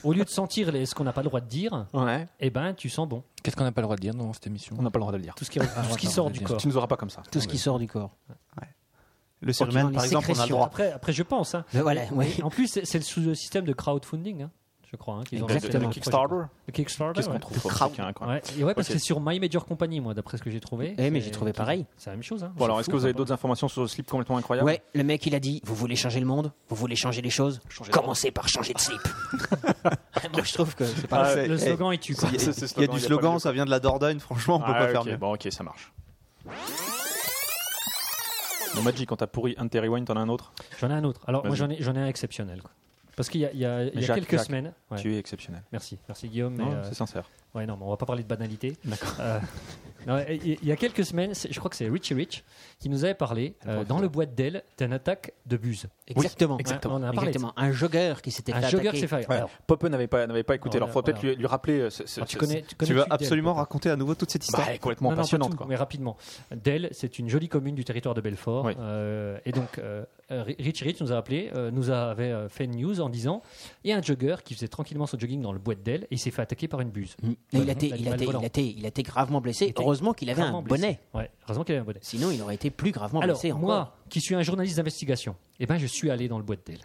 Au lieu de sentir les- ce qu'on n'a pas le droit de dire, père. Ouais. eh ben, tu sens bon. Qu'est-ce qu'on n'a pas le droit de dire dans cette émission On n'a pas le droit de le dire. Tout ce qui, tout ce qui attends, sort je du veux corps. Tu nous auras pas comme ça. Tout ce qui sort du corps. Le Pour qu'il cérumen en ait par exemple, on a le sécrétion. droit. Après, après, je pense. hein. Mais Euh, voilà, ouais. En plus, c'est c'est le sous-système de crowdfunding. hein. Je je crois, hein, qu'ils ont lancé Exactement. le Le Kickstarter Le Kickstarter, Qu'est-ce ouais. qu'on trouve sur ce Crowd. bouquin, quoi Ouais, et ouais, parce Ok. que c'est sur My Major Company, moi, d'après ce que j'ai trouvé. Eh, mais j'ai c'est- trouvé pareil. C'est la même chose. Hein. Bon, alors, C'est est-ce fou, que vous avez hein. d'autres informations sur le slip complètement incroyable Ouais, le mec il a dit Vous voulez changer le monde Vous voulez changer les choses Commencez par changer de slip. Moi je trouve que c'est pas Ah, mal. c'est- Le slogan, il tue, quoi. Ce- ce Il eh, y a pas du slogan, mieux. ça vient de la Dordogne, franchement, on peut Ah, pas ok, faire mieux. Bon, ok, ça marche. Bon, Magic, quand t'as pourri un Terry Wine, t'en as un autre J'en ai un autre. Alors, moi, Vas-y. j'en ai, j'en ai un exceptionnel. quoi. Parce qu'il y a, il y a- il y a Jacques, quelques Jacques, semaines. ouais, Tu es exceptionnel. Merci, merci Guillaume. mais, Non, euh, c'est sincère. ouais, non, mais on va pas parler de banalité. Euh, non, il y- il y a quelques semaines, c'est- je crois que c'est Richie Rich qui nous avait parlé euh, dans le boîte d'El d'une attaque de buse. Exactement. exactement. On en a parlé. Exactement. Un jogger qui s'était Un fait jogger attaquer. qui s'est fait. Alors, Poppe n'avait pas, n'avait pas écouté. Voilà, alors, faut peut-être voilà. lui, lui rappeler. euh, ce- ce- alors, Ah, tu ce- connais, tu connais Tu le vas truc d'El, absolument peut-être. raconter à nouveau toute cette Bah, histoire. elle est complètement Non, non, pas passionnante, tout, quoi. Mais rapidement, Dell, c'est une jolie commune du territoire de Belfort. Oui. Euh, et donc, euh, Ri- Rich Rich nous a appelé, euh, nous avait euh, fait une news en disant il y a un jogger qui faisait tranquillement son jogging dans le bois de Dell et il s'est fait attaquer par une buse. Mm. Et il, a été, il, a L'animal été, il, volant. a été, il a été gravement blessé. Il était Heureusement qu'il avait Gravement un blessé. bonnet. Ouais, heureusement qu'il avait un bonnet. Sinon, il aurait été plus gravement Alors, blessé moi, encore. qui suis un journaliste d'investigation, eh ben, je suis allé dans le bois de Dell.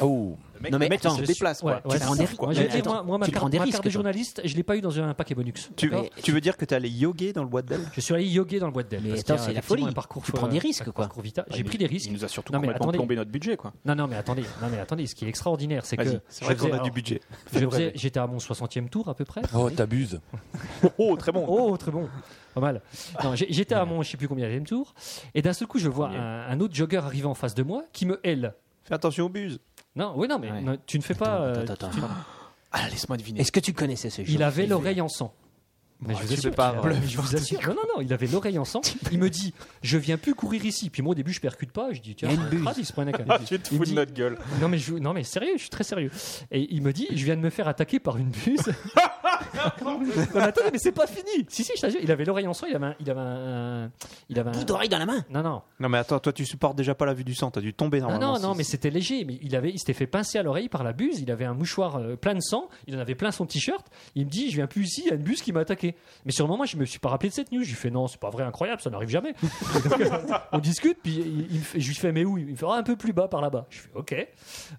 Oh, non, mais attends, se je déplace, quoi. Ouais, ouais, te prends c'est des ça. risques, quoi. Moi, je veux Mais dire, attends, moi, moi, ma tu te carte, prends des ma carte risques, de toi. journaliste, je ne l'ai pas eu dans un paquet bonus. Tu, d'accord tu veux dire que t'es allé yoguer dans le bois de Belle Je suis allé yoguer dans le bois de Dell. Mais parce attends, qu'il y a c'est la effectivement folie. Un parcours, Tu prends des euh, risques, un quoi. Bah, parcours vita. J'ai pris des risques. Il nous a surtout Non, mais complètement attendez. plombé notre budget, quoi. Non, non, mais attendez, non, mais attendez, ce qui est extraordinaire, c'est Vas-y, que. C'est vrai je qu'on faisais- a du alors, budget. je faisais- J'étais à mon 60e tour à peu près. oh t'abuses. Oh, très bon. Oh, très bon, pas mal. Non, j'ai- J'étais à mon je sais plus combien e tour, et d'un seul coup, je vois Combien un, un autre jogger arriver en face de moi qui me hèle. Fais attention aux buses. Non, oui, non, mais Ouais. non, tu ne fais pas. euh, Attends, attends, attends. Ah, laisse-moi deviner. Est-ce que tu connaissais ce jeu il avait l'oreille en sang. Bah, Mais je vous assure, pas il avoir avait- je vous assure. Non, non, non, il avait l'oreille en sang. Il me dit, je viens plus courir ici. Puis moi, au début, je percute pas. Je dis, tiens, Il y a une euh, buse. crade, il se prenait quand même. Ah, tu te Il me fous de dit- notre gueule. Non mais, je, non mais sérieux, je suis très sérieux. Et il me dit, je viens de me faire attaquer par une buse. non mais attendez, mais c'est pas fini. Si si, je t'assure, il avait l'oreille en sang, il avait un, il avait un, il avait un- Bout d'oreille dans la main. Non non, Non mais attends, toi tu supportes déjà pas la vue du sang, t'as dû tomber non normalement. Ah non, si- non, mais c'était léger. Mais il avait, il s'était fait pincer à l'oreille par la buse. Il avait un mouchoir euh, plein de sang. Il en avait plein son t-shirt. Il me dit, je viens plus ici, il y a une buse qui m'a attaqué. Mais sur le moment, je me suis pas rappelé de cette news. Je lui fais non, c'est pas vrai, incroyable, ça n'arrive jamais. Donc, euh, on discute, puis il, il me fait- je lui fais mais où Il me fait Ah, un peu plus bas, par là-bas. Je fais ok,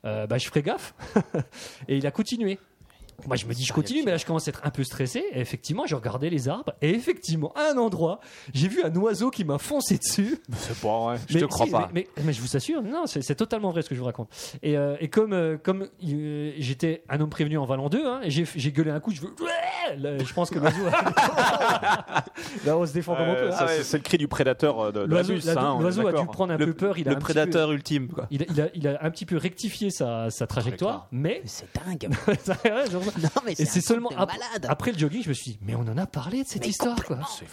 Euh, bah je ferai gaffe. et il a continué. Moi, je me dis, je continue, mais là, je commence à être un peu stressé. Et effectivement, je regardais les arbres. Et effectivement, à un endroit, j'ai vu un oiseau qui m'a foncé dessus. C'est pas vrai. Mais si, Mais, mais- mais je vous assure, non, c'est c'est totalement vrai ce que je vous raconte. Et, euh, et comme, euh, comme euh, j'étais un homme prévenu en Valon 2, hein, j'ai j'ai gueulé un coup, je veux. Ouais Là, je pense que l'oiseau. Là, on se défend comme on Euh, peut. hein. Ça, c'est- C'est le cri du prédateur euh, de, de la L'oiseau buse, la- ça, hein, on est l'oiseau a dû d'accord. prendre un peu peur. Il a le un petit prédateur ultime quoi. peu- il, a, il a- il a un petit peu rectifié sa, sa trajectoire, mais. C'est dingue. Ça, ouais, genre ça. non, mais Et c'est un seulement truc de après, malade. après le jogging, je me suis dit, mais on en a parlé de cette Mais histoire, quoi. complètement.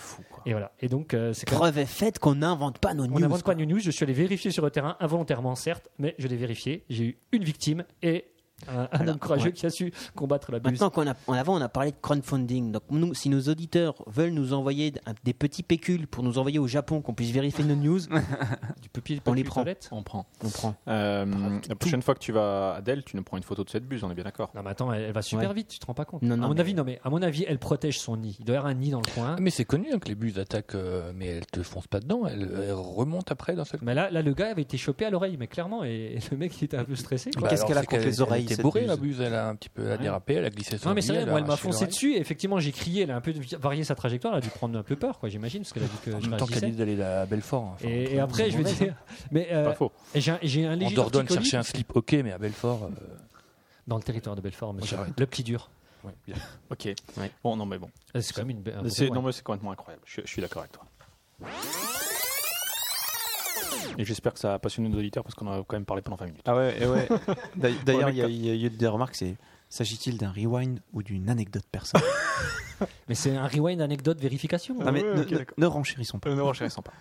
Et voilà. Et donc, euh, c'est quand même- Preuve est faite qu'on n'invente pas nos On news. n'invente pas quoi. New News, je suis allé vérifier sur le terrain, involontairement certes, mais je l'ai vérifié. J'ai eu une victime et un, un Alors, homme courageux ouais. qui a su combattre la buse. Maintenant qu'on a, en avant, on a parlé de crowdfunding. Donc, nous, si nos auditeurs veulent nous envoyer d- un- des petits pécules pour nous envoyer au Japon, qu'on puisse vérifier nos news, Du papier, on les prend. toilette. On prend. on prend. Euh, la prochaine fois que tu vas à Dell, tu nous prends une photo de cette buse, on est bien d'accord. Non mais attends, elle, elle va super Ouais. vite, tu te rends pas compte. Non, non, à mon mais- avis, non mais à mon avis, elle protège son nid. Il doit y avoir un nid dans le coin. Ah, mais c'est connu hein, que les buses attaquent, euh, mais elles te foncent pas dedans, elles, elles remontent après d'un seul coup. Mais là, là, le gars avait été chopé à l'oreille, mais clairement, et, et le mec il était un peu stressé. quoi. Bah, qu'est-ce alors, qu'elle a contre c'est les elle oreilles, était cette bourrée buse la buse, elle a un petit peu elle a dérapé, elle a glissé son Non mais c'est nid, vrai, elle a moi elle m'a arraché foncé l'oreille. dessus et effectivement j'ai crié, elle a un peu varié sa trajectoire, elle a dû prendre un peu peur quoi j'imagine parce qu'elle a dit que En euh, je même temps qu'elle réagissais. dit d'aller à Belfort. enfin, entre Et, et nous, après on je vais est- dire, mais euh, Pas faux. et j'ai un, j'ai un En léger Dordogne, torticolis. chercher un slip, ok, mais à Belfort. euh, dans le territoire de Belfort, monsieur, j'arrête. le petit dur. Ok. Bon, non, mais bon. Euh, C'est quand même une be- un bon C'est, témoin. non, mais c'est complètement incroyable. Je, je suis d'accord avec toi. Et j'espère que ça a passionné nos auditeurs parce qu'on en a quand même parlé pendant 20 minutes. Ah ouais, et ouais. D'a- D'ailleurs, il y a- il y, a eu des remarques, c'est s'agit-il d'un rewind ou d'une anecdote personnelle Mais c'est un rewind anecdote vérification. Non Ah, mais ouais, ne, ok, ne- d'accord. ne renchérissons pas. Euh, ne renchérissons pas.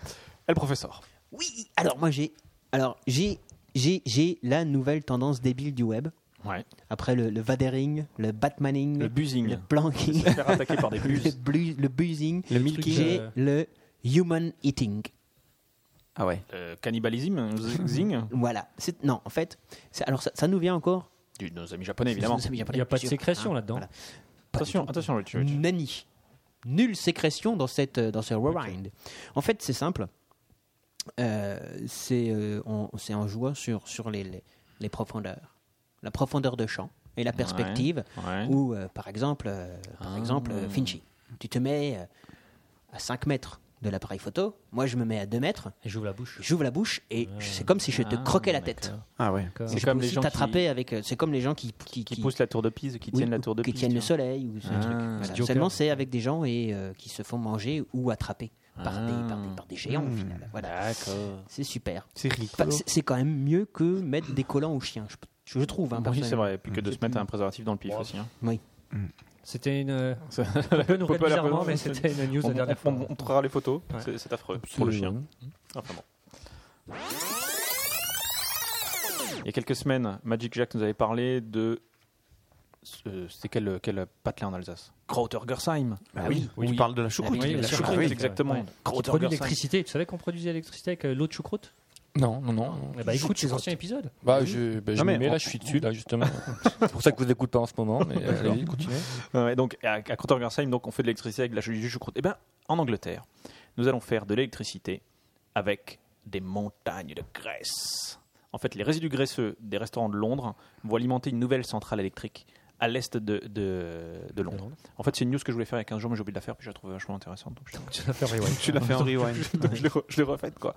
Elle, professeur. Oui, alors moi j'ai. Alors j'ai. J'ai, j'ai la nouvelle tendance débile du web. Ouais. Après le, le vadering, le batmaning, Le le buzzing. planking, Se faire attaquer par des le, buses. blu- le buzzing, Le milking. j'ai Euh. le human eating. Ah ouais. Euh, cannibalisme, zing, Voilà. C'est, non, en fait, c'est- alors ça, ça nous vient encore. de nos amis japonais évidemment. Il n'y Il y a pas de sécrétion là-dedans. Ah, Pas Attention, du tout. attention, Richie, Richie. Nani. Nulle sécrétion dans, cette, euh, dans ce rewind. En fait, c'est simple. Euh, c'est euh, on- c'est en jouant sur, sur les, les, les profondeurs. La profondeur de champ et la perspective, Ouais. Ah. ou euh, par exemple, euh, par exemple euh, Finchy. Tu te mets euh, à 5 mètres de l'appareil photo, moi je me mets à 2 mètres, Et j'ouvre la bouche. j'ouvre la bouche et je- c'est comme si je te croquais la tête. Ah ouais. D'accord. Ah. C'est Je comme peux les aussi gens qui- t'attraper avec. euh, C'est comme les gens qui, qui, Qui qui- poussent la tour de Pise, qui oui, tiennent la tour de qui Pise. tiennent le tu soleil ou ce Ah, truc. c'est Voilà. Joker. Seulement c'est avec des gens et euh, qui se font manger ou attraper par, des, par, des, par des géants Ah. au final. vois. Voilà. D'accord. C'est super. Bah, C'est Enfin, rigolo. c'est- c'est quand même mieux que mettre des collants aux chiens, je, je trouve. Hein, Oui, personnellement. c'est vrai. Plus que de se mettre un préservatif dans le pif aussi. hein. C'était une. euh, Ça- On peut nous Popper la rire bizarrement, présence, mais c'est- c'était une news On la dernière fois. on- on montrera les photos. Ouais. C'est- C'est affreux pour le chien. Enfin bon. Il y a quelques semaines, Magic Jack nous avait parlé de. euh, C'était quelle, quelle pâte là en Alsace Krauter Gersheim. Bah oui, oui, oui. tu parles de la choucroute. Oui, Ah la la choucroute, choucroute, ouais. exactement. Ouais. Qui Krauter produit Gersheim. l'électricité. Tu savais qu'on produisait l'électricité avec euh, l'eau de choucroute Non, non, non. Eh bah écoute les anciens épisodes. Bah, je, bah, je Non, mais me mets on- là, je suis dessus, là, justement. c'est pour ça que vous n'écoutez pas en ce moment, mais euh, allez, continuez. Ouais, donc à, à Krauter-Gersheim, donc on fait de l'électricité avec de la chou- du choucroute. Eh bien, en Angleterre, nous allons faire de l'électricité avec des montagnes de graisse. En fait, les résidus graisseux des restaurants de Londres vont alimenter une nouvelle centrale électrique à l'est de, de- de Londres. En fait, c'est une news que je voulais faire il y a 15 jours, mais j'ai oublié de la faire, puis je la trouvais vachement intéressante. Donc je l'ai- Tu l'as fait, ouais, ouais. Tu l'as fait en rewind. donc je l'ai re- je l'ai refaite. Quoi.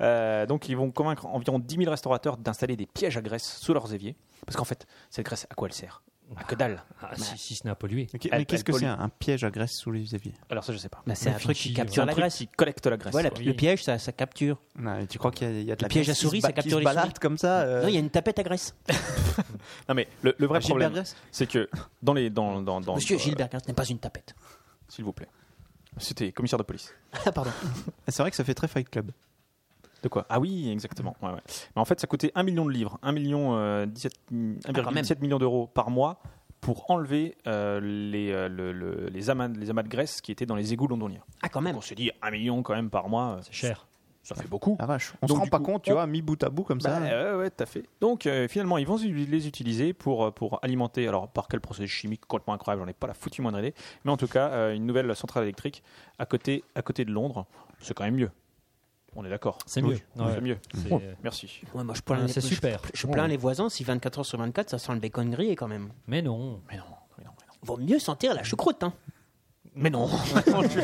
Euh, donc ils vont convaincre environ 10 000 restaurateurs d'installer des pièges à graisse sous leurs éviers. Parce qu'en fait, cette graisse, à quoi elle sert À que dalle Ah, si, si ce n'est à polluer. Ok, Elle- Mais qu'est-ce elle que pollue. c'est un un piège à graisse sous les éviers Alors ça, je sais pas. Bah, c'est un Le truc Finchy, qui C'est capture euh, un la truc graisse. qui collecte la graisse. Voilà, quoi. le piège, ça, ça capture. Ouais, Tu crois qu'il y a- il y a de la piège à graisse qui se souris, ba- ça capture qui se les balade souris. comme ça euh, Non, il y a une tapette à graisse. Non mais le, le vrai Gilbert problème, Graisse c'est que dans les dans, dans, dans- Monsieur euh, Gilbert Graisse n'est pas une tapette. s'il vous plaît, c'était commissaire de police. Ah, pardon. C'est vrai que ça fait très Fight Club. De quoi Ah oui, exactement. Ouais, ouais. Mais en fait, ça coûtait 1 million de livres, 1 million euh, 17 Ah, 1,7 million d'euros par mois pour enlever euh, les, euh, le- le- les amas les amas de graisse qui étaient dans les égouts londoniens. Ah, quand même. On se dit 1 million quand même par mois, euh, C'est cher. ça fait beaucoup. La vache. On Donc, se rend du pas coup, compte, tu on- vois, mis bout à bout comme Bah, ça. ouais, ouais, tout à fait. Donc euh, finalement, ils vont les utiliser pour, euh, pour alimenter, alors par quel procédé chimique complètement incroyable, j'en ai pas la foutue moindre idée, mais en tout cas, euh, une nouvelle centrale électrique à côté, à côté de Londres, c'est quand même mieux. On est d'accord. C'est Oui, mieux. Ouais. C'est mieux. C'est- Bon, Merci. Ouais, moi, je plains, Ah, les- c'est Euh, je- super. Je, plains les voisins si 24 heures sur 24, ça sent le bacon grillé quand même. Mais non. Mais non, mais non, mais non. Vaut mieux sentir la choucroute. Hein. Mais non. je,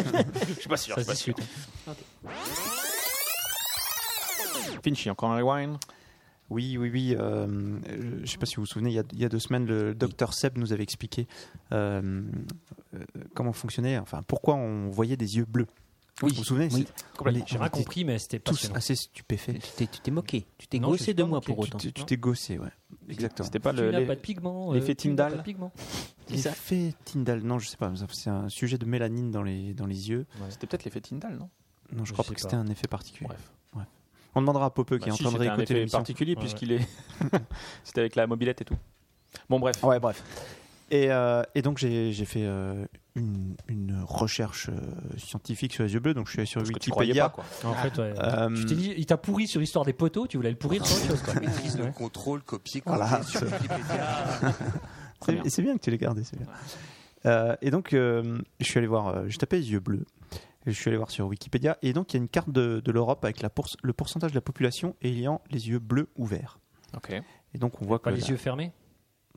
je suis pas sûr. Ça Je se suis pas sûr. discute. Finchy, encore un rewind. Oui, oui, oui. euh, je ne sais pas si vous vous souvenez, il y a, il y a deux semaines, le docteur Seb nous avait expliqué euh, euh, comment fonctionnait, enfin pourquoi on voyait des yeux bleus. Oui, vous vous souvenez oui. c'est- Complètement. on était J'ai rien compris, mais c'était Tous passionnant. assez stupéfaits. Tu t'es- tu t'es moqué. Tu t'es Non, je grossé suis de pas moi moqué. pour Tu autant. Tu tu t'es gossé, ouais. Exactement. C'était pas Tu Ah, le. n'as les- pas de pigments. les euh, faits tu n'as pas Tyndall. de pigments. Les effets Tyndall, non, je sais pas. C'est un sujet de mélanine dans les, dans les yeux. C'était peut-être l'effet Tyndall, non Non, je Je crois sais pas que c'était pas. un effet particulier. Bref. On demandera à Popeux qui Bah, est en si, train de c'était un réécouter effet l'émission. particulier Ouais, puisqu'il est. C'était avec la mobilette et tout. Bon bref. Ouais, bref. Et, euh, et donc, j'ai j'ai fait euh, une, une recherche euh, scientifique sur les yeux bleus. Donc, je suis allé sur Parce que tu croyais pas Wikipédia. quoi. En fait, ouais. Euh, Tu t'es Ah. dit, il t'a pourri sur l'histoire des poteaux, tu voulais le pourrir sur autre chose. Quoi. Maîtrise le Ouais. contrôle, copier, coller Voilà. sur Wikipédia. Très bien. C'est c'est bien que tu l'aies gardé, c'est bien. Euh, et donc, euh, je suis allé voir, euh, j'ai tapé les yeux bleus. Et Je suis allé voir sur Wikipédia. Et donc, il y a une carte de, de l'Europe avec la pour- le pourcentage de la population ayant les yeux bleus ouverts. Ok. Et donc, on voit que. Pas les la- yeux fermés.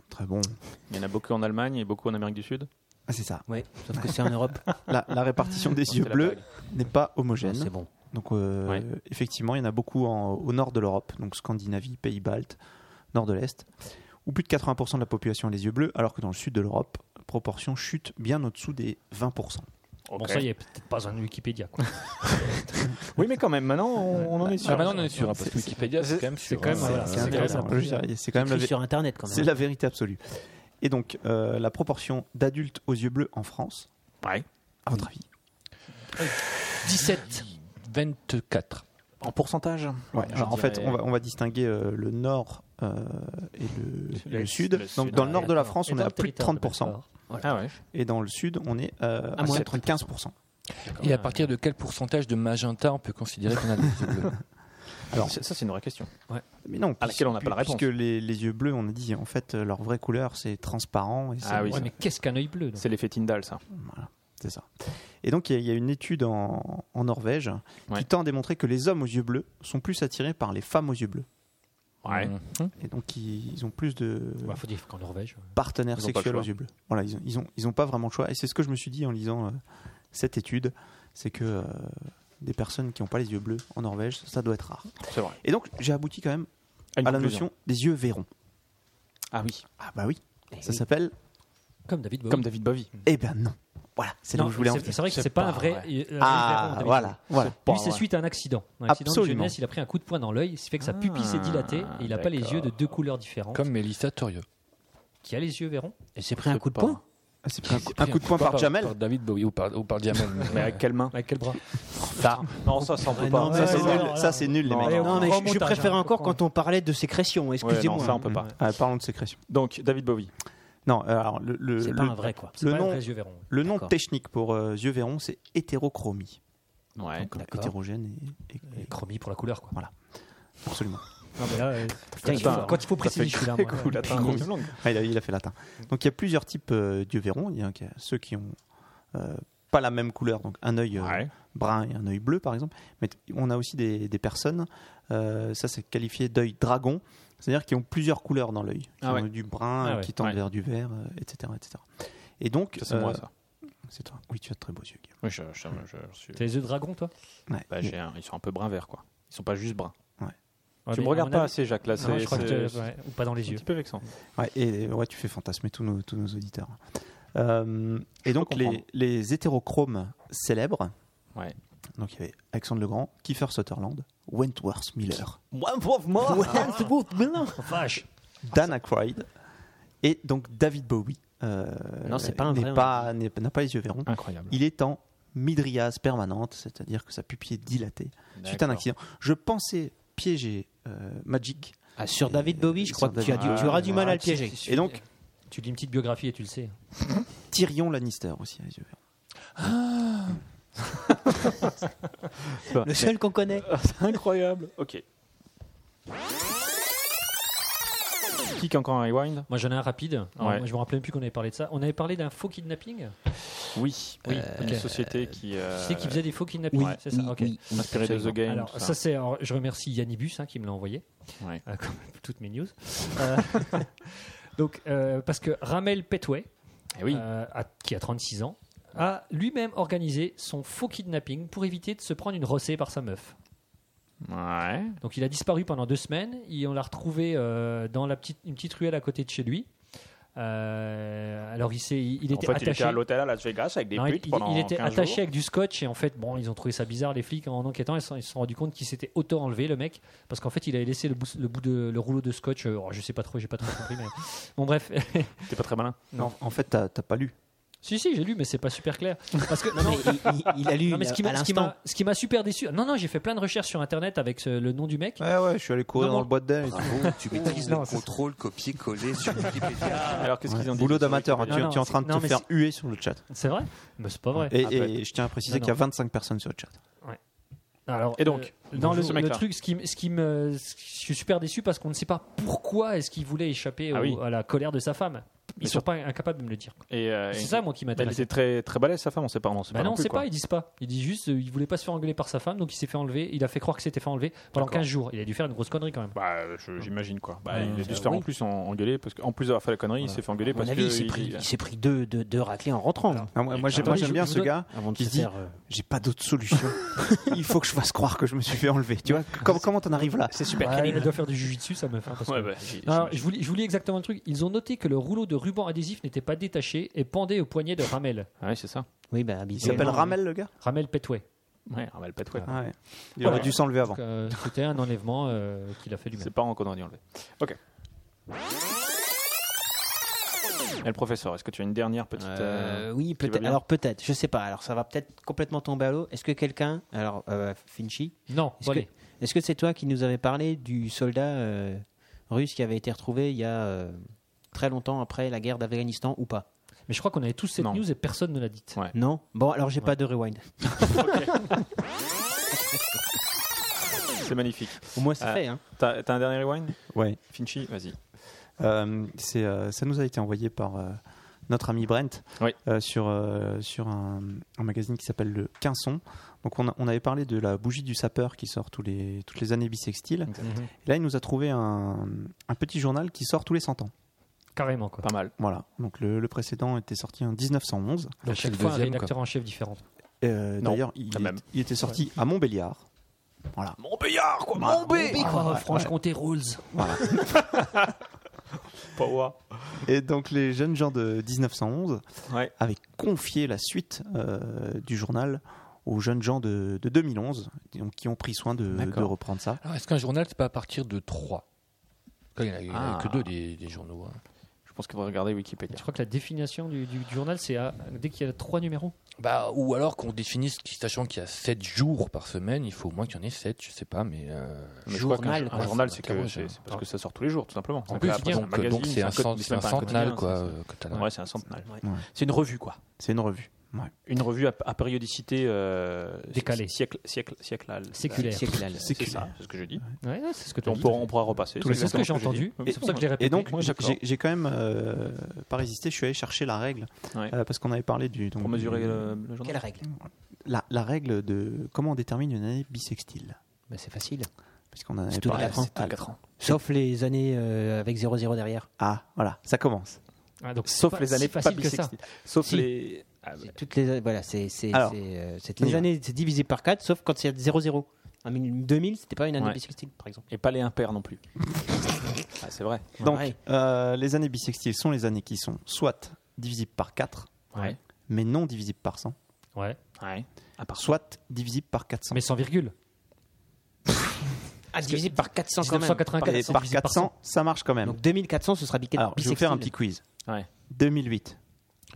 Très bon. Il y en a beaucoup en Allemagne et beaucoup en Amérique du Sud. Ah, c'est ça. Ouais, sauf que c'est en Europe. La, la répartition des yeux la bleus blague. n'est pas Ah, homogène. c'est bon. Donc euh, Ouais. effectivement, il y en a beaucoup en- au nord de l'Europe, donc Scandinavie, Pays-Baltes, nord de l'Est, où plus de 80% de la population a les yeux bleus, alors que dans le sud de l'Europe, la proportion chute bien au-dessous des 20%. Bon, ça, il n'y a peut-être pas un Wikipédia. Quoi. Oui, mais quand même, maintenant, on, bah, on en est sûr. Ah, maintenant, on est sûr, hein, parce que Wikipédia, c'est quand même sûr. quand même, hein. voilà, C'est c'est intéressant. quand même Je veux dire, C'est quand même la, Écrit vé- sur Internet quand c'est même. la vérité absolue. Et donc, euh, la proportion d'adultes aux yeux bleus en France, Ouais. à votre avis 17. 24. En pourcentage Ouais, Je alors, en fait, dirais- on va, on va distinguer euh, le nord euh, et le, Le le sud, sud. le Donc, sud. dans le nord de la D'accord. France, Et on est dans à le plus de territoire 30%. Belfort. Ah ouais. Et dans le sud, on est euh, à, moins de 7, 15%. Et à partir de quel pourcentage de magenta on peut considérer qu'on a des yeux bleus Alors, ça, c'est une vraie question. Mais non, À laquelle on n'a pas la réponse. Puisque les, les yeux bleus, on a dit, en fait, euh, leur vraie couleur, c'est transparent. Et c'est- Ah oui, Ouais, mais qu'est-ce qu'un œil bleu donc C'est l'effet Tyndall, ça. C'est ça. Et donc, il y, a- il y a une étude en, en Norvège Ouais. qui tend à démontrer que les hommes aux yeux bleus sont plus attirés par les femmes aux yeux bleus. Ouais. Mhm. Et donc, ils, ils ont plus de Il Bah, faut dire qu'en Norvège. euh, partenaires Ils ont pas le sexuels aux choix. yeux bleus. Voilà, ils n'ont ils ont, ils ont pas vraiment le choix. Et c'est ce que je me suis dit en lisant euh, cette étude c'est que euh, des personnes qui n'ont pas les yeux bleus en Norvège, ça doit être rare. C'est vrai. Et donc, j'ai abouti quand même une à la conclusion. notion des yeux verrons. Ah oui, Ah, bah oui, ça Eh oui. s'appelle. Comme David Bowie. comme David Bowie. Eh ben non. Voilà, c'est là Non, où je voulais en c'est venir. c'est vrai que C'est c'est pas pas un vrai. vrai. euh, un vrai Ah, David Bowie. voilà, voilà. Pas Lui, c'est vrai. suite à un accident. Un accident de Absolument. jeunesse, il a pris un coup de poing dans l'œil, ce qui fait que sa Ah, pupille s'est dilatée et il n'a pas les yeux de deux couleurs différentes. Comme Mélissa Thurieux. Qui a les yeux verrons Et c'est pris un C'est coup de pas- poing. Ah, c'est pris un coup, un coup de poing par, Jamel. Par David Bowie ou par, ou par Jamel. Mais avec quelle main Avec quel bras ça. Non, ça, ça on peut Ouais, pas. Ah, non, mais Ça, ouais, c'est nul, ouais, ça, ouais. c'est nul, les Non, mecs. ouais, Non, mais je- je Remontage, préfère hein, encore pourquoi quand on parlait de sécrétion. Ouais, non, Excusez-moi. ça, on peut pas. Ah, parlons de sécrétion. Donc, David Bowie. Non, euh, alors le, le, C'est le- pas un vrai quoi. C'est Le pas un nom- vrai yeux verrons. le nom D'accord. technique pour euh, yeux verrons, c'est hétérochromie. Ouais. Donc, d'accord. hétérogène et, et- Et chromie pour la couleur quoi. absolument. Non, mais là, euh, Putain, il faut- putain. quand il faut préciser, je suis là. moi. cool, attends. Putain, Chromie. Ah, il, a, il a fait latin. Donc il y a plusieurs types euh, d'yeux verrons. Il y a donc, euh, ceux qui ont euh, pas la même couleur, donc un œil euh, Ouais. brun et un œil bleu par exemple. Mais t- on a aussi des, des personnes, euh, ça c'est qualifié d'œil dragon, c'est-à-dire qui ont plusieurs couleurs dans l'œil, qui Ah ouais. ont du brun Ah euh, ouais. qui tendent Ouais. vers du vert, euh, etc., etc. Et donc Ça, c'est moi, euh, ça. c'est toi. Oui, tu as de très beaux yeux. Guillaume. Oui, je, je- je- je suis. T'as les yeux de dragon toi Ouais. Bah, j'ai un- Ils sont un peu brun-vert, quoi. Ils sont pas juste bruns. Ouais, tu Ah, mais me à regardes mon pas avis- assez, Jacques, là. Non, C'est je crois que c'est- tu- ouais, ou pas dans les c'est un yeux. petit peu vexant. Ouais, et ouais, tu fais fantasmer tous nos, tous nos auditeurs. Euh, et donc, peux les, comprendre. les hétérochromes célèbres. Ouais. Donc, il y avait Alexandre le Grand, Kiefer Sutherland, Wentworth Miller, Wentworth Miller. Vache Dan Aykroyd et donc David Bowie. euh, Non, c'est pas un n'est vrai, Ah. pas- n'est- N'a pas les yeux verrons. Incroyable. Il est en mydriase permanente, c'est-à-dire que sa pupille est dilatée suite à un accident. Je pensais piéger euh, Magic. Ah, sur David Bowie, je Sur crois que tu, as David du, Bowie. tu auras du mal à le Ah, piéger. Et donc, Tu lis une petite biographie et tu le sais. Tyrion Lannister aussi a les yeux verrons. Le seul qu'on connaît. Incroyable. Ok. Qui qui a encore un rewind Moi j'en ai un rapide. Alors, Ouais. moi, je me rappelais même plus qu'on avait parlé de ça. On avait parlé d'un faux kidnapping. Oui. Oui, Une ok. société qui. Tu euh, sais Euh, qui faisait des faux kidnappings, c'est ça Ok. Inspirée de The Game. Alors, tout ça, c'est, alors, je remercie Yannibus hein, qui me l'a envoyé, Ouais. Euh, comme toutes mes news. Euh, donc, euh, parce que Ramel Petway, Eh oui. euh, a- qui a 36 ans, a lui-même organisé son faux kidnapping pour éviter de se prendre une rossée par sa meuf. Ouais. Donc il a disparu pendant deux semaines. Et on l'a retrouvé euh, dans la petite, une petite ruelle à côté de chez lui. Euh, alors il, s'est- il, il en était fait, il attaché. était à l'hôtel à Las Vegas avec des Non, il- putes il, pendant il était 15 attaché jours. avec du scotch et en fait, bon, ils ont trouvé ça bizarre les flics en enquêtant. Ils se sont, ils se sont rendus compte qu'il s'était auto enlevé le mec parce qu'en fait, il avait laissé le bout, le bout de le rouleau de scotch. euh, oh, je sais pas trop, j'ai pas trop compris. mais... Bon bref, T'es pas très malin. Non, en fait, t'as t'as pas lu. si si, j'ai lu, mais c'est pas super clair. Parce que Non, mais il, il- il a lu Non, mais ce qui à m'a- ce qui l'instant. m'a ce qui m'a super déçu. Non non, j'ai fait plein de recherches sur internet avec ce- le nom du mec. Ouais, ouais, je suis allé courir Non, dans non. le bois de dinde Ah, et tout. Bravo, tu maîtrises Non, le c'est- contrôle copier-coller sur Wikipédia. Alors, qu'est-ce qu'ils ont dit Boulot d'amateur, hein, tu, Non, non, tu es en train de non, te mais faire huer sur le chat. C'est vrai Mais c'est pas vrai. Et, Ah, peut-être. bah. et je tiens à préciser Non, qu'il y a 25 personnes sur le chat. Alors, Et donc, euh, dans le, bonjour, ce le mec-là. truc, ce qui, me- ce qui me, ce qui- je suis super déçu parce qu'on ne sait pas pourquoi est-ce qu'il voulait échapper Ah au- oui. à la colère de sa femme. Ils Mais sont pas incapables de me le dire. Et, euh, C'est et- ça moi qui Elle m'intéresse. était très, très balèze, sa femme, on sait pas. On sait Bah pas non, non on plus, sait quoi. pas, il disent pas. Il dit juste, euh, il voulait pas se faire engueuler par sa femme, donc il s'est fait enlever. Il a fait croire que s'était fait enlever pendant D'accord. 15 jours. Il a dû faire une grosse connerie quand même. Bah, je- j'imagine quoi. Bah, Ouais, il a dû euh, se faire en oui. plus en- engueuler parce qu'en plus d'avoir fait la connerie, il s'est fait engueuler À mon parce avis, il que s'est il- pris, il- il s'est pris deux, deux, deux raclées en rentrant. là, Ah, moi, j'ai- j'aime moi, j'aime bien bien ce ce gars. avant de Qui se se dit- faire. euh, J'ai pas d'autre solution. Il faut que je fasse croire que je me suis fait enlever. Tu vois, comment, comment t'en arrives là C'est super. Ouais, elle doit faire du jujitsu, ça me fait. parce que- Ouais, bah, j'ai- Alors, j'imagine. je, vous lis, je vous lis exactement le truc. Ils ont noté que le rouleau de ruban adhésif n'était pas détaché et pendait au poignet de Ramel. Ouais, c'est ça. Oui, bah, Il s'appelle habituellement. Ramel, le gars Ramel Petway. Ouais, Ramal Ah. Patouet. Ah. ouais. Il Voilà. aurait dû s'enlever avant. Donc, euh, C'était un enlèvement euh, qu'il a fait lui-même. C'est pas encore dit enlever. Ok. Et Eh, le professeur, est-ce que tu as une dernière petite. euh, Euh, oui, va peut-être. bien Alors peut-être, je sais pas. Alors ça va peut-être complètement tomber à l'eau. Est-ce que quelqu'un, alors euh, Finchy, Non, est-ce bon, que allez. est-ce que c'est toi qui nous avais parlé du soldat euh, russe qui avait été retrouvé il y a euh, très longtemps après la guerre d'Afghanistan ou pas Mais je crois qu'on avait tous cette Non. news et personne ne l'a dite. Ouais. Non. Bon, alors j'ai pas de rewind. C'est magnifique. Au moins c'est Ah. fait. Hein. Euh, T'as t'as un dernier rewind Ouais. Finchy, vas-y. Euh, c'est, euh, ça nous a été envoyé par euh, notre ami Brent Oui. euh, sur, euh, sur un, un magazine qui s'appelle le Quinson. Donc on, a- on avait parlé de la bougie du sapeur qui sort tous les, toutes les années bisextiles. Mhm. Et là, il nous a trouvé un, un petit journal qui sort tous les 100 ans. Carrément, quoi. Pas mal. Voilà. Donc le, le précédent était sorti en 1911. Donc, c'est chaque le fois, un deuxième, rédacteur en chef différent. Euh, Non, D'ailleurs, il, la est- même. il était sorti à Montbéliard. Voilà. Montbéliard, quoi Montbé, quoi. Oh, Franche-Comté Rules. Et donc les jeunes gens de 1911 Ouais. avaient confié la suite euh, du journal aux jeunes gens de, de 2011, donc, qui ont pris soin de, D'accord. de reprendre ça. Alors, est-ce qu'un journal, c'est pas à partir de 3 Il n'y en a, il y en Ah. a que deux des, des journaux. hein. Je pense qu'il faut regarder Wikipédia. Je crois que la définition du, du- du journal, c'est à- dès qu'il y a trois numéros. Bah, ou alors qu'on définisse, sachant qu'il y a 7 jours par semaine, il faut au moins qu'il y en ait 7, je sais pas, mais. euh, Mais je crois qu'un- Journal, un quoi. journal, c'est que m'interroge, c'est hein. c'est parce que ça sort tous les jours, tout simplement. En Donc plus, Bah, après, c'est un donc, magazine, donc c'est un, code- cent- c'est c'est même un pas un quotidien, centenal, quoi. c'est- euh, que t'as là. Ouais, c'est un centenal. Ouais. C'est une revue, quoi. C'est une revue. Ouais. Une revue à, à périodicité euh, Décalée. si- Siècle, siècle, sièclale. Séculaire. Siècle. C'est ça, c'est ce que j'ai dit. Ouais, ouais, c'est ce que tu as On dit. pourra, on pourra repasser. les C'est ce que j'ai exactement entendu. ce que j'ai dit. C'est pour ça que je l'ai répété. Et donc, Ouais, j'ai- d'accord. j'ai quand même euh, pas résisté, je suis allé chercher la règle, Ouais. euh, parce qu'on avait parlé du... donc, euh, Pour mesurer euh, du- le, le journal. Quelle règle la, la règle de comment on détermine une année bisextile. Bah, C'est facile. Parce qu'on en avait C'est tous les parlé. quatre ans. Ah, Sauf les années euh, avec 0-0 derrière. Ah, voilà, ça commence. Ah, donc, c'est Sauf pas les si années pas facile que ça. bisextiles. Sauf Si. les. Ah, bah, C'est Toutes les, voilà, c'est c'est- Alors, c'est, euh, c'est on y les va. années, c'est divisé par 4, sauf quand c'est 0-0. En 2000, c'était pas une année Ouais. bisextile, par exemple. Et pas les impairs non plus. Ah, c'est vrai. Donc, Ouais. euh, les années bisextiles sont les années qui sont soit divisibles par 4, Ouais. mais non divisibles par 100, Ouais. Ouais. À part soit divisibles par 400. Mais sans virgule. Ah, divisé par 400 quand même. 1984, Et c'est par divisé 400, ça marche quand même. Donc 2400, ce sera bi- bisextile. Alors, je vais vous faire un petit quiz. Ouais. 2008,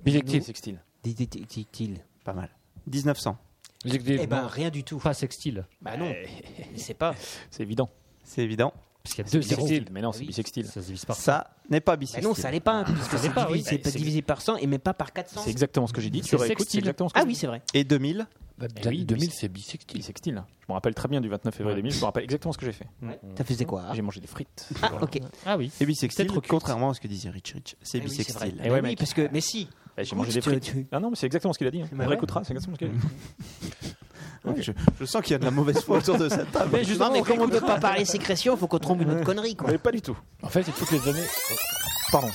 Bisextile. Bisextile. Di- di- di- di- til. pas mal. 1900, Bisextile, Eh ben, non. rien du tout. Ou pas sextile. Bah non, c'est pas. C'est évident. c'est évident. Parce qu'il y a deux zéros. Bisextile. Mais non, c'est Oui. bisextile. Ça se divise par Ça n'est pas Bah bisextile. non, ça l'est pas, puisque c'est l'est pas, oui. divisé, c'est Bah, pas c'est- divisé par 100 et même pas par 400. C'est exactement ce que j'ai dit. Tu C'est réécoutes, c'est sextile. exactement ce que Ah j'ai oui, dit. c'est vrai. Et 2000, Bah, Eh l'année oui, 2000, bis- c'est bisextile. Bisextile. Je me rappelle très bien du 29 février Ouais. 2000. Je me rappelle exactement ce que j'ai fait. Ça faisait quoi hein J'ai mangé des frites. Ah, ok. Ah oui. et bisextile, Peut-être occulte. contrairement à ce que disait Rich Rich, c'est Eh oui, c'est vrai. bisextile. Eh Bah ouais, oui, mec. parce que, mais si, Bah, J'ai mangé des tu- frites. tu- Ah non, mais c'est exactement ce qu'il a dit. hein. Bah On ouais. réécoutera, c'est exactement ce qu'il a dit. Ouais, je, je sens qu'il y a de la mauvaise foi autour de cette table. Mais justement, non, mais on comme on réécoute. peut pas parler sécrétion, faut qu'on trompe une autre connerie, quoi. Mais pas du tout. En fait, c'est toutes les années. Oh, Pardon.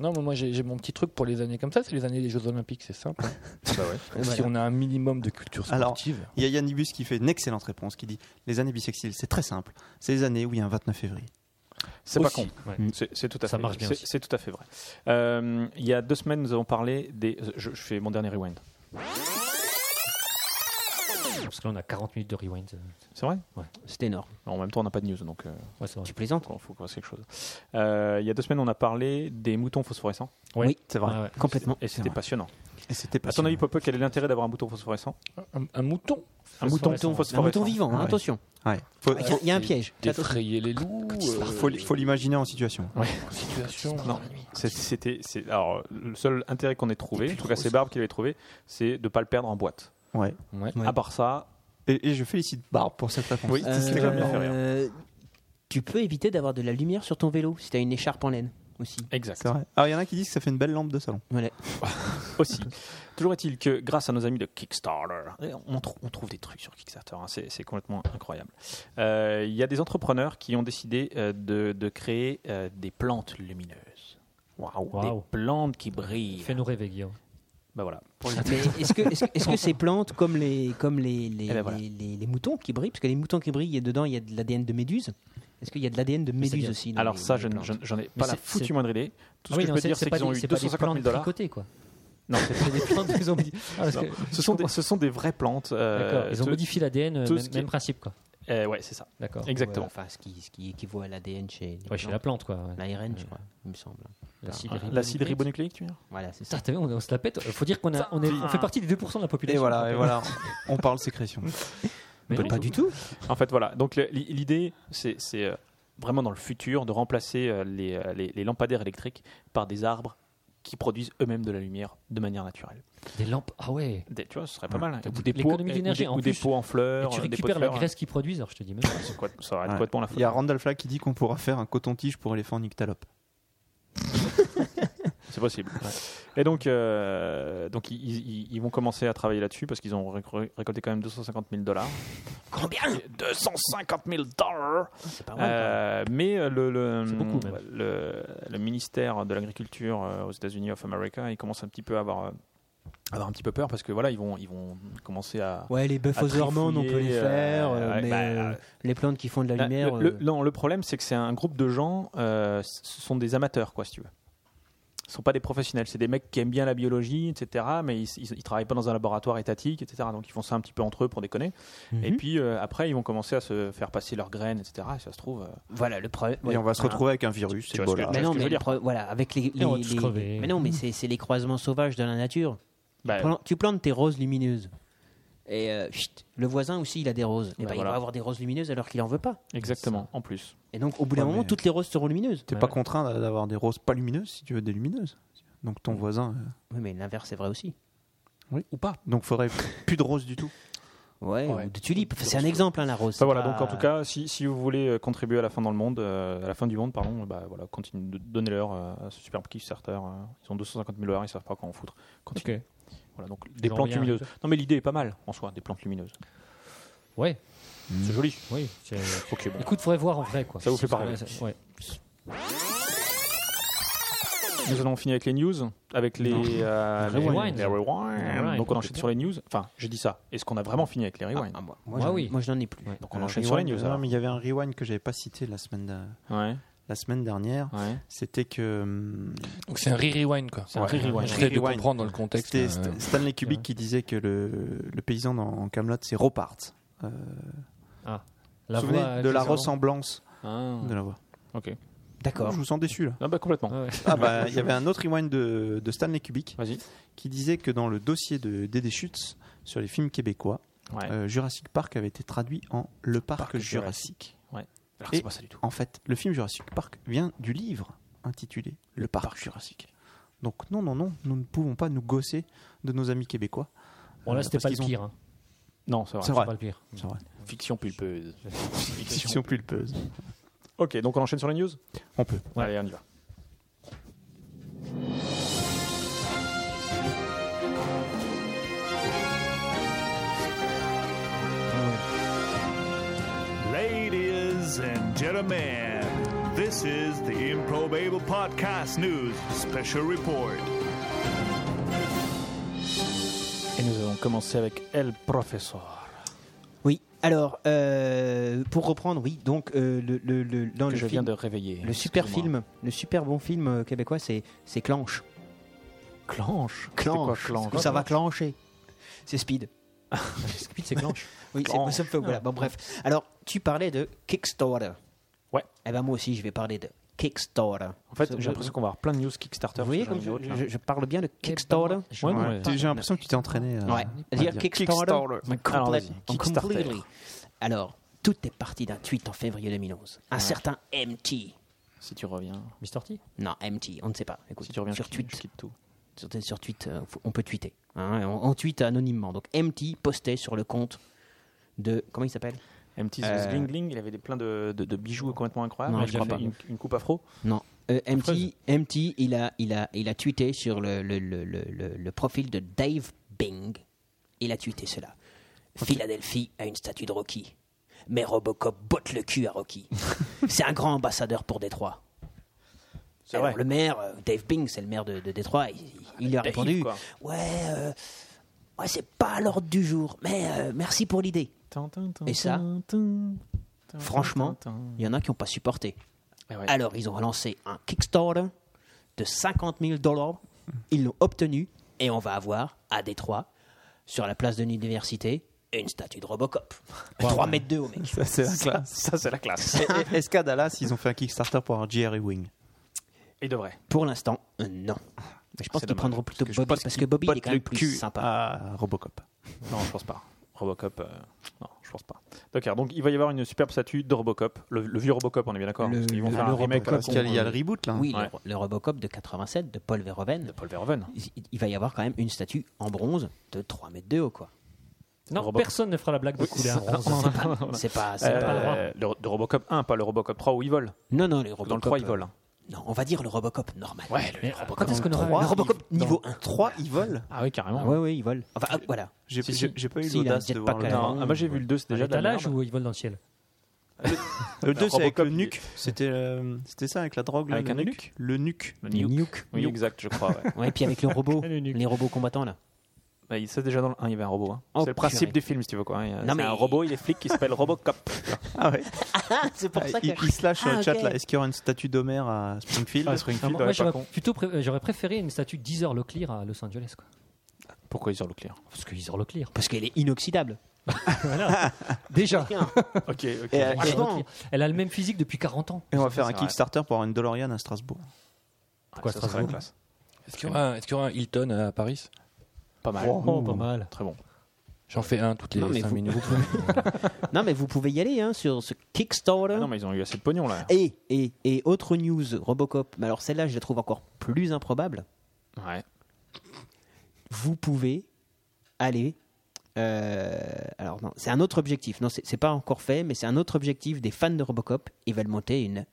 Non, mais moi, j'ai j'ai mon petit truc pour les années comme ça, c'est les années des Jeux Olympiques, c'est simple. Si Voilà. on a un minimum de culture Alors, sportive. Il y a Yannibus qui fait une excellente réponse, qui dit Les années bisextiles, c'est très simple. C'est les années où il y a un 29 février. C'est pas Aussi. con. Ouais. C'est c'est tout à Ça fait. marche bien c'est- aussi. C'est tout à fait vrai. Euh, il y a deux semaines, nous avons parlé des. Je, je fais mon dernier rewind. Parce que là, on a 40 minutes de rewind. C'est vrai C'est énorme. En même temps, on n'a pas de news, donc euh, Ouais, c'est vrai. Tu plaisantes il faut qu'on fasse quelque chose. Euh, il y a deux semaines, on a parlé des moutons phosphorescents Ouais. Oui, c'est vrai. Ah ouais. Complètement. et c'était passionnant. Et c'était pas À ton si avis, mal. Popo, quel est l'intérêt d'avoir un mouton phosphorescent Un, un mouton Un mouton Phosphorescent. Un phosphorescent. mouton vivant, hein, Ouais. attention. Ouais. Faut, Il y a- il y a un piège. Défrayer les loups. faut- euh, faut- faut l'imaginer en situation. en situation. Non, c'est- c'était. c'est- Alors, le seul intérêt qu'on ait trouvé, en tout cas, c'est Barbe qui l'avait trouvé, c'est de ne pas le perdre en boîte. Ouais. Ouais. Ouais. À part ça, Et, et je félicite Barbe pour cette réponse. Oui. C'est ce qui va bien faire rire. Euh, Tu peux éviter d'avoir de la lumière sur ton vélo si t'as une écharpe en laine aussi. exact. C'est vrai. Alors, il y en a qui disent que ça fait une belle lampe de salon. Voilà. aussi. Toujours est-il que grâce à nos amis de Kickstarter, et on, trou- on trouve des trucs sur Kickstarter, hein, c'est c'est complètement incroyable. Euh, Il y a des entrepreneurs qui ont décidé euh, de, de créer euh, des plantes lumineuses. Waouh, Waouh. Des plantes qui brillent. Fais-nous rêver, Guillaume. Bah Ah voilà. Mais est-ce que, est-ce, que- est-ce que ces plantes, comme les, comme les, les, Eh ben voilà. les, les- les moutons qui brillent, parce que les moutons qui brillent, il y a dedans, il y a de l'ADN de méduse. Est-ce qu'il y a de l'ADN de méduse c'est-à-dire- aussi dans Alors les- ça, dans je n- les plantes je n- j'en ai Mais pas la c'est- foutue c'est- moindre idée. Tout ce Ah oui, que non, je peux dire, c'est pas qu'ils ont des- eu c'est pas des 250 000 plantes dollars. tricotées, quoi. Non, c'est pas des plantes qu'ils ont mis- Ah, parce que- Ce sont, des, ce sont des vraies plantes. euh, D'accord, ils ont tout- modifié l'ADN, euh, tout même, ce qui même est- principe quoi. euh, ouais, c'est ça. D'accord. Exactement. Ouais, enfin, ce qui, ce qui équivaut à l'ADN chez, les Ouais, chez la plantes. plante quoi. ouais. l'ARN, Euh, je crois, il me semble. L'acide Ah, ribonucléique. L'acide ribonucléique, tu veux dire Voilà, c'est ça. Putain, t'as vu, on, on se la pète. Faut dire qu'on a, on, est, on fait partie des 2% de la population. Et voilà, et voilà. on parle sécrétion. Mais Peut- non. pas du tout. En fait, voilà. Donc le- l'i- l'idée, c'est c'est, euh, vraiment dans le futur de remplacer euh, les, euh, les- les lampadaires électriques par des arbres qui produisent eux-mêmes de la lumière de manière naturelle. Des lampes. Ah ouais. Des- tu vois, ce serait pas mal. hein. T'as Ou dit des pots, l'économie ou d'énergie, des- en ou des plus. pots en fleurs, Et tu euh, des pots de récupères la fleurs, hein. graisse qu'ils produisent, alors je te dis même. C'est quoi- Ça aurait Ouais. complètement la Il y a fleur. Randall Flack qui dit qu'on pourra faire un coton-tige pour éléphant nyctalope. C'est possible. Et donc, euh, donc ils, ils- ils vont commencer à travailler là-dessus parce qu'ils ont réc- récolté quand même 250 000 dollars. Combien 250 000 dollars Euh, mais euh, le, le, beaucoup, même. le, le ministère de l'agriculture euh, aux États-Unis of America, il commence un petit peu à avoir, euh, à avoir un petit peu peur parce que voilà, ils vont, ils vont commencer à. Ouais, les bœufs À aux hormones, on peut les trifouiller, faire, euh, euh, ouais, mais bah, euh, les plantes qui font de la Là, lumière. Bah, le, le- euh, non, le problème, c'est que c'est un groupe de gens, euh, ce sont des amateurs, quoi, si tu veux. Ce sont pas des professionnels, c'est des mecs qui aiment bien la biologie, etc. Mais ils, ils, ils travaillent pas dans un laboratoire étatique, etc. Donc ils font ça un petit peu entre eux pour déconner. Et puis euh, après, ils vont commencer à se faire passer leurs graines, etc. Et ça se trouve, euh, Voilà, le problème. Et on va se Voilà. retrouver avec un virus. vois ce que- Ebola. tu vois Mais ce non, que je mais veux le dire. pro- voilà, avec les, Et on va les- tous les- crever. Mais non, mais c'est c'est les croisements sauvages de la nature. bah, Tu plan- Tu plantes tes roses lumineuses. Et euh, chut, le voisin aussi, il a des roses. Et Bah, ben, voilà. il va avoir des roses lumineuses alors qu'il en veut pas. exactement, en plus. Et donc, au bout d'un Ouais, moment, mais- toutes les roses seront lumineuses. T'es Ouais. pas contraint d'a- d'avoir des roses pas lumineuses si tu veux des lumineuses. Donc ton voisin. euh, Oui, mais l'inverse est vrai aussi. Ou pas. Donc faudrait plus de roses du tout. Ouais, Ouais. ou de tulipes. Enfin, c'est un exemple, hein, la rose. Enfin, Bah voilà, C'est donc en pas- tout cas, si, si vous voulez euh, contribuer à la fin dans le monde, euh, à la fin du monde, pardon, bah, voilà, continue de donner leur à ce superbe Kickstarter. euh, ils ont 250 000 dollars, ils savent pas quoi en foutre. Continue. Ok. Voilà, donc des ont plantes rien à lumineuses. dire. Non, mais l'idée est pas mal en soi, des plantes lumineuses. Ouais. C'est joli. Oui. c'est- Ok, bon. Écoute, faudrait voir en vrai quoi. Ça vous fait pas rêver. Ouais. Nous allons finir avec les news, avec les, euh, les- Rewind. les rewind. Rewind. Donc on enchaîne sur les news. Enfin, j'ai dit ça. Est-ce qu'on a vraiment fini avec les Ah, rewind ah, moi, Ouais, moi, j'en- oui. moi, je n'en ai plus. Donc on Un enchaîne sur les rewind, news. Non, alors. mais il y avait un rewind que j'avais pas cité la semaine, d'a- Ouais, la semaine dernière. ouais. C'était que. hum, Donc c'est un re-rewind quoi. C'est un rewind. J'essaie de Rewind. comprendre dans le contexte. C'était euh, St- Stanley Kubrick vrai. qui disait que le, le paysan dans Camelot c'est Ropart. Euh, La souvenez voix, de la légèrement- ressemblance Ah, de la voix. D'accord. Je vous sens déçu là. Non, bah complètement. Ouais. Ah bah, il y avait un autre rewind de, de Stanley Kubrick Vas-y. qui disait que dans le dossier de Dédé Schütz sur les films québécois, Ouais. euh, Jurassic Park avait été traduit en Le Parc, Parc Jurassique. Alors, et- c'est pas ça du tout. En fait, le film Jurassic Park vient du livre intitulé Le, Parc, Jurassique. Donc non, non, non, nous ne pouvons pas nous gosser de nos amis québécois. Bon là, Euh, c'était parce pas le qu'ils ont- pire. hein. Non, c'est vrai. C'est vrai. C'est pas le pire. C'est vrai. Fiction pulpeuse. Fiction pulpeuse. Ok, donc on enchaîne sur les news On peut. Ouais. Allez, on y va. Ladies and gentlemen, this is the Improbable Podcast News Special Report. Et nous allons commencer avec El Professor. Oui. Alors, euh, pour reprendre, oui, donc, euh, le, le, le- dans que le je film- viens de réveiller. Le super Excuse-moi. film, le super bon film euh, québécois, c'est c'est Clanche. Clanche. Clanche. C'est quoi, Clanche Ou ça va clencher. C'est Speed. Speed, c'est clanche. Oui, c'est Clanche. ça me fait- Voilà. Bon, bref. Alors, tu parlais de Kickstarter. Ouais. Eh ben moi aussi, je vais parler de Kickstarter. En fait, Ça- j'ai l'impression qu'on va avoir plein de news Kickstarter. Vous voyez parce comme que j'en ai je, d'autres, là. je- je parle bien de Kickstarter. Ah, Ouais, non, mais- J'ai l'impression que tu t'es entraîné. euh, ben, Ouais. à Dire dire Kickstarter. Alors, Complète- Ah, vas-y. Kickstarter. completely. Alors, tout est parti d'un tweet en février 2011. Un certain MT. Si tu reviens, Mister T. Non, MT, on ne sait pas. Écoute, si tu reviens, sur je, tweet. quitte- je quitte tout. sur, sur tweet, euh, faut- on peut tweeter. hein, et on, on tweet anonymement. Donc MT postait sur le compte de comment il s'appelle MT Euh, Zling Gling, il avait des, plein de, de- de bijoux complètement incroyables. Non, Il je crois avait pas. Une, une coupe afro. Non, euh, Freuse. MT, MT, il a, il a, il a tweeté sur le, le, le, le, le- le profil de Dave Bing. Il a tweeté cela. Philadelphie a une statue de Rocky, mais Robocop botte le cul à Rocky. c'est un grand ambassadeur pour Détroit. C'est Alors, vrai. Ah, Le maire, euh, Dave Bing, c'est le maire de, de Détroit. Il, il lui a Dave, répondu quoi. Ouais, euh, ouais, c'est pas à l'ordre du jour, mais euh, merci pour l'idée. Tin, tin, tin, Et ça, tin, tin, tin, franchement, Ah, tin, tin. Il y en a qui n'ont pas supporté. Eh ouais. Alors, ils ont relancé un Kickstarter de 50 000 dollars. Ils l'ont obtenu et on va avoir à Détroit, sur la place de l'université, une statue de Robocop. 3 mètres de haut, mec. Ça, c'est la classe. Ça, c'est la classe. Et- et- Est-ce qu'à Dallas, ils ont fait un Kickstarter pour un Jerry Wing Il devrait. Pour l'instant, euh, non. Mais je pense Ah, C'est qu'ils dommage, prendront plutôt parce que je Bobby pense parce qu'ils que Bobby il est botte quand même le cul plus sympa. Ah, à Robocop. Non, je pense pas. Robocop, euh, non, je pense pas. D'accord, donc il va y avoir une superbe statue de Robocop. Le, le vieux Robocop, on est bien d'accord. Le- parce qu'ils vont le- faire le un remake Parce là, qu'il y a- qu'on- Ah, il y a le reboot là. hein. Oui, Ah. Ouais. le, le Robocop de 87 de Paul de Verhoeven, Paul Verhoeven. il, il va y avoir quand même une statue en bronze de 3 mètres de haut, quoi. Non, Robocop. personne ne fera la blague de couler un rose. Ah, C'est pas. c'est Euh, pas- le- de Robocop 1, pas le Robocop 3 où il vole. Non, non, les Dans le Robocop. euh, 3, il vole. hein. Non, on va dire le Robocop normal. Ouais, le- Mais quand est-ce qu'on aura Le Trois, Robocop il- niveau dans 1. trois, ils volent. Ah oui, carrément. Ah ouais, ouais, ils volent. Enfin, ah, voilà. J'ai Si, si. j'ai- j'ai pas eu Si, il a un l'audace de voir le jetpack à un. Non, ah, moi j'ai vu le 2, c'est déjà de la l'étalage merde. ou ils volent dans le ciel Le 2, c'est avec Robocop, le il est- nuque. C'était euh, c'était ça avec la drogue, là, Avec le un nuque. nuque Le nuque. Les nuke. Oui, exact, je crois. ouais. Ouais, puis avec le robot, Le nuke. les robots combattants là. Bah, il- ça, déjà dans le 1, il y avait un robot. hein. Oh, c'est le principe purée. du film, si tu veux. quoi. Il y a- Non, c'est mais- un robot, il est flic qui s'appelle Robocop. Ah ouais. C'est Ah, il, il se lâche sur Ah, le chat, ok. là. Est-ce qu'il y aura une statue d'Homer à Springfield Ah, Springfield, Moi, j'aurais plutôt pré- euh, j'aurais préféré une statue d'Isor Locklear à Los Angeles. Quoi. Pourquoi ils ont le clair Parce que Isor Locklear, Parce qu'elle est inoxydable. déjà, Ok, ok. Et, euh, Isor Locklear, elle a le même physique depuis 40 ans. Et on va faire un C'est vrai. Kickstarter pour avoir une DeLorean à Strasbourg. Pourquoi ça serait Strasbourg classe. Est-ce qu'il y, aura un- est-ce qu'il y aura un Hilton à Paris Pas Ah, mal. Oh, pas mal. Très bon. J'en fais un toutes les Non, mais 5 vous- minutes. Non, mais vous pouvez y aller hein, sur ce Kickstarter. Ah non, mais ils ont eu assez de pognon là. Et, et, et autre news, Robocop. Mais alors celle-là, je la trouve encore plus improbable. Ouais. Vous pouvez aller. euh, alors non, c'est un autre objectif. Non, c'est c'est pas encore fait, mais c'est un autre objectif des fans de Robocop. Ils veulent monter une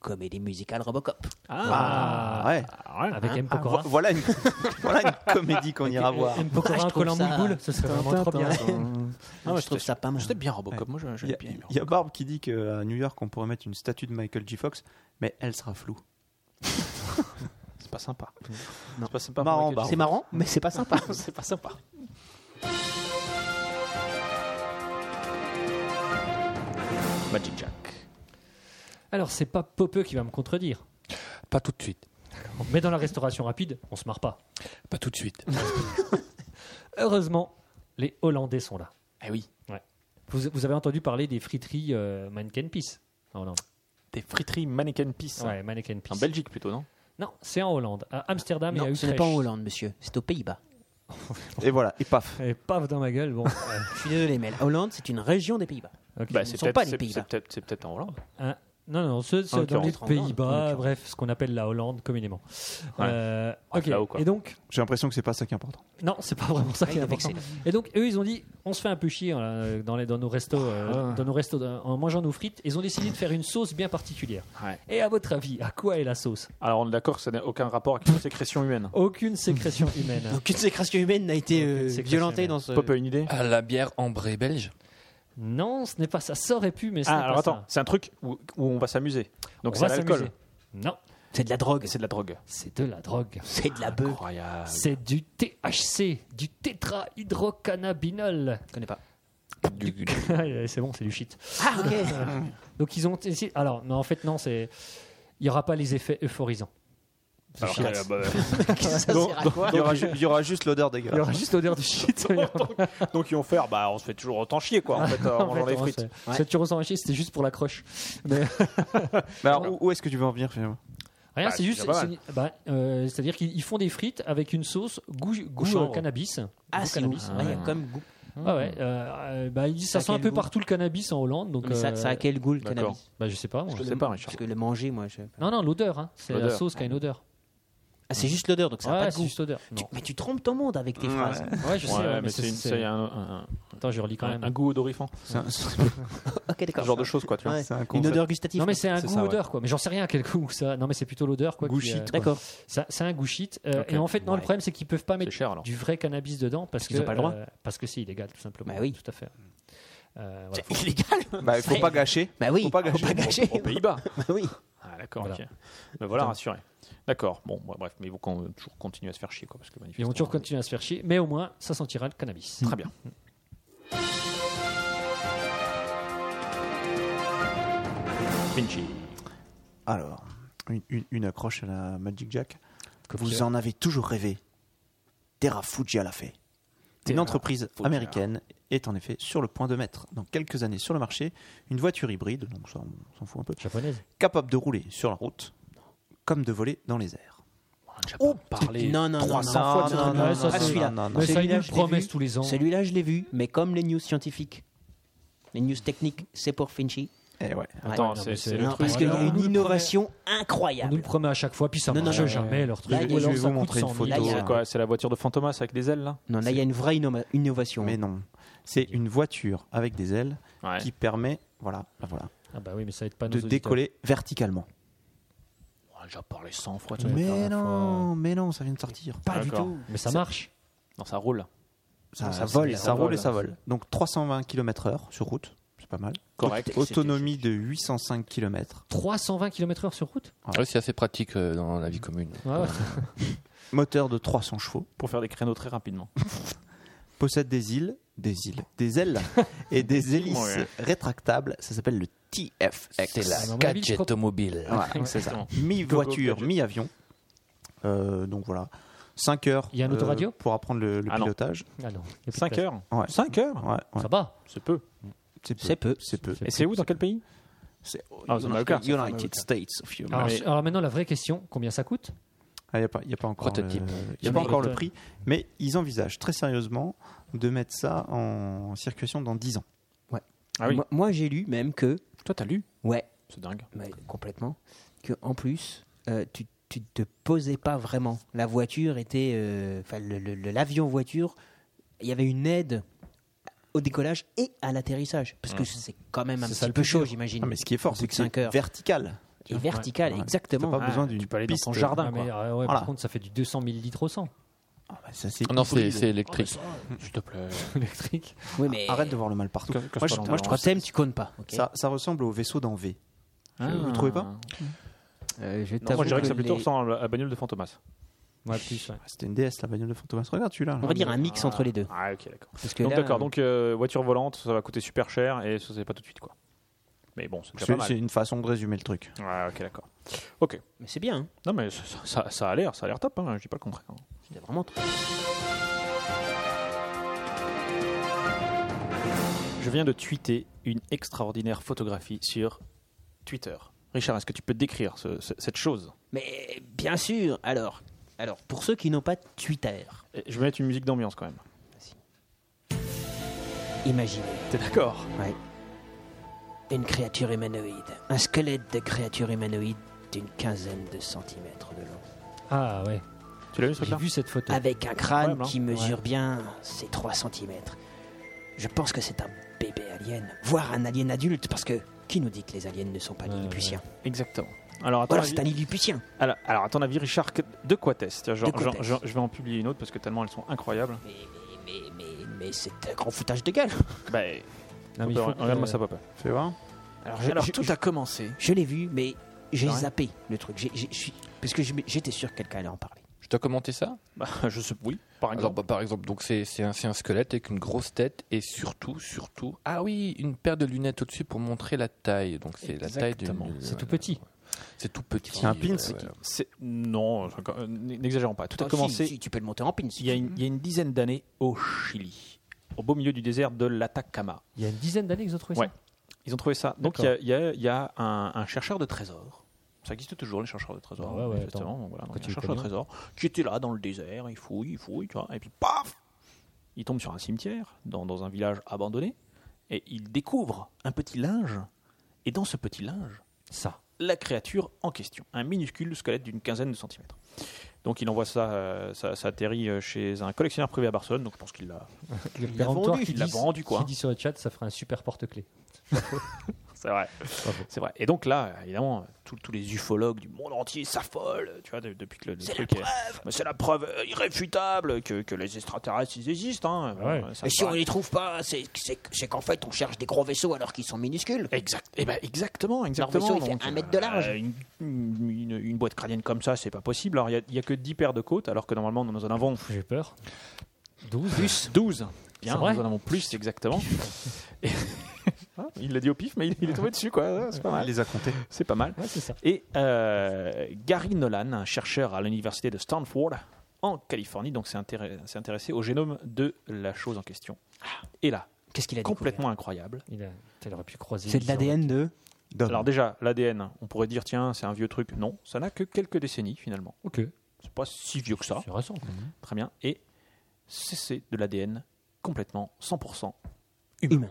comédie musicale Robocop. Ah, ouais. Ah, Avec M. Vo- Pokora. voilà, une, voilà une comédie qu'on ira voir. M. Ah, je Pokora, trouve collant ça- boule ce serait vraiment Oh, trop bien. Ah ouais, je trouve ça pas mal. J'étais bien Robocop. Moi, je- Il y, j'aime a- bien. aimé il y a Barbe qui dit qu'à New York, on pourrait mettre une statue de Michael G. Fox, mais elle sera floue. Robocop. C'est pas sympa. C'est pas sympa. Marrant, Michael. Barbe. C'est marrant, mais c'est pas sympa. C'est pas sympa. Magic Jack. Alors, c'est pas Popeux qui va me contredire. Pas tout de suite. Mais dans la restauration rapide, on se marre pas. Pas tout de suite. Heureusement, les Hollandais sont là. Eh Ah oui. Vous, vous avez entendu parler des friteries euh, Manneken Pis en Hollande. Des friteries Mannequin Peace. hein. Ouais, Manneken Pis. En Belgique plutôt, non Non, c'est en Hollande, à Amsterdam et à non, ce n'est Utrecht. pas en Hollande, monsieur. C'est aux Pays-Bas. Et voilà, et paf. Et Eh, paf dans ma gueule, bon. Je suis désolé, mais la Hollande, c'est une région des Pays-Bas. Ok. Bah, c'est sont peut-être pas des c'est- Pays-Bas. c'est peut-être- c'est peut-être en Hollande. Hein non, non, c'est c'est En dans les l'occurrence, en Hollande, en Pays-Bas, l'occurrence. bref, ce qu'on appelle la Hollande communément. Ouais. Euh, Ouais, ok, là-haut, quoi. et donc, J'ai l'impression que c'est pas ça qui est important. non, c'est pas vraiment ça Ouais, qui est Ah, il est vexé. important. Et donc, eux, ils ont dit, on se fait un peu chier euh, dans, les, dans nos restos, euh, Ouais. dans nos restos dans- en mangeant nos frites. Ils ont décidé de faire une sauce bien particulière. Ouais. Et à votre avis, à quoi est la sauce Alors, on est d'accord que ça n'a aucun rapport avec la sécrétion humaine. Aucune sécrétion humaine. Aucune sécrétion humaine n'a été euh, Aucune sécrétion violentée humaine. dans ce. Pop a une idée ah, À la bière ambrée belge. Non, ce n'est pas ça. Ça aurait pu, mais ce Ah, n'est alors pas attends, ça. c'est un truc où, où on va s'amuser. Donc On c'est va l'alcool. s'amuser. Non, C'est de la drogue. C'est de la drogue. c'est de la drogue. C'est de la bœuf. Incroyable. C'est du THC, du tétrahydrocannabinol. Je connais pas. Du- c'est bon, c'est du shit. Ah, ok. Donc ils ont essayé- alors non en fait non c'est il y aura pas les effets euphorisants. Alors, Shit. euh, bah, ça sert à quoi Il y aura, ju- il y aura juste l'odeur il y dégueulasse. aura juste l'odeur du shit. Donc ils vont faire, bah on se fait toujours autant chier quoi, en fait, euh, en mangeant les frites. Ouais. Si tu ressens un shit, c'était juste pour l'accroche. Mais Mais alors, où, où est-ce que tu veux en venir finalement rien, Bah, c'est juste. c'est déjà pas c'est- bah, euh, C'est-à-dire qu'ils ils font des frites avec une sauce goût, goût, chanvre. euh, cannabis. Ah, Goût c'est ouf. cannabis. Ah, Il y a comme goût. Ah ouais. euh, euh, bah, ils disent, ça Ça a sent un quel peu goût partout le cannabis en Hollande. Donc Mais ça, euh, ça a quel goût le d'accord. cannabis bah, je sais pas. moi. Je sais pas, Richard. Parce que le manger, moi, je. Non non l'odeur. hein. C'est la L'odeur. sauce qui a une odeur. Ah, Mm. c'est juste l'odeur, donc ça n'a ouais pas de c'est goût. juste odeur. Tu- Non. mais tu trompes ton monde avec tes phrases. Ouais je sais. Ouais, ouais, mais c'est une- c'est un, un- Attends je relis quand un- même. un goût odorifant. C'est un- c'est Ok, Ce d'accord. genre de choses quoi, tu vois. Ouais. un Une concept. odeur gustative. Non mais c'est un C'est goût ça, ouais. odeur quoi. Mais j'en sais rien à quel goût ça. Non mais c'est plutôt l'odeur quoi. Goût qui, euh, shit, quoi. D'accord. ça- C'est un goût shit. Euh, Ok. Et en fait non Ouais. le problème c'est qu'ils peuvent pas C'est mettre cher alors. du vrai cannabis dedans parce qu'ils que ont pas le droit. euh, parce que c'est illégal tout simplement. Bah oui. Tout à fait. Euh, voilà. C'est illégal. Bah, il faut pas gâcher. Bah oui. Faut pas faut pas gâcher. Aux Pays-Bas. Bah oui. Ah d'accord, Voilà. ok. Ben voilà, Attends. rassuré. D'accord, bon, bah, bref, mais ils vont con- toujours continuer à se faire chier quoi, parce que Ils manifestement, euh, vont toujours continuer à se faire chier, mais au moins ça sentira le Hmm. cannabis. Très bien. Vinci. Alors, une, une- une accroche à la Magic Jack. Vous en avez toujours rêvé. Terra Fuji l'a fait. Une entreprise Fuji. américaine est en effet sur le point de mettre dans quelques années sur le marché une voiture hybride, donc ça on s'en fout un peu, Japonaise. capable de rouler sur la route comme de voler dans les airs. Oh, parlé Non, non, non, Ah, 300 non, fois de ce non, truc-là. non, Ça, non, c'est- Ah, celui-là. non, non, non. Mais ça, Celui-là, une je l'ai promesse vu. tous les ans. Celui-là, je l'ai vu, mais comme les news scientifiques, les news techniques, c'est pour Finchy. Eh ouais. Attends, non, mais c'est- c'est- c'est le Non, truc. parce qu'il y voilà. a On nous une le innovation On nous le incroyable. promet à chaque fois, puis ça Non, non, marche non, jamais leur truc. Là, Ou je alors, vais ça vous coûte montrer une 100 000. photo. Là, il y a- C'est quoi C'est la voiture de Fantomas avec des ailes là Non, là, il y a une vraie innova- innovation. Mais non, c'est une voiture avec des ailes Ouais. qui permet, voilà, voilà, Ah bah oui, mais ça aide pas nos de auditeurs. décoller verticalement. a déjà parlé 100 fois. tu vois, la Mais dernière non, mais non, ça vient de sortir. fois. D'accord. Mais ça marche. Non, ça roule. Ça, Ça- ça ça- vole, ça ça, roule vole. et ça vole. Donc 320 km/h sur route, c'est pas mal. Correct. Autonomie de 805 km. 320 km/h sur route Ah. Ouais, c'est assez pratique euh, dans la vie commune. Ouais, ouais. Moteur de 300 chevaux. Pour faire des créneaux très rapidement. Possède des îles, des îles, des ailes et des hélices Ouais. rétractables. Ça s'appelle le TFX. C'est la Ah, dans mon avis, je gadget crois- mobile. Voilà, c'est ça. Mi-voiture, mi-avion. Euh, donc voilà. 5 heures euh, Il y a un autoradio pour apprendre le, le Ah non. pilotage. Ah non. il y a plus de 5 place. heures Ouais. 5 heures Ouais, ouais. Ça va. C'est peu. C'est peu. C'est peu. Et c'est où Dans quel pays C'est Ah, c'est America. United States of Alors, America. mais- alors maintenant, la vraie question combien ça coûte Il n'y a, pas- Ah, y a pas encore, le, Prototype. y a pas Prototype. encore le prix, mais ils envisagent très sérieusement de mettre ça en circulation dans 10 ans. Ah oui. Moi, moi, j'ai lu même que, Toi, t'as lu ouais, C'est dingue. mais complètement, que en plus, euh, tu tu te posais pas vraiment. La voiture était, euh, enfin, le- le- le- l'avion voiture, il y avait une aide au décollage et à l'atterrissage, parce Mm. que c'est quand même un C'est ça petit le peu plus chaud, dur. j'imagine. Ah, mais ce qui est fort, Au bout c'est de que cinq c'est heures. vertical. et vertical, Ouais. exactement. T'as pas besoin tu d'une peux aller dans piste, ton euh, jardin, Ah, mais, quoi. euh, ouais, Voilà. Par contre, ça fait du 200 000 litres au 100 Ah, bah, ça, c'est Non, c'est hybride. c'est électrique. S'il te plaît. électrique. Ah. Oui, mais Arrête de voir le mal partout. Casse- casse Moi, pas je- dans moi, je ta trouve trois thèmes, tu comptes pas. ok Ah. ça, ça ressemble au vaisseau dans V. Vous trouvez pas Euh, je Non, t'avoue moi, je dirais que ça les- plutôt ressemble à la bagnole de Fantomas. Ouais, plus. ouais. Ah, C'était une DS, la bagnole de Fantomas. Regarde, tu là On va dire un mix entre les deux. Ah, ok, d'accord. Parce que Donc, là, d'accord. Donc, euh, voiture volante, ça va coûter super cher et ça, c'est pas tout de suite, quoi. Mais bon, c'est déjà pas C'est c'est mal. une façon de résumer le truc. Ouais, ok, d'accord. mais c'est bien. hein. Non, mais ça, ça- ça- ça a l'air, ça a l'air top, hein, je dis pas le contraire. hein. C'est vraiment top. Je viens de tweeter une extraordinaire photographie sur Twitter. Richard, est-ce que tu peux décrire ce- ce- cette chose Mais bien sûr. Alors, alors pour ceux qui n'ont pas Twitter, Et Je vais mettre une musique d'ambiance quand même. imaginez T'es d'accord une créature humanoïde, un squelette de créature humanoïde d'une quinzaine de centimètres de long, Ah ouais. Tu l'as vu ce J'ai truc-là vu cette photo. avec un crâne Incroyable, hein qui mesure bien ses 3 centimètres. Je pense que c'est un bébé alien, voire un alien adulte, parce que qui nous dit que les aliens ne sont pas Ouais, lilliputiens Exactement. Alors, à ton Voilà, avis- c'est un lilliputien. alors, alors, à ton avis, Richard, que- de quoi teste Tiens, genre- De quoi genre- teste genre, Je vais en publier une autre parce que tellement elles sont incroyables. Mais, mais, mais, mais, mais c'est un grand foutage de gueule. Bah, Non, Ah, mais il faut euh, que- regarde-moi ça, papa. Fais voir. Alors, tout a commencé. Je l'ai vu, mais j'ai Ouais. zappé le truc. J'ai- j'ai- je suis- parce que je m'ai- j'étais sûr que quelqu'un allait en parler. Je dois commenter ça Bah, je sais, oui, par Alors, exemple. bah, par exemple, donc c'est c'est un, c'est un squelette avec une grosse tête et surtout, surtout, ah oui, une paire de lunettes au-dessus pour montrer la taille. Donc c'est la taille euh, de. Exactement. C'est tout petit. C'est tout petit. C'est un pins ouais, qui- ouais. C'est- Non, je- euh, n'exagérons pas. Tout a Ah, commencé si, si, tu peux le monter en pin. il, y a une, il y a une dizaine d'années au Chili, au beau milieu du désert de l'Atacama. Il y a une dizaine d'années que ils ont trouvé Ouais. Ils ont trouvé ça. Donc il y a, il y a- il y a un, un chercheur de trésors. Ça existe toujours les chercheurs de trésors. Ah ouais, ouais, exactement. Donc, voilà, donc, Quand il y a tu un les chercheur de connais. trésors qui était là dans le désert, il fouille, il fouille, tu vois, et puis paf Il tombe sur un cimetière, dans, dans un village abandonné, et il découvre un petit linge. Et dans ce petit linge, ça. la créature en question, un minuscule squelette d'une quinzaine de centimètres. Donc il envoie ça, euh, ça, ça atterrit euh, chez un collectionneur privé à Barcelone, donc je pense qu'il l'a Le l'a péremptoire vendu, qui il l'a dit- vendu, quoi. Qui dit sur le chat, ça ferait un super porte-clé. C'est vrai. C'est vrai. Et donc là, évidemment, tous- tous les ufologues du monde entier s'affolent, tu vois, de- depuis que le, le truc est- Mais C'est la preuve euh, irréfutable que, que les extraterrestres, ils existent. hein. Ah ouais. Bon, ça Et me si on paraît- les trouve pas, c'est c'est- c'est qu'en fait, on cherche des gros vaisseaux alors qu'ils sont minuscules. Exact. Eh ben, exactement, exactement. vaisseau, il fait Donc, un mètre de large. euh, une, une- une- une boîte crânienne comme ça, c'est pas possible. Alors, il n'y a, que 10 paires de côtes, alors que normalement, nous en avons J'ai peur. 12 plus 12. Bien, C'est vrai nous en avons plus, exactement. Et- Ah, il l'a dit au pif, mais il, il est tombé dessus, quoi. Ouais, C'est pas Il mal. les a comptés. C'est pas mal. Ouais, c'est ça. Et euh, Gary Nolan, un chercheur à l'université de Stanford, en Californie, donc s'est intéré- s'est intéressé au génome de la chose en question. Ah, Et là, Qu'est-ce qu'il a complètement incroyable, Il, a... Putain, il aurait pu croiser. découvert C'est de l'ADN de. Ah. Alors déjà, l'ADN, on pourrait dire tiens, c'est un vieux truc. Non, ça n'a que quelques décennies finalement. Ok. C'est pas si vieux que ça. C'est récent. Très bien. Et c'est- c'est de l'ADN complètement 100% Humain.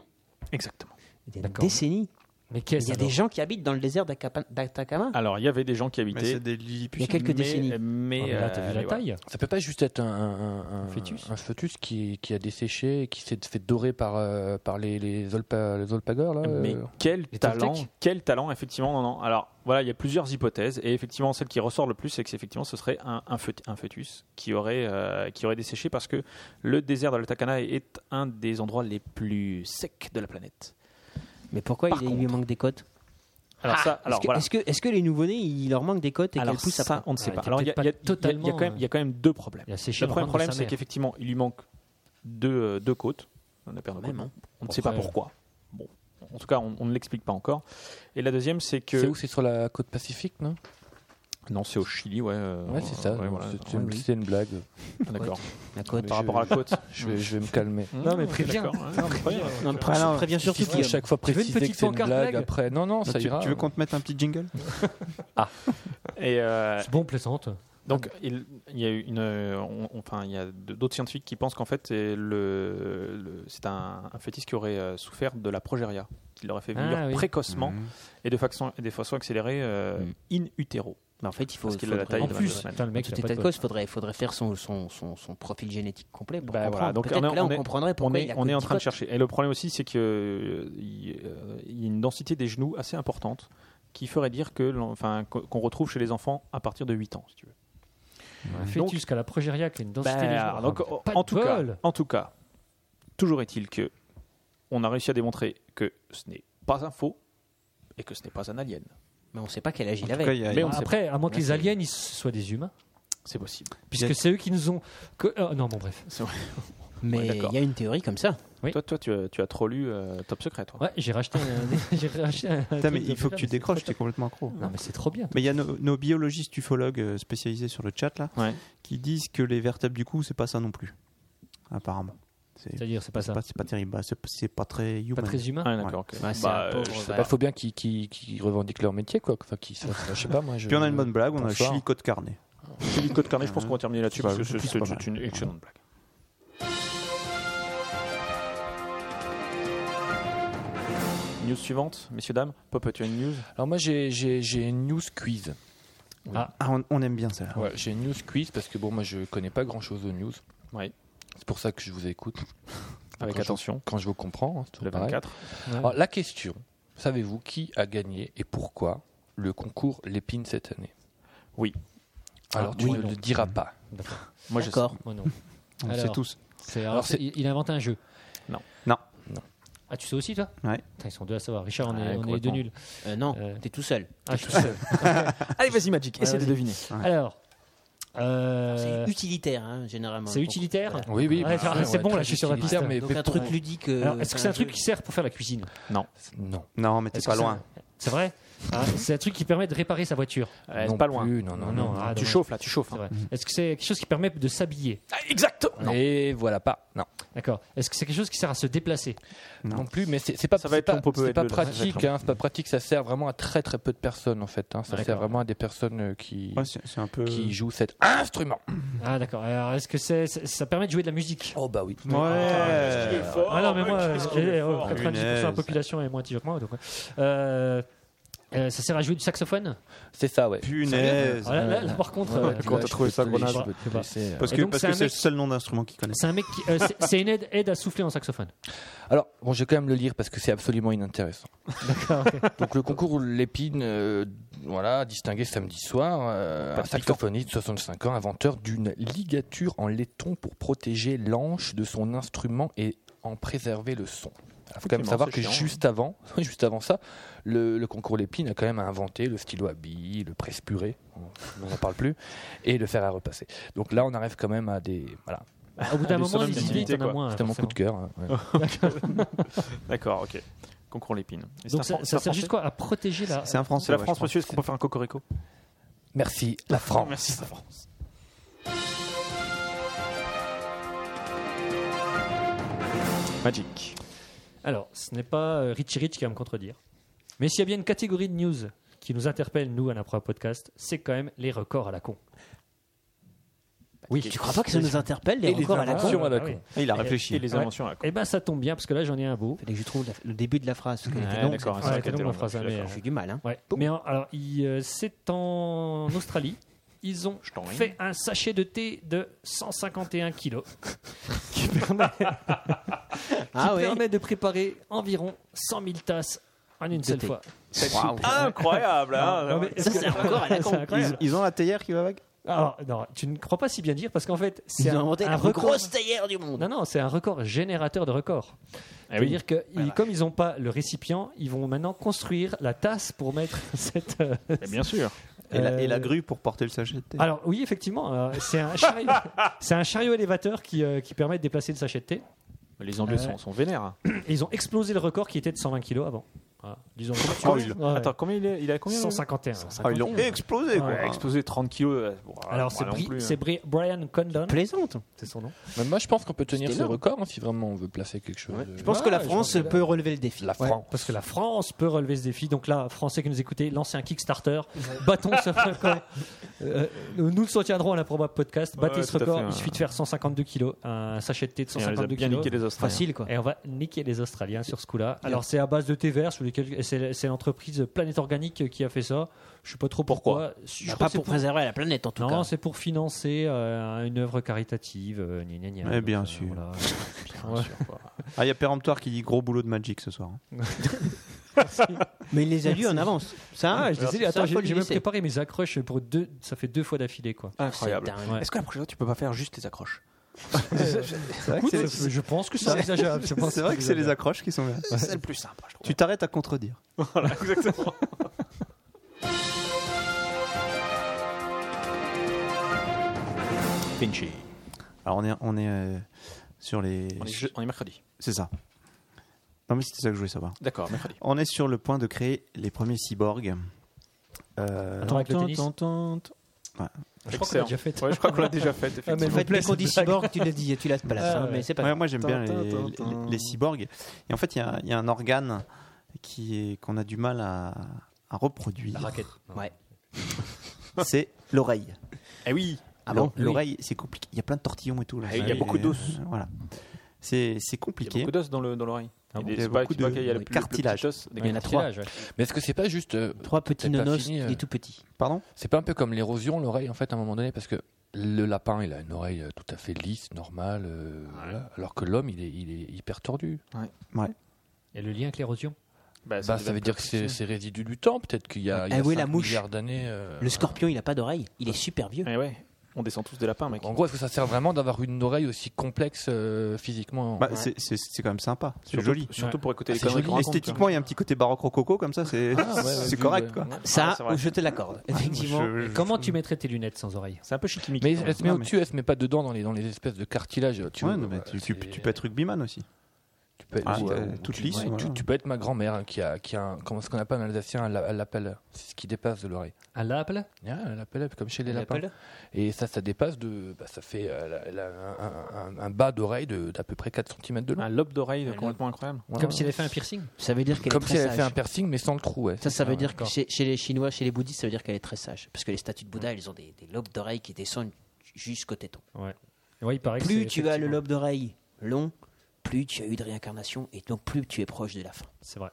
exactement. Il y a une D'accord. décennie. Mais qu'est-ce Il y a des gens qui habitent dans le désert d'Acapa- d'Atacama. Alors il y avait des gens qui Mais c'est habitaient. des Il y a Lilliputiens. quelques mais- décennies. Mais, Ah, mais là, t'as euh, vu la mais voilà. taille Ça peut pas juste être un, un- un- Fœtus un fœtus qui, qui a desséché et qui s'est fait dorer par, euh, par les, les, olpa- les olpageurs, là. Mais euh. quel Les talent, Toltecs quel talent effectivement. Non, non. Alors Voilà, il y a plusieurs hypothèses. Et effectivement, celle qui ressort le plus, c'est que c'est effectivement, ce serait un, un, fœt- un fœtus qui aurait, euh, qui aurait desséché parce que le désert de l'Atacama est un des endroits les plus secs de la planète. Mais pourquoi Par il, il lui manque des côtes Alors, Ah, ça, alors est-ce que, voilà. est-ce que, est-ce que les nouveau-nés, il leur manque des côtes et qu'elles Alors, poussent ça, après on ne sait Ouais, pas. t'es Alors, il y, a- peut-être il y a- pas il y a- il y a quand même- il y a quand même deux problèmes. Il a séché Le dans premier ventre de problème, sa c'est mère. qu'effectivement, il lui manque deux, euh, deux côtes. On a perdu Quand même, côte. On ne Après, sait pas euh, pourquoi. Bon, en tout cas, on, on ne l'explique pas encore. Et la deuxième, c'est que C'est où C'est sur la côte pacifique, non non, c'est au Chili, ouais. euh, Ouais, c'est ça. ouais, voilà. C'était une, c'était une blague. D'accord. La côte. Par rapport à la côte. Je vais, je vais me calmer. Non, mais préviens. d'accord, ouais, préviens. Non, Ah, non. je préviens surtout Il faut qu'il à chaque fois Tu veux une préciser que petite c'est une pancarte blague blague après. Non, non, ça tu, ira. hein. hein. tu veux qu'on te mette un petit jingle Et euh, C'est bon, plaisante. donc, il, il y a eu une, euh, on- on- enfin, il y a de- d'autres scientifiques qui pensent qu'en fait, c'est le, le- c'est un, un fœtus qui aurait euh, souffert de la progéria, qui l'aurait fait Ah, venir oui. précocement Mmh. et de façon, et de façon accélérée euh, in utero. Mais en fait, il faut. Parce qu'il a la faudrait- taille En de la plus, semaine. putain, le En mec, tout il a pas état de de côte. cause, faudrait, faudrait faire son, son, son, son profil génétique complet pour Bah, comprendre. voilà. Donc, Peut-être on est- que là, on, on est- comprendrait pourquoi On il est, a on que est en dix train de côtes. chercher. Et le problème aussi, c'est qu'il y euh, il y a une densité des genoux assez importante qui ferait dire que l'en- enfin, qu'on qu'on retrouve chez les enfants à partir de 8 ans, si tu veux. Un fœtus qui a la progéria, qui a une densité Bah, légère. donc, Ah, pas en, de tout cas, bol. en tout cas, toujours est-il que on a réussi à démontrer que ce n'est pas un faux et que ce n'est pas un alien. Mais on ne sait pas quel âge il En tout cas, avait. il y a- Mais on- sait Après, à moins que Là, les c'est- aliens ils soient des humains, C'est possible. puisque c'est eux qui nous ont. que- ah, non, bon, bref. Mais d'accord. il y a une théorie comme ça. Oui. Toi, toi tu, as, tu as trop lu euh, Top Secret, toi. Ouais, j'ai racheté un. j'ai racheté un Putain, truc mais de il faut Ferrari, que tu mais c'est décroches, trop t'es top. complètement accro. Non, mais c'est trop bien. Mais il y a nos, nos biologistes ufologues euh, spécialisés sur le chat là, Ouais. qui disent que les vertèbres du cou, c'est pas ça non plus. Apparemment. C'est C'est-à-dire, c'est pas ça. pas, c'est pas terrible, Bah, c'est c'est pas très human. Pas très humain. Ah, d'accord. ok. Ouais, c'est Bah, un euh, pauvre, je sais voilà. Il faut bien qu'ils qu'ils- qu'ils revendiquent leur métier, quoi. Enfin, qu'ils- ça- ça, je sais pas, moi. je- Puis on a une bonne blague, on a Bonsoir. chili côte carnet. Code Carnet, je pense qu'on va terminer là-dessus Bah, parce que je c'est pense pas c'est mal. une excellente blague. News suivante, messieurs, dames. Pop, tu as une news Alors, moi, j'ai- j'ai j'ai une news quiz. Ah, on, on aime bien ça. là. Ouais, j'ai une news quiz parce que, bon, moi, je connais pas grand chose aux news. Ouais. C'est pour ça que je vous écoute. Avec Quand je- attention, Quand je vous comprends, hein, c'est le toujours pareil. 24. Alors, la question, savez-vous qui a gagné et pourquoi le concours Lépine cette année Oui. Alors Ah, tu oui, ne non. le diras pas. Moi, je sais. D'accord. Moi, non. On le Alors, sait tous. C'est- Alors, alors, c'est- c'est- il il a inventé un jeu. Non. Non. Non. Ah, tu sais aussi, toi Ouais. Ah, Putain, ils sont deux à savoir. Richard, on Ouais, est, on est les deux complètement. nuls. Euh, non, Euh. t'es tout seul. Ah, je suis seul. Allez, vas-y, Magic, essaie de deviner. Alors. euh, C'est utilitaire, hein, généralement. C'est utilitaire Oui, oui. Ouais, bah, c'est ouais, bon, très là, je suis sur la utilitaire, piste. mais- Donc mais un pour- truc ludique. euh, Alors, est-ce que c'est un truc jeu- qui sert pour faire la cuisine Non. Non, mais t'es Est-ce pas que c'est- loin. C'est vrai Ah, C'est un truc qui permet de réparer sa voiture. non pas loin. plus, non, non, non. ah, tu dommage. chauffes là, tu chauffes. C'est hein. vrai. Est-ce que c'est quelque chose qui permet de s'habiller Ah, exact Non. Et voilà pas. Non. D'accord. Est-ce que c'est quelque chose qui sert à se déplacer Non. Non, plus, mais c'est c'est pas, Ça va c'est être pas, ton popo c'est et pas deux, là. Ça va pratique, être hein, c'est pas pratique, ça sert vraiment à très très peu de personnes en fait. hein. Ça D'accord. sert vraiment à des personnes euh, qui, Ouais, c'est c'est un peu. qui jouent cet instrument. Ah, d'accord. Alors, est-ce que c'est- c'est- ça permet de jouer de la musique Oh bah oui. Ouais. Ah non, mais moi, euh, euh, 90% de la Punaise. population est moins intelligente que moi. donc, ouais. Euh, euh, ça sert à jouer du saxophone C'est ça, ouais. Punaise. Ah, là, là, là, Par contre, Ouais, euh, tu Quand vois, t'as je trouvé peux ça, te laisser, grenade je peux te laisser, euh. Parce Et que donc, parce c'est que un c'est le mec- seul nom d'instrument qu'ils connaissent. c'est un mec qui. euh, c'est- c'est une aide, aide à souffler en saxophone. Alors, bon, je vais quand même le lire parce que c'est absolument inintéressant. D'accord. ok. Donc le concours Lépine, euh, voilà, distingué samedi soir, euh, un saxophoniste de 65 ans, inventeur d'une ligature en laiton pour protéger l'anche de son instrument et en préserver le son. Il faut quand même Effectivement, savoir c'est que chiant, hein. juste avant, juste avant ça, le, le concours Lépine a quand même inventé le stylo à billes, le presse purée, on n'en parle plus, et le fer à repasser. Donc là, on arrive quand même à des, voilà, Au bout Des d'un moment, sonorités, l'idée, t'en quoi. as moins. c'était mon coup de forcément. cœur. hein, ouais. D'accord, ok. Concours l'épine. Et c'est un Donc, ça, Fran- ça c'est un sert juste Français quoi À protéger la. C'est un français. C'est la ouais, je France, pense. monsieur. Est-ce qu'on peut faire un cocorico Oh, Merci la France. Merci, la France. Magic. Alors, ce n'est pas euh, Richie Rich qui va me contredire. Mais s'il y a bien une catégorie de news qui nous interpelle, nous, à l'improbable podcast, c'est quand même les records à la con. Oui, tu crois pas que ça nous interpelle, les Et les records à la con inventions à la Ah oui. con. Et il a réfléchi. Et les inventions à la con. Eh ben, ça tombe bien, parce que là, j'en ai un beau. Fallait que je trouve la- le début de la phrase. parce qu'elle était Ouais, longue, d'accord, cette c'est vrai Ouais, elle phrase. était qu'elle était longue, la longue, phrase, je suis mais, d'accord. J'ai du mal. Hein. Ouais. Mais en- alors, il, euh, c'est en Australie. Ils ont Je t'en ris. fait un sachet de thé de 151 kilos qui permet, qui Ah ouais permet de préparer environ 100 000 tasses En une seule thé. fois. Incroyable hein. Non, mais est-ce Ça, que- c'est encore à la con. C'est incroyable. Ils ont la théière qui va avec Alors, non, tu ne crois pas si bien dire parce qu'en fait, c'est Ils ont un, inventé un la plus record. grosse théière du monde. Non, non, c'est un record générateur de records. Eh oui. C'est-à-dire que ils- comme ils n'ont pas le récipient, ils vont maintenant construire la tasse pour mettre cette. euh, Mais Bien sûr. et, la, et la euh, grue pour porter le sachet de thé. Alors oui, effectivement, euh, c'est un chariot, c'est un chariot élévateur qui, euh, qui permet de déplacer le sachet de thé. Les Anglais sont- sont, vénères. hein. Et ils ont explosé le record qui était de 120 kilos avant. Voilà. Disons. Oh, il- Ouais. Attends, combien il, est- il a combien 151. Ah, ils l'ont explosé Il quoi. a explosé 30 kilos. euh, bon, moi Alors c'est non Bri- plus, hein. c'est Bri- Brian Condon. Plaisante. C'est son nom. Même moi, je pense qu'on peut tenir C'est ce énorme. record hein, si vraiment on veut placer quelque chose. euh. de- Je pense Ouais, que la je France pense que- peut relever le défi. La Ouais. France. Parce que la France peut relever ce défi. Donc là, Français qui nous écoutez, lancez un Kickstarter. Battons ce record. Euh, nous nous le soutiendrons à la probable podcast. Battez Ouais, ce tout à record. fait, hein. Il suffit de faire 152 kilos. Un sachet de thé de Et on les a 152 bien kilos. niqué les Australiens. Facile quoi. Et on va niquer les Australiens sur ce coup-là. Alors c'est à base de thé vert, sous lequel et c'est c'est l'entreprise Planète Organique qui a fait ça. Je sais pas trop pourquoi. Je Bah, crois pas que c'est pour préserver la planète en tout Non, cas. c'est pour financer euh, une œuvre caritative. euh, gna, gna, gna. Eh bien Donc, sûr. voilà. Bien sûr, quoi. Ah, il y a Péremptoire qui dit gros boulot de Magic ce soir. hein. Mais il les a lus en avance. Ça, Ah, je les ai- ça, attends, faut j'ai le j'ai même laisser. préparé mes accroches pour deux. Ça fait deux fois d'affilée, quoi. Incroyable. C'est dingue. Ouais. Est-ce que la prochaine fois tu peux pas faire juste les accroches C'est vrai que c'est- je pense que c'est envisageable. Je pense c'est vrai que c'est les envisageable. accroches qui sont bien. C'est le plus simple, je trouve. Tu t'arrêtes à contredire. Pinchy. Alors on est, on est euh, sur les. On est, je- on est mercredi. C'est ça. Non mais c'était ça que je voulais savoir. D'accord, mercredi. On est sur le point de créer les premiers cyborgs. Euh, Attends, avec le tennis Je crois qu'on l'a déjà fait. Ouais, je crois qu'on l'a déjà fait. Ah, mais En fait, Vous plaît, dès qu'on dit cette blague. cyborg, tu l'as dit, tu l'as pas la Ah, fin, ouais. mais c'est pas Ouais, grave. moi j'aime bien les, Tin, tin, les- tin. les cyborgs. Et en fait, il y a, il y a un organe qui est qu'on a du mal à, à reproduire. Ouais. C'est l'oreille. Eh oui. Ah bon L'o- l'oreille, c'est compliqué. Il y a plein de tortillons et tout. Là. Ah oui, il y a Et, beaucoup d'os. euh, Voilà. C'est c'est Il y a compliqué. beaucoup d'os dans le- dans l'oreille. bon Il y a Il y a des- c'est pas- beaucoup c'est pas de- qu'il y a le de plus- le cartilage. petit os des Il y en a trois. Cartilage, ouais. Mais est-ce que c'est pas juste. euh, Trois petits C'est pas nonos, fini, il euh. est tout petit. Pardon c'est pas un peu comme l'érosion, l'oreille, en fait, à un moment donné Parce que le lapin, il a une oreille euh, tout à fait lisse, normale, euh, voilà, alors que l'homme, il est, il est hyper tordu. Et le lien avec l'érosion Bah, Bah, ça veut dire que c'est c'est résidu du temps, peut-être qu'il y a, il y a Ah oui, la 5 mouche. milliards d'années. euh, Le scorpion, il a pas d'oreille, il est super vieux. Eh ouais. On descend tous des lapins, mec. En gros, est-ce que ça sert vraiment d'avoir une oreille aussi complexe euh, physiquement Bah, c'est- C'est c'est quand même sympa. C'est Surtout- joli. Surtout pour écouter les c'est conneries. joli. qu'on raconte, hein. Esthétiquement, il y a un petit côté baroque rococo comme ça. C'est Ah, ouais, ouais, c'est vu, correct. ouais. Quoi. Ça, c'est vrai. je te l'accorde, effectivement. Je- je- Comment tu mettrais tes lunettes sans oreille C'est un peu chiquimique. Mais elle se met Non, mais- au-dessus, elle se met pas dedans dans les, dans les espèces de cartilages. Tu, Ouais, vois, non, mais euh, tu, tu- c'est- tu peux être rugbyman aussi. tu peux être- Ah, ou, t'es- euh, toute tu- lisse, ouais, voilà. tu, tu peux être ma grand-mère hein, qui a, qui a un- comment ce qu'on appelle un Alsacien, elle l'a- elle l'appelle, c'est ce qui dépasse de l'oreille. Un lapel Ah, elle l'appelle comme chez les Il lapins. l'appelle Et ça, ça dépasse de, bah, ça fait euh, elle a- elle a un, un- un bas d'oreille de- d'à peu près 4 cm de long. Un lobe d'oreille complètement incroyable. Voilà. Comme s'il avait fait un piercing Ça veut dire qu'elle est Comme si très elle avait fait un sage. piercing mais sans le trou. ouais, Ça, c'est ça veut dire que d'accord. chez, chez les Chinois, chez les bouddhistes, ça veut dire qu'elle est très sage. Parce que les statues de Bouddha, elles ont des, des lobes d'oreilles qui descendent jusqu'au téton. Ouais. Ouais, il paraît que Plus c'est- tu as le effectivement. lobe d'oreille long, plus tu as eu de réincarnation et donc plus tu es proche de la fin. C'est vrai.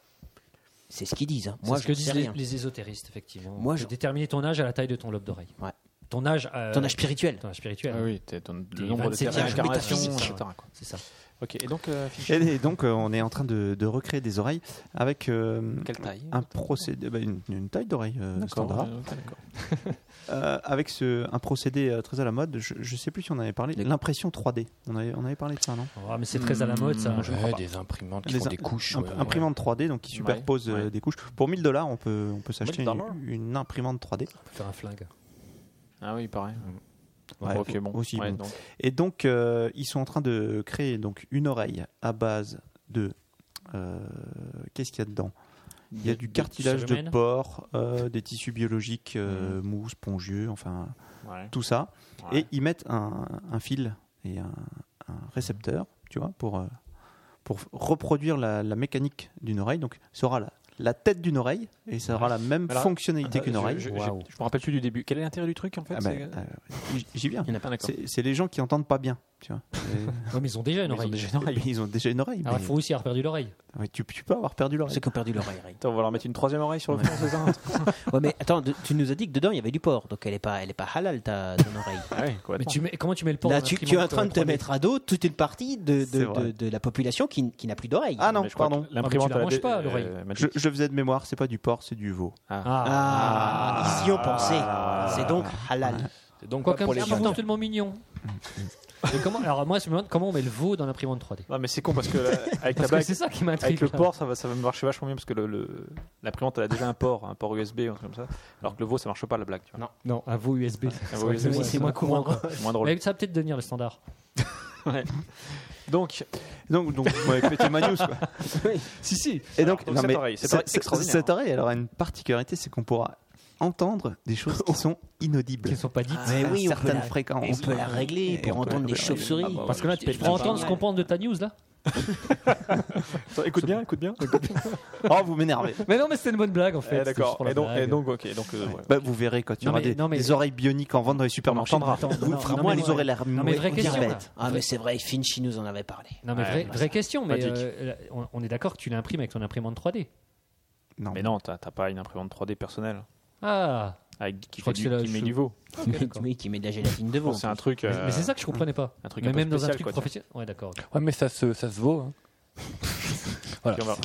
C'est ce qu'ils disent. hein. Moi, Moi, ce que je disent sais les, rien. les ésotéristes, effectivement. Moi, Moi, je- je déterminer ton âge à la taille de ton lobe d'oreille. Ouais. Ton âge. euh, Ton âge spirituel. Ah ton âge spirituel. Ah oui, t'es ton- T'es le nombre de 27e tes réincarnations, métaphysique. etc. quoi. C'est ça. Ok, et donc, euh, Finch, Et, et donc, euh, on est en train de, de recréer des oreilles avec euh, quelle taille Ah, un procédé, bah, une, une taille d'oreille euh, standard. euh, ok, d'accord. Euh, avec ce, un procédé euh, très à la mode, je ne sais plus si on avait parlé, Les- l'impression 3D. On avait, on avait parlé de ça, non Ah, mais c'est très à la mode, Mmh, ça. je Ouais, ne crois pas. des imprimantes qui Des font im- des couches. Imp- ouais, ouais. Imprimante 3D, donc qui superpose euh, ouais. des couches. Pour 1000 dollars, on peut, on peut s'acheter une, dollars une imprimante 3D. Faire un flingue. Ah oui, pareil. Ouais, ok, bon. aussi, Ouais, bon. donc, Et donc, euh, ils sont en train de créer donc une oreille à base de. euh, Qu'est-ce qu'il y a dedans Il y a du cartilage de cérumen. porc, euh, des tissus biologiques, euh, mous, spongieux, enfin ouais. tout ça. Mmh. Ouais. Et ils mettent un, un fil et un, un récepteur, tu vois, pour, euh, pour reproduire la, la mécanique d'une oreille. Donc, ça aura la, la tête d'une oreille, et ça aura la même Alors, fonctionnalité qu'une oreille. Euh, Je, je- je me rappelle plus du début. Quel est l'intérêt du truc en fait Ah c'est- ben, euh, J'y viens. Il n'y en a pas d'accord. C'est c'est les gens qui entendent pas bien, tu vois. Et- Ouais, mais ils ont déjà une Mais ils ont oreille. déjà une oreille. mais ils ont déjà une oreille. Alors, mais- il faut aussi avoir perdu l'oreille. ouais, tu, tu peux avoir perdu l'oreille. Ceux qui ont perdu l'oreille. Ray. Attends, on va leur mettre une troisième oreille sur le front, c'est ça Ouais, mais attends, de- tu nous as dit que dedans il y avait du porc, donc elle est pas, elle est pas halal ta ton oreille. Ah oui, Mais tu mets, comment tu mets le port Là, en tu, imprimante, tu es en train de te euh, 3D? mettre à dos toute une partie de, C'est de, vrai. de- de la population qui, qui n'a plus d'oreille. Ah non, pardon. Ah, mais tu la elle a manges dé- pas, euh, l'oreille. Je, Magic. je le faisais de mémoire, c'est pas du porc, c'est du veau. Ah, Ah, ils y ont pensé. C'est donc halal. C'est donc quoi pas comme pour les ça, c'est gens. tellement mignon. Et comment, alors, moi, je me demande comment on met le veau dans l'imprimante 3D. Non, mais c'est con parce que là, avec la Parce que bague, c'est ça qui avec m'intrigue. le là. port, ça va, ça va marcher vachement bien parce que l'imprimante, le, l'imprimante elle a déjà un port, un port USB, un truc comme ça. Alors que le veau, ça marche pas la blague. Tu vois. Non, non, un veau USB. Un veau USB, c'est moins Ah, courant. quoi. moins drôle. Mais ça va peut-être devenir le standard. Donc, Donc, donc vous m'avez pété ma news, quoi. Si, si. Et donc, donc non, cette mais oreille, cette ce- oreille ce- extraordinaire. cette oreille, elle aura une particularité, c'est qu'on pourra entendre des choses qui sont inaudibles. Qui ne sont pas Ah, dites. Mais à oui, on peut certaines la- On fréquences. peut la régler Et on pour peut entendre la des régler. chauves-souris. Ah bah Parce que là, tu C'est tu pourras génial. entendre ce qu'on pense de ta news, là Attends, écoute bien, écoute bien. Oh, vous m'énervez. Mais non, mais c'était une bonne blague, en fait. Eh, D'accord. C'était juste Et pour donc, la et blague. donc, ok. Donc, euh, ouais. Bah, vous verrez quand il y Non, aura mais- des, non, mais- des oreilles bioniques en vente dans les supermarchés. On entendra. Vous, Attends, non, vraiment, non, elles mais- auraient l'air Non, mais vraie maudites. question. là. bêtes. Ah, mais c'est vrai, Finchi nous en avait parlé. Non, mais Ouais, vraie, ouais. vraie question, mais Magic. euh, là, on- on est d'accord que tu l'imprimes avec ton imprimante 3D. Non, Mais non, t'as t'as pas une imprimante 3D personnelle Ah avec qui, Je fait crois que du, c'est la qui met cheveux. du veau. Ah, ok, d'accord. Oui, qui met de la gélatine devant. C'est un truc. Mais- euh, Mais c'est ça que je comprenais pas. un truc mais un peu même dans un spécial, truc quoi, tu vois. professionnel. Ouais, d'accord. ok. Ouais, mais ça se, ça se vaut. hein. Tiens, on va-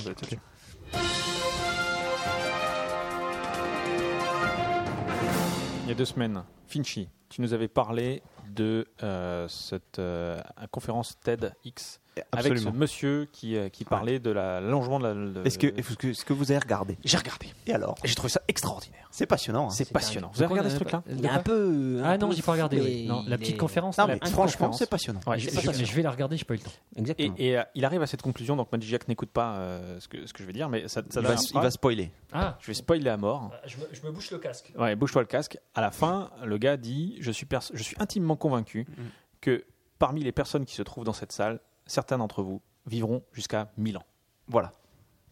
Il y a deux semaines, Finchi, tu nous avais parlé de euh, cette euh, conférence TEDx avec ce Absolument. monsieur qui, euh, qui parlait de la- l'allongement de la. de- Ah, Est-ce que, est-ce que, est-ce que vous avez regardé euh, j'ai regardé Et alors et j'ai trouvé ça extraordinaire. C'est passionnant. hein. C'est passionnant. Vous avez regardé ce truc-là Il est un peu. un Ah non, peu j'ai pas regardé. fou, oui. mais Non, la il petite est- conférence. Non, là, mais la- franchement, conférence. c'est passionnant. Ouais, Je- j'ai- je- mais je vais la regarder, j'ai pas eu le temps. Et, Mm. Exactement. et, euh, il arrive à cette conclusion, donc Magic Jack n'écoute pas euh, ce, que, ce que je vais dire, mais ça, ça il, donne va, un il va spoiler. Ah, Je vais spoiler à mort. je me, bouche le casque. Ouais, bouge-toi le casque. À la fin, le gars dit Je suis, pers- je suis intimement convaincu Mm. que parmi les personnes qui se trouvent dans cette salle, certains d'entre vous vivront jusqu'à 1000 ans. Voilà.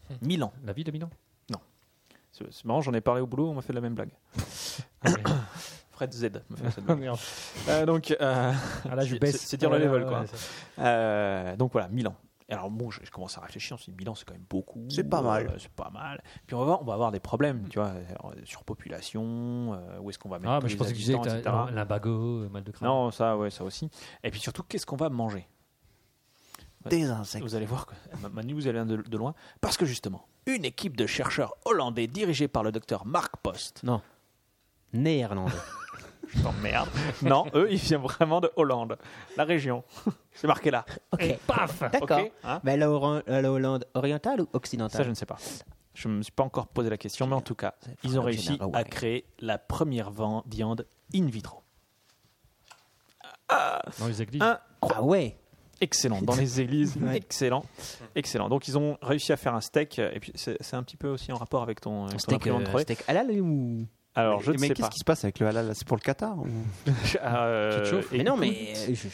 Hmm. 1000 ans. La vie de Milan. C'est c'est marrant, j'en ai parlé au boulot, on m'a fait la même blague. Fred Z me fait cette Ah, blague. merde. Euh, donc, euh, Ah, là, je C'est- baisse. c'est dire le Ah, là, level, là, quoi. là, ça- euh, donc voilà, 1000 ans. Et Alors bon, je, je commence à réfléchir, on se dit 1000 ans c'est quand même beaucoup. C'est pas mal. euh, c'est pas mal. Puis on va, voir, on va avoir des problèmes, tu vois, alors, surpopulation, euh, où est-ce qu'on va mettre Ah, tous mais je les pensais euh, que tu disais habitants, que etc. t'as l'imbago, mal de crâne. Non, ça, ouais, ça aussi. Et puis surtout, qu'est-ce qu'on va manger Des insectes. Vous allez voir, que ma- ma news, elle vient de, de loin. Parce que justement, une équipe de chercheurs hollandais dirigée par le docteur Mark Post. Non. Néerlandais. Je t'emmerde. non, eux, ils viennent vraiment de Hollande, la région. C'est marqué là. Ok. Paf D'accord. Ok, Ah. hein. Mais la, Horan- la Hollande orientale ou occidentale Ça, je ne sais pas. Je ne me suis pas encore posé la question, mais en tout cas, ils ont réussi ah à créer la première van- viande in vitro. Dans les églises. Incroyable. Ah ouais Excellent. Dans les églises, excellent. Excellent. Donc, ils ont réussi à faire un steak. euh, Et puis, c'est c'est un petit peu aussi en rapport avec ton, ton Steak, imprimante euh, 3D. steak halal ou. Alors, je mais ne sais qu'est-ce pas. qui se passe avec le halal là C'est pour le Qatar ou- Euh, Tu te chauffes Mais écoute- non, mais. euh, je- je-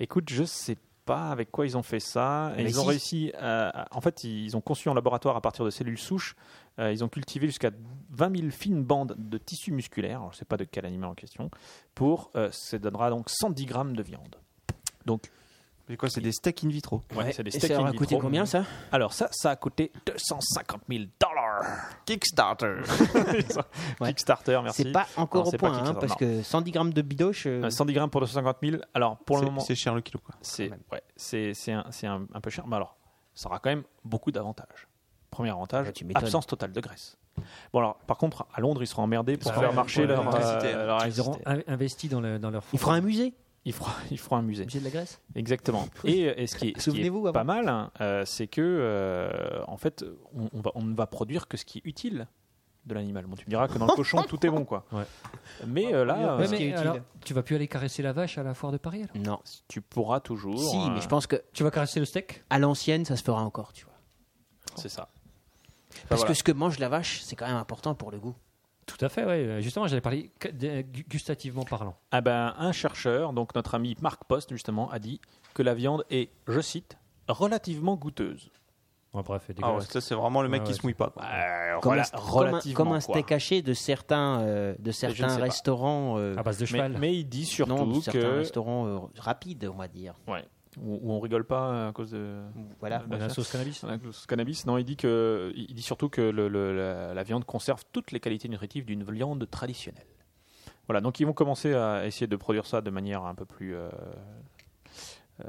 Écoute, je sais pas avec quoi ils ont fait ça. Et Ah, Mais ils ont si. réussi. euh, à- à- en fait, ils ont conçu en laboratoire à partir de cellules souches. Euh, ils ont cultivé jusqu'à 20 000 fines bandes de tissu musculaire. Alors, je sais pas de quel animal en question. Pour, euh, ça donnera donc 110 grammes de viande. Donc, C'est quoi C'est des steaks in vitro. ouais, c'est des Et steaks ça in aura vitro. coûté combien ça Alors ça, ça a coûté 250 000 dollars. Kickstarter. Ouais. Kickstarter, merci. C'est pas encore Non, au c'est pas point, hein, Kickstarter, parce non. que 110 grammes de bidoche. euh, Euh, 110 grammes pour 250 000. Alors pour le C'est- moment, C'est cher le kilo. Quoi. C'est ouais, c'est c'est un, c'est un- un peu cher, mais alors ça aura quand même beaucoup d'avantages. Premier avantage, Ah, tu m'étonnes. absence totale de graisse. Bon alors, par contre, à Londres, ils seront emmerdés pour seront faire emmerdés marcher leur, pour l'électricité. euh, leur Ils auront électricité. in- investi dans, le- dans leur Il fonds. fera un musée Ils feront, ils feront un musée. Musée de la Grèce Exactement. Et, euh, et ce qui est, ce qui est Souvenez-vous, avant. pas mal, hein, euh, c'est que euh, en fait, on, on va, on ne va produire que ce qui est utile de l'animal. Bon, tu me diras que dans le cochon, tout est bon, quoi. Ouais. Mais euh, là, Ouais, euh, mais qui est utile. alors, tu vas plus aller caresser la vache à la foire de Paris alors Non. tu pourras toujours. Si, euh, mais je pense que Tu vas caresser le steak à l'ancienne, ça se fera encore, tu vois. C'est ça. Parce voilà. que ce que mange la vache, c'est quand même important pour le goût. Tout à fait, ouais. Justement, j'avais parlé que- de- gu- gustativement parlant. Ah ben, un chercheur, donc notre ami Marc Post, justement, a dit que la viande est, je cite, relativement goûteuse. Ouais, bref, c'est Ah ouais, dégueulasse. ça c'est vraiment le mec Ouais, qui ouais, se mouille pas. quoi. Comme, Rela- un, comme, un, relativement, comme un quoi. steak haché de certains, euh, de certains sais pas. restaurants. euh, à base de Mais, cheval. mais il dit bah, surtout non, de certains que restaurants euh, rapides, on va dire. où, où on rigole pas euh, à cause de Voilà. Dans la sauce cannabis. à cause du cannabis. Non, il dit que il dit surtout que le- le- la, la viande conserve toutes les qualités nutritives d'une viande traditionnelle. Voilà, donc ils vont commencer à essayer de produire ça de manière un peu plus euh, euh,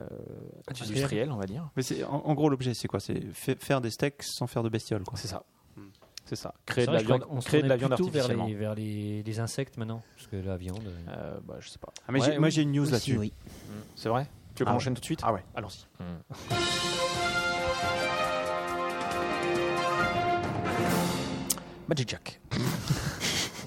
Industrielle. industrielle, on va dire. Mais c'est- en, en gros, l'objet, c'est quoi C'est fa- faire des steaks sans faire de bestiole. Quoi. C'est ça. Hmm. C'est ça. C'est Créer de vrai, la je crois viande, qu'on se créer de la tournait viande plutôt vers artificiellement. les, vers les, les insectes maintenant, parce que la viande. euh, Euh, bah, je sais pas. Ah, mais Ouais, j'ai- moi, oui. j'ai une news Aussi, là-dessus. oui. C'est vrai Tu veux qu'on Ah ouais. enchaîne tout de suite Ah ouais. Allons-y. Magic Jack.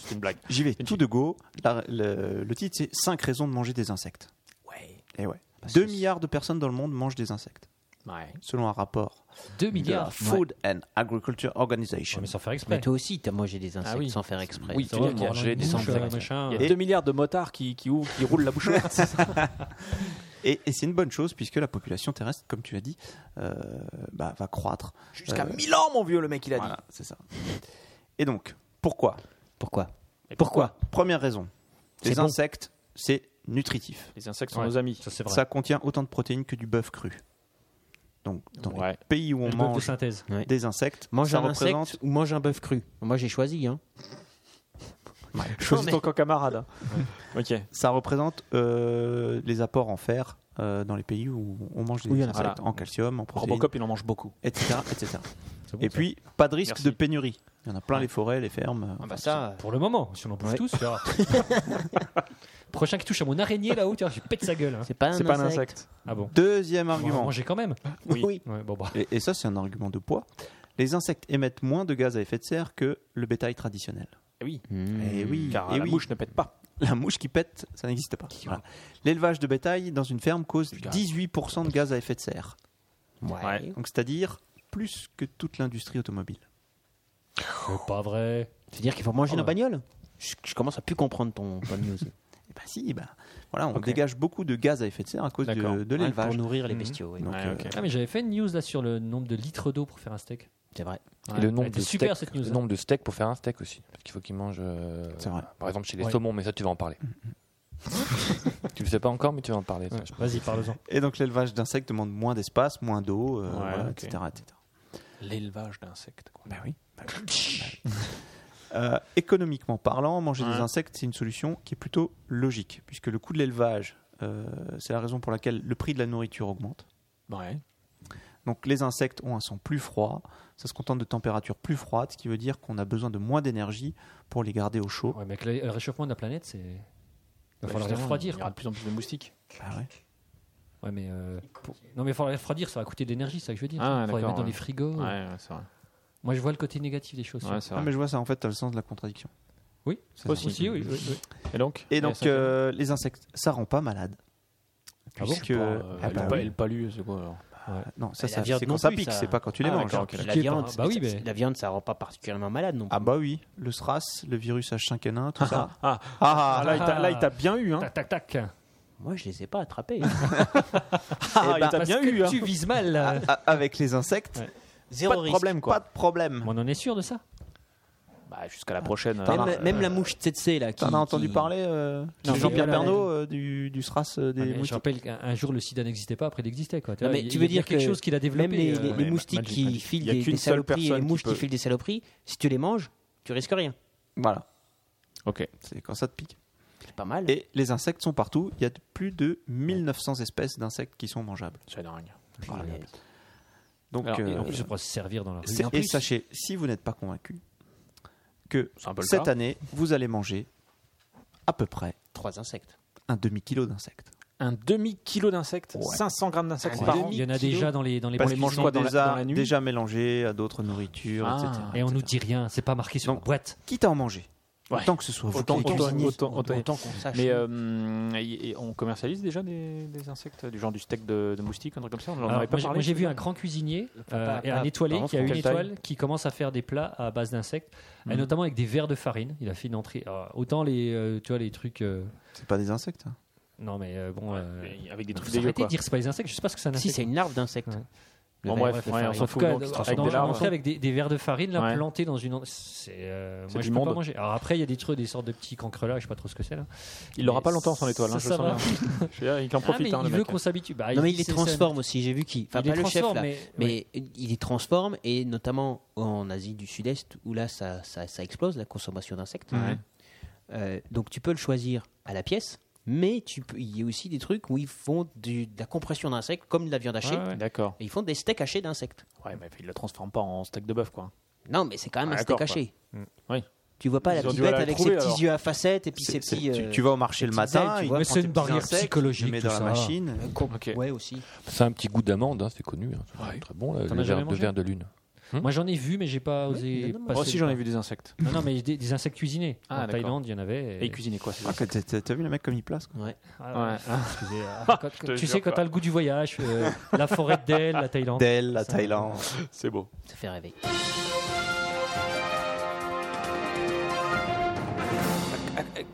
C'est une blague. J'y vais tout de go. La- le, le titre, c'est 5 raisons de manger des insectes. Ouais. Et ouais. Parce 2 que- milliards de personnes dans le monde mangent des insectes, Ouais. selon un rapport 2 de la milliards. Ouais. Food and Agriculture Organization. Ouais, mais sans faire exprès. Mais toi aussi, t'as mangé des insectes Ah oui. sans faire exprès. Oui, Ça tu va, veux dire, on j'ai des mange, insectes. euh, machin. Il y a 2 milliards de motards qui, qui, ouvrent, qui roulent la bouche ouverte. c'est ça Et, et c'est une bonne chose puisque la population terrestre, comme tu l'as dit, euh, bah, va croître. Jusqu'à Euh, 1000 ans, mon vieux, le mec, il a Voilà, c'est ça. Et donc, pourquoi euh, Pourquoi dit. Pourquoi Première raison, les C'est bon. insectes, c'est nutritif. Les insectes sont Ouais. nos amis. Ça, c'est vrai. Ça contient autant de protéines que du bœuf cru. Donc, dans Ouais. les pays où on Le bœuf de mange synthèse. des insectes, Mange ça un représente... insecte ou mange un bœuf cru Moi, j'ai choisi. Hein. Choisis Non, mais- ton camp camarade. ok. ça représente euh, les apports en fer euh, dans les pays où on mange des Oui, il y en a. insectes, Voilà. en calcium, en protéines, Robocop, il en mange beaucoup. etc. etc. C'est bon, Et ça. puis, pas de risque Merci. de pénurie. Il y en a plein les forêts, les fermes. bah ça. Pour le moment, si on en bouffe Ouais. tous, tu verras. Prochain qui touche à mon araignée là-haut, tiens, je pète sa gueule. hein. C'est pas un C'est insecte. pas un insecte. Ah bon Deuxième On va argument, manger quand même. Oui. Ouais, bon, bah. et, et ça c'est un argument de poids, les insectes émettent moins de gaz à effet de serre que le bétail traditionnel. Eh oui. Mmh. Eh oui, Car eh la oui. bouche ne pête pas. La mouche qui pète, ça n'existe pas. Voilà. L'élevage de bétail dans une ferme cause gaz. 18% de gaz à effet de serre. Ouais. Ouais. Donc c'est-à-dire plus que toute l'industrie automobile. C'est pas vrai. C'est-à-dire qu'il faut manger Ah nos ouais. bagnoles je, je commence à plus comprendre ton, ton news. Eh ben si, ben, voilà, on Ok. dégage beaucoup de gaz à effet de serre à cause de- D'accord. de, Hein, pour l'élevage. nourrir les Mhm. bestiaux. oui. Donc, Ouais, euh, ok. Ah, mais j'avais fait une news là sur le nombre de litres d'eau pour faire un steak. C'est vrai. Et le Elle nombre était de super, steaks, cette news, le hein. nombre de steaks pour faire un steak aussi, parce qu'il faut qu'ils mangent. euh, C'est vrai. Mm, Par exemple chez les Ouais. saumons, mais ça tu vas en parler. tu le sais pas encore, mais tu vas en parler. ça, je pense. Vas-y, parle-en. Et donc l'élevage d'insectes demande moins d'espace, moins d'eau, euh, Ouais, voilà, ok. etc., etc. L'élevage d'insectes. Ben oui. Euh, économiquement parlant, manger des Ouais. insectes, c'est une solution qui est plutôt logique, puisque le coût de l'élevage, euh, c'est la raison pour laquelle le prix de la nourriture augmente. Bah Ouais. Donc les insectes ont un sang plus froid, ça se contente de températures plus froides, ce qui veut dire qu'on a besoin de moins d'énergie pour les garder au chaud. Ouais, mais avec le le réchauffement de la planète, c'est. Il va falloir les refroidir. Bah, Il y aura quoi. de plus en plus de moustiques. Ah ouais. Ouais, mais. euh, pour- Non, mais il va falloir les refroidir, ça va coûter de l'énergie, c'est ça que je veux dire. Ah, il faut les d'accord, mettre dans ouais. les frigos. Ouais, ouais, c'est vrai. Moi, je vois le côté négatif des choses. Ouais, c'est Ah, vrai. mais je vois ça, en fait, tu as le sens de la contradiction. Oui, C'est Aussi, ça. oui, oui, oui. Et donc Et donc la cinquième euh, les insectes, ça rend pas malade. Ah bon Puisque- Bah, euh, Ah le bah pa- oui. le palu, c'est quoi alors Non, ça, la ça viande c'est non quand ça plus, pique, ça- c'est pas quand tu les Ah, manges. d'accord, ok. La Qui est viande, pas- bah oui, mais- la viande, ça rend pas particulièrement malade non plus. Ah bah oui, le SRAS, le virus H5N1, tout ça. Ah, Ah, ah, là, il t'a- là, il t'a bien eu. Hein. Tac, tac, tac. Moi, je les ai pas attrapés. ben, Ah, Eh il ben, t'a Parce bien que eu. Hein. tu vises mal. là. A- avec les insectes, Ouais. Zéro pas de risque. problème quoi. Pas de problème. On en est sûr de ça Bah, Jusqu'à la prochaine. T'en euh, as- Même, même la mouche tsetse là. qui- T'en as entendu qui- parler euh, Non, de mais Jean-Pierre voilà, Pernaud euh, du, du SRAS euh, des Ah, Mais Je moustiques rappelle qu'un un jour le sida n'existait pas, après il existait. Quoi. Non, mais Il- tu il veux y a dire quelque que chose qu'il a développé Même les, euh, les- les mais- moustiques Magic, qui Magic. filent Il y a des, qu'une des seule saloperies et les personne qui mouches qui, peut- filent des saloperies, si tu les manges, tu risques rien. Voilà, Ok. c'est quand ça te pique. C'est pas mal. Et les insectes sont partout. Il y a de- plus de 1900 espèces d'insectes qui sont mangeables. C'est dingue. Voilà. Mais- Donc, Alors, et euh, En plus, on pourra se servir dans la rue. c'est- en et plus- sachez, si vous n'êtes pas convaincu, que C'est un peu le cette cas. année, vous allez manger à peu près Trois insectes. un demi-kilo d'insectes. Un demi-kilo d'insectes, Ouais. 500 grammes d'insectes Un par an. demi- Il y en a kilos. déjà dans les dans les Parce banlieues. qu'ils mange sont quoi dans la- déjà, dans la nuit déjà mélangés à d'autres nourritures, Ah. etc. Et on nous dit etc. rien, c'est pas marqué sur la Donc, boîte. Quitte à en manger, Ouais. autant que ce soit vous Autant- qui le autant- cuisinez. autant- autant- Autant qu'on sache. Mais euh, et- et on commercialise déjà des, des insectes, du genre du steak de, de moustique, un truc comme ça. On n'en Alors, avait pas moi, j'ai- parlé. moi, j'ai vu un grand cuisinier euh, et un ah, étoilé pardon, qui a c'est une quelle taille étoile qui commence à faire des plats à base d'insectes, et Mhm. notamment avec des verres de farine. Il a fait une entrée. Alors, autant les euh, tu vois les trucs. euh, C'est pas des insectes. hein. Non mais euh, bon. euh, Et Avec des faut trucs s'arrêter dégueux, quoi. de dire c'est pas des insectes. Je sais pas ce que c'est un si insecte. c'est une larve d'insecte. Ouais. Bon, bref, verre ouais, de farine. on s'en En tout fout. cas, nous, on se transforme avec, des des larves. avec des, des verres de farine là, Ouais. plantés dans une. en- C'est, euh, C'est moi, du je peux monde. pas manger. Alors après, il y a des trucs, des sortes de petits cancres là, je sais pas trop ce que c'est là. Il aura Mais pas longtemps son étoile, hein, ça, je ça le sens va. bien. Je veux dire, il en Ah, mais profite, hein, le il veut mec. qu'on s'habitue. Bah, Non mais il les c'est- transforme aussi, j'ai vu qui. Enfin Il pas les le chef transforme, là, mais- mais il les transforme et notamment en Asie du Sud-Est où là ça, ça, ça explose la consommation d'insectes. Euh, donc tu peux le choisir à la pièce, mais tu peux- il y a aussi des trucs où ils font du- de la compression d'insectes comme de la viande hachée. Ouais, ouais. D'accord. Et ils font des steaks hachés d'insectes. Ouais, mais il le transforme pas en steak de bœuf, quoi. Non mais c'est quand même Ah, un steak d'accord, haché. quoi. Mm. Oui. Tu vois pas Ils la ont petite dû aller bête la avec trouver, ses petits alors. yeux à facettes et puis C'est- ses c'est- petits. tu, euh, tu vas au marché le petites ailes, matin, tu il vois. Mais prend c'est tes une petits barrière insectes, psychologique, tu les mets tout dans la ça. machine. Ok. Ouais aussi. C'est un petit goût d'amande, hein, c'est connu. hein. C'est Très bon, là, T'en le as jamais verre de, mangé verre de lune. Moi, j'en ai vu, mais j'ai pas osé. non, non, passer Moi aussi, le j'en ai pas. vu des insectes. Non, non, mais des, des insectes cuisinés. Ah, en d'accord. Thaïlande, il y en avait. Et il cuisinait quoi, ces Ah, insectes que t'as- T'as vu le mec comme il place quoi. Ah, Ouais. excusez, ah, quand- je te tu sais, jure quand pas. t'as le goût du voyage, euh, la forêt d'Elle, la Thaïlande. Dell, la Ça- Thaïlande. C'est beau. Ça fait rêver.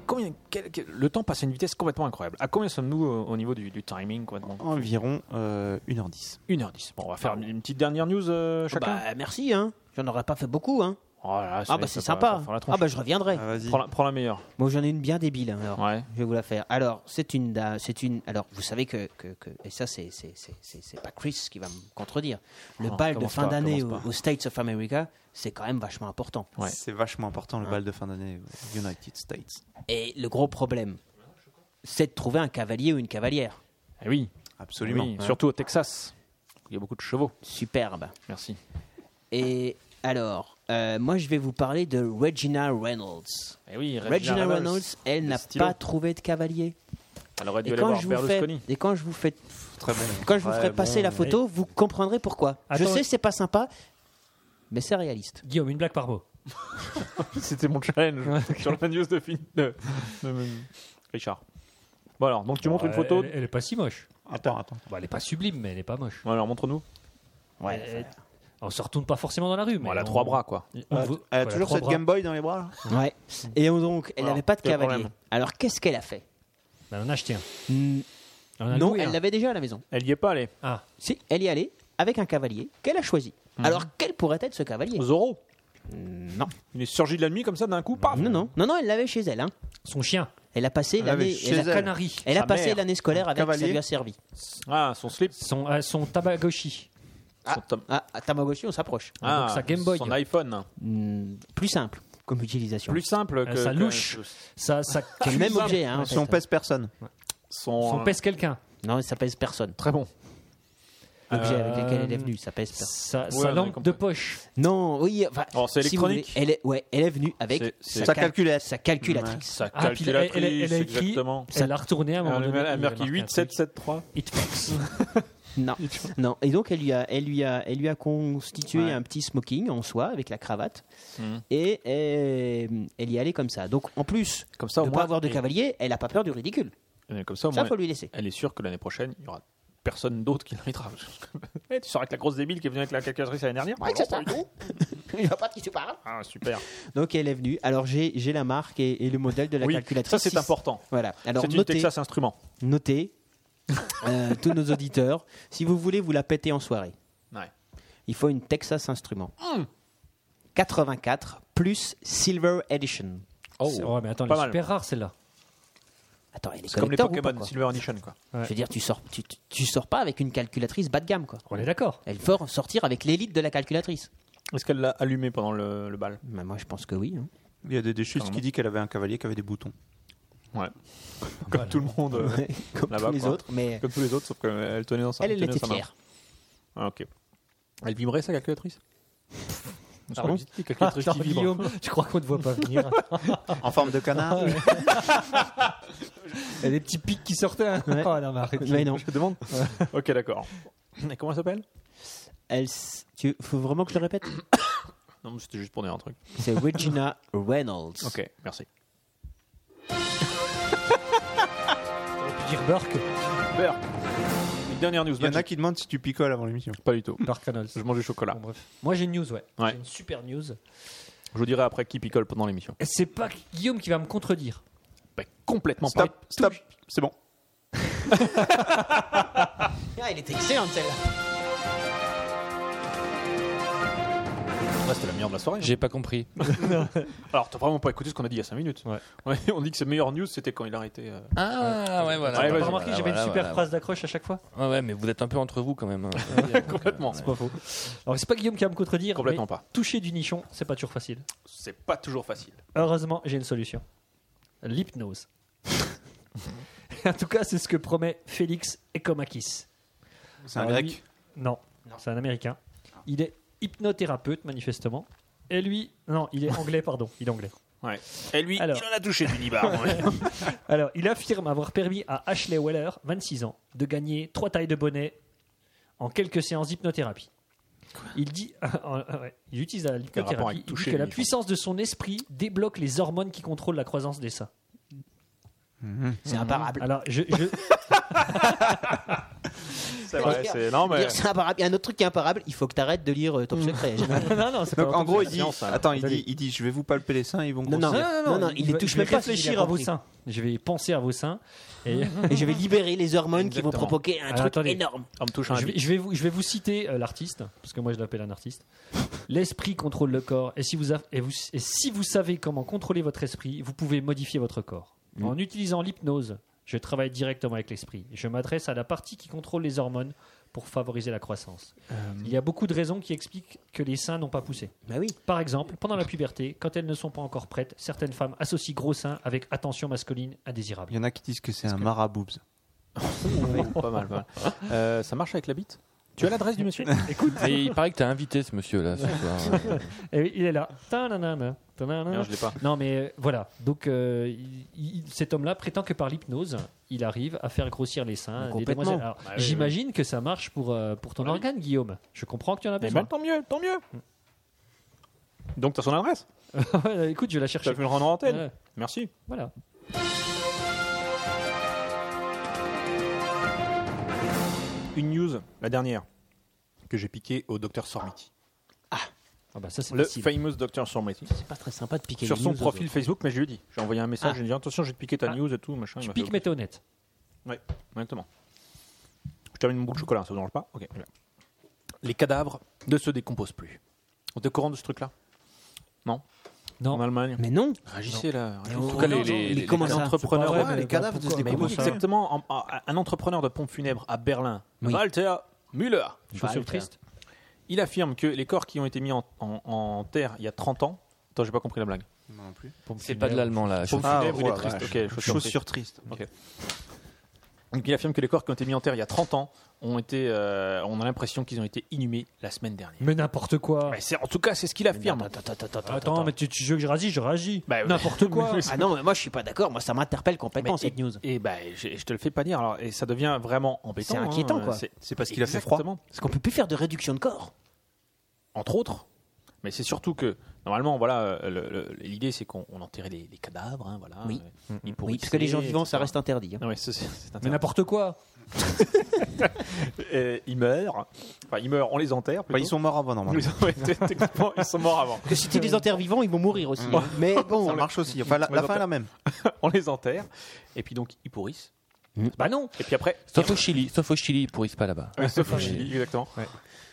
Combien, quel- quel- le temps passe à une vitesse complètement incroyable. À combien sommes-nous euh, au niveau du, du timing quoi, bon, Environ euh, 1h10. 1h10. Bon, on va faire une, une petite dernière news euh, chacun. Bah merci hein. J'en aurais pas fait beaucoup hein. Oh là là, ça Ah y est, bah c'est ça va- ça va sympa. faire la tronche. Ah bah je reviendrai. Ah, vas-y. prends, la, prends la meilleure. Moi, j'en ai une bien débile. hein, alors, Ouais. je vais vous la faire. Alors, c'est une, da- c'est une. Alors, vous savez que, que- que- et ça, c'est c'est c'est- c'est- c'est pas Chris qui va me contredire. Le Oh, bal de commence fin pas, d'année aux, commence pas. aux States of America, c'est quand même vachement important. Ouais. C'est vachement important le bal de fin d'année aux United States. Et le gros problème, c'est de trouver un cavalier ou une cavalière Eh oui, Absolument. oui, surtout au Texas. Il y a beaucoup de chevaux. superbe. Merci. Et alors, euh, moi, je vais vous parler de Regina Reynolds. Eh oui, Regina, Reynolds, elle le n'a stylo. pas trouvé de cavalier. Elle aurait dû Et aller quand, voir je vous fais, Berlusconi. et quand je vous fais Très bon. Quand je vous Ouais, ferai bon. passer la photo, vous comprendrez pourquoi. Attends. Je sais, c'est pas sympa, mais c'est réaliste. Guillaume, une blague par mot. C'était mon challenge sur la news de, fin- de- de- Richard. Bon alors, donc tu montres une Euh, photo. Elle, elle est pas si moche. Attends, attends. Bah, elle est pas sublime, mais elle est pas moche. Bon, alors montre-nous. Elle- on se retourne pas forcément dans la rue. Mais Bon, elle a on- trois bras quoi. on- on- Elle a- elle a voilà, toujours trois cette bras. Game Boy dans les bras là Ouais. Et donc, elle Alors, n'avait pas de quel cavalier. problème Alors, qu'est-ce qu'elle a fait Bah, on a acheté un. Hmm, On en a Non, loué elle un. hein. l'avait déjà à la maison. Elle y est pas allée. Ah, Si, elle y est allée avec un cavalier qu'elle a choisi. Mhm. Alors, quel pourrait être ce cavalier Zorro. Mm, Non. Il est surgi de la nuit comme ça d'un coup. Paf. Non, non, non, non, elle l'avait chez elle. hein. son chien, Elle a passé Elle l'avait l'année. chez Elle, elle. a- Canary, elle Sa a passé mère. l'année scolaire avec. Ça cavalier. lui a servi. Ah, son slip. son, euh, son Tamagotchi. Son tom- Ah, à Tamagotchi, on s'approche. Ah, donc sa Game Boy. Son iPhone. Hmm, plus simple comme utilisation. Plus simple que. Euh, sa que- louche. Ça, ça C'est le même cuisine. objet. Ah, Hein, en Si fait. on pèse personne. Son. Son pèse quelqu'un. Non, ça pèse personne. Très bon. L'objet avec lequel elle est Euh, venue, ça pèse personne. Sa, on a sa lampe compris. de poche. Non, oui. Enfin, Alors, Oh, c'est si vous électronique voulez, elle est, ouais, elle est venue avec C'est- c'est- Sa cal- calculette. sa calculatrice. Sa Ah, puis elle, calculatrice. elle- elle a écrit, exactement. elle l'a retourné à un moment Elle donné. a il a marqué marqué un 8, truc. 7, 7, 3. Hitbox. Non, non. Et donc elle lui a, elle lui a, elle lui a constitué un petit smoking en soie avec la cravate Hum. et euh, elle y est allée comme ça. Donc en plus Comme ça, au de moins, pas avoir de et- cavalier, elle a pas peur du ridicule. Euh, Comme ça, au Ça moins, faut lui laisser. elle est sûre que l'année prochaine, il y aura personne d'autre qui l'invitera. Eh, tu sors avec la grosse débile qui est venue avec la calculatrice l'année dernière Ouais, c'est ça. Il va pas qu'il se parle. Ah, super. Donc elle est venue. Alors j'ai, j'ai la marque et, et le modèle de la Oui, calculatrice. ça, c'est important. Voilà. Alors C'est une notez, Texas Instruments. notez euh, tous nos auditeurs. Si vous voulez, vous la pétez en soirée. Ouais. Il faut une Texas Instruments. Hmm. 84 plus Silver Edition. C'est- Oh, ouais, mais attends, elle Pas est mal. super rare celle-là. Attends, elle est C'est comme les collector ou pas, Pokémon quoi Silver Edition, quoi. Ouais. Je veux dire, tu sors, tu, tu- tu sors pas avec une calculatrice bas de gamme, quoi. On est d'accord. Elle faut sortir avec l'élite de la calculatrice. Est-ce qu'elle l'a allumé pendant le, le bal Bah, moi, je pense que oui. hein. Il y a des, des choses Carrément. qui dit qu'elle avait un cavalier qui avait des boutons. Ouais. Comme tout le monde. euh, Comme Là-bas, tous les quoi. autres, mais Comme tous les autres, sauf qu'elle tenait dans sa elle, elle tenait était sa main. fière. Ah, ok. Elle vibrait sa calculatrice Pardon La calculatrice Attends, qui vibre. Guillaume, tu crois qu'on ne voit pas venir En forme de canard Il y a des petits pics qui sortaient. hein. Ouais. Oh, non, mais arrête. Mais non, Je te demande. ok, d'accord. Et comment elle s'appelle elle, s- tu, faut vraiment que je le répète. Non, mais c'était juste pour dire un truc. C'est Regina Reynolds. Ok, Ah, merci. On peut dire Burke. Super. Une dernière news. Il y en a Magic. qui demandent si tu picoles avant l'émission. Pas du tout. Burke Reynolds. Je mange du chocolat. Bon, bref. Moi j'ai une news, ouais. Ouais. J'ai une super news. Je vous dirai après qui picole pendant l'émission. Et C'est pas Guillaume qui va me contredire. Bah, complètement pas. Stop, stop, c'est bon. Ah, elle était excellente celle-là. Là, c'était la meilleure de la soirée. hein. J'ai pas compris. Alors, t'as vraiment pas écouté ce qu'on a dit il y a 5 minutes. Ouais. on dit que ses meilleures news, c'était quand il a arrêté. euh. Ah ouais, voilà. Ouais, T'as vas-y. pas remarqué, j'avais une super phrase d'accroche à chaque fois Ouais, ouais, mais vous êtes un peu entre vous quand même. hein. Complètement. C'est pas faux. Alors, c'est pas Guillaume qui va me contredire. Complètement mais pas. Toucher du nichon, c'est pas toujours facile. C'est pas toujours facile. Heureusement, j'ai une solution. L'hypnose. en tout cas, c'est ce que promet Félix Ekomakis. C'est un Alors, grec. lui- Non, c'est un américain. Il est hypnothérapeute, manifestement. Et lui, non, il est anglais, pardon. Il est anglais. Et lui, Alors. il en a touché du Nibar. Alors, il affirme avoir permis à Ashley Weller, 26 ans, de gagner trois tailles de bonnet en quelques séances d'hypnothérapie. Il dit, ouais, il utilise la rapport l'hypnothérapie, avec il dit toucher, que la lui, puissance de son esprit débloque les hormones qui contrôlent la croissance des seins. C'est imparable. Alors, je, je- c'est vrai, c'est. Non, mais. Dire c'est imparable. Il y a un autre truc qui est imparable, il faut que tu arrêtes de lire euh, Top Secret. non, non, c'est pas Donc en gros, il dit, science, alors. attends, il dit, il dit, je vais vous palper les seins, ils vont Non, non, grossir. non, non, il va- ne touche je vais même pas. s'il réfléchir a à vos compris. seins. Je vais penser à vos seins et Et je vais libérer les hormones qui vont Exactement. provoquer un Alors, truc attendez. énorme. On me touche je vais, je vais vous, je vais vous citer euh, l'artiste, parce que moi je l'appelle un artiste. L'esprit contrôle le corps, et si, vous a- et vous- et si vous savez comment contrôler votre esprit, vous pouvez modifier votre corps. Mm. En utilisant l'hypnose, je travaille directement avec l'esprit. Je m'adresse à la partie qui contrôle les hormones pour favoriser la croissance. Euh, Il y a beaucoup de raisons qui expliquent que les seins n'ont pas poussé. Bah oui. Par exemple, pendant la puberté, quand elles ne sont pas encore prêtes, certaines femmes associent gros seins avec attention masculine indésirable. Il y en a qui disent que c'est un maraboobs. pas mal. pas mal. Euh, ça marche avec la bite Tu as l'adresse du Eh monsieur Écoute, Et il paraît que t'as invité ce monsieur là ce soir. hein. eh oui, il est là. Ta-na-na-na, ta-na-na-na. Non, je l'ai pas. Non, mais euh, voilà. Donc, euh, il- il- cet homme-là prétend que par l'hypnose, il arrive à faire grossir les seins. des complètement. demoiselles. Alors, Bah oui, Bah J'imagine que ça marche pour, euh, pour ton organe, Guillaume. Je comprends que tu en as Mais besoin. tant mieux, tant mieux. Hmm. Donc, t'as son adresse Ouais, Écoute, je vais la T'as chercher. pu le rendre en antenne Ouais, Merci. voilà. Une news, la dernière, que j'ai piquée au docteur Sormiti. Ah bah ça, c'est Le facile. famous docteur Sormiti. C'est pas très sympa de piquer Sur les son news aux profil autres. Facebook, mais je lui ai dit. J'ai envoyé un message, Ah. j'ai dit attention, je vais te piquer ta Ah. news et tout, machin. il Tu m'a piques, fait, mais t'es honnête. Exactement. Je termine mon bout de chocolat, ça vous dérange pas Ok. très bien. Les cadavres ne se décomposent plus. On est au courant de ce truc-là En Non. Allemagne Mais non. Réagissez là. Mais En tout on- cas, non, non, les, les, mais les- comment les ça entrepreneurs. C'est pas vrai, Ouais, mais les cadavres de pourquoi se mais oui, décomposent. exactement. En- en- un entrepreneur de pompes funèbres à Berlin, Oui. Walter Müller, Walter, Chaussure triste. il affirme que les corps qui ont été mis en, en- en terre il y a 30 ans. Attends, j'ai pas compris la blague. C'est pas de l'allemand là. je- Pompes Ah, funèbres, oh il la est triste. vache. Ok, chaussures, Chaussures tristes. Donc il affirme que les corps qui ont été mis en terre il y a 30 ans ont été. euh, on a l'impression qu'ils ont été inhumés la semaine dernière. Mais n'importe quoi. Ouais, c'est- en tout cas, c'est ce qu'il affirme. Attends, attends, attends, attends, Attends, mais tu, tu veux que je réagis Je réagis. Bah, ouais. N'importe quoi. Mais c'est- Ah non, mais moi je suis pas d'accord. Moi ça m'interpelle complètement Mais- cette news. Et bah, je, je te le fais pas dire. Alors, et ça devient vraiment embêtant. C'est inquiétant, hein. quoi. C'est- C'est parce qu'il a fait froid. Exactement. Parce qu'on peut plus faire de réduction de corps. entre autres. Mais c'est surtout que, normalement, voilà, euh, le- le- l'idée, c'est qu'on on enterrait les, les cadavres, hein, voilà. Oui. euh, ils Oui, pourrissaient, parce que les gens vivants, ça etc. reste interdit. hein. Ah ouais, ça, c'est- c'est Mais interdit. n'importe quoi. Euh, ils meurent. Enfin, ils meurent, on les enterre. Bah, plutôt. ils sont morts avant, normalement. Ils ont- ouais, techniquement, ils sont morts avant. Que si Euh, tu les enterres vivants, ils vont mourir Mm. aussi. hein. Mais bon, Ça marche aussi. Enfin, la, Mais la donc, fin est la même. On les enterre. Et puis, donc, ils pourrissent. Mm. Bah non. Et puis après, Sauf au Chili, sauf au Chili, ils pourrissent pas là-bas. Ouais, sauf au Chili, exactement.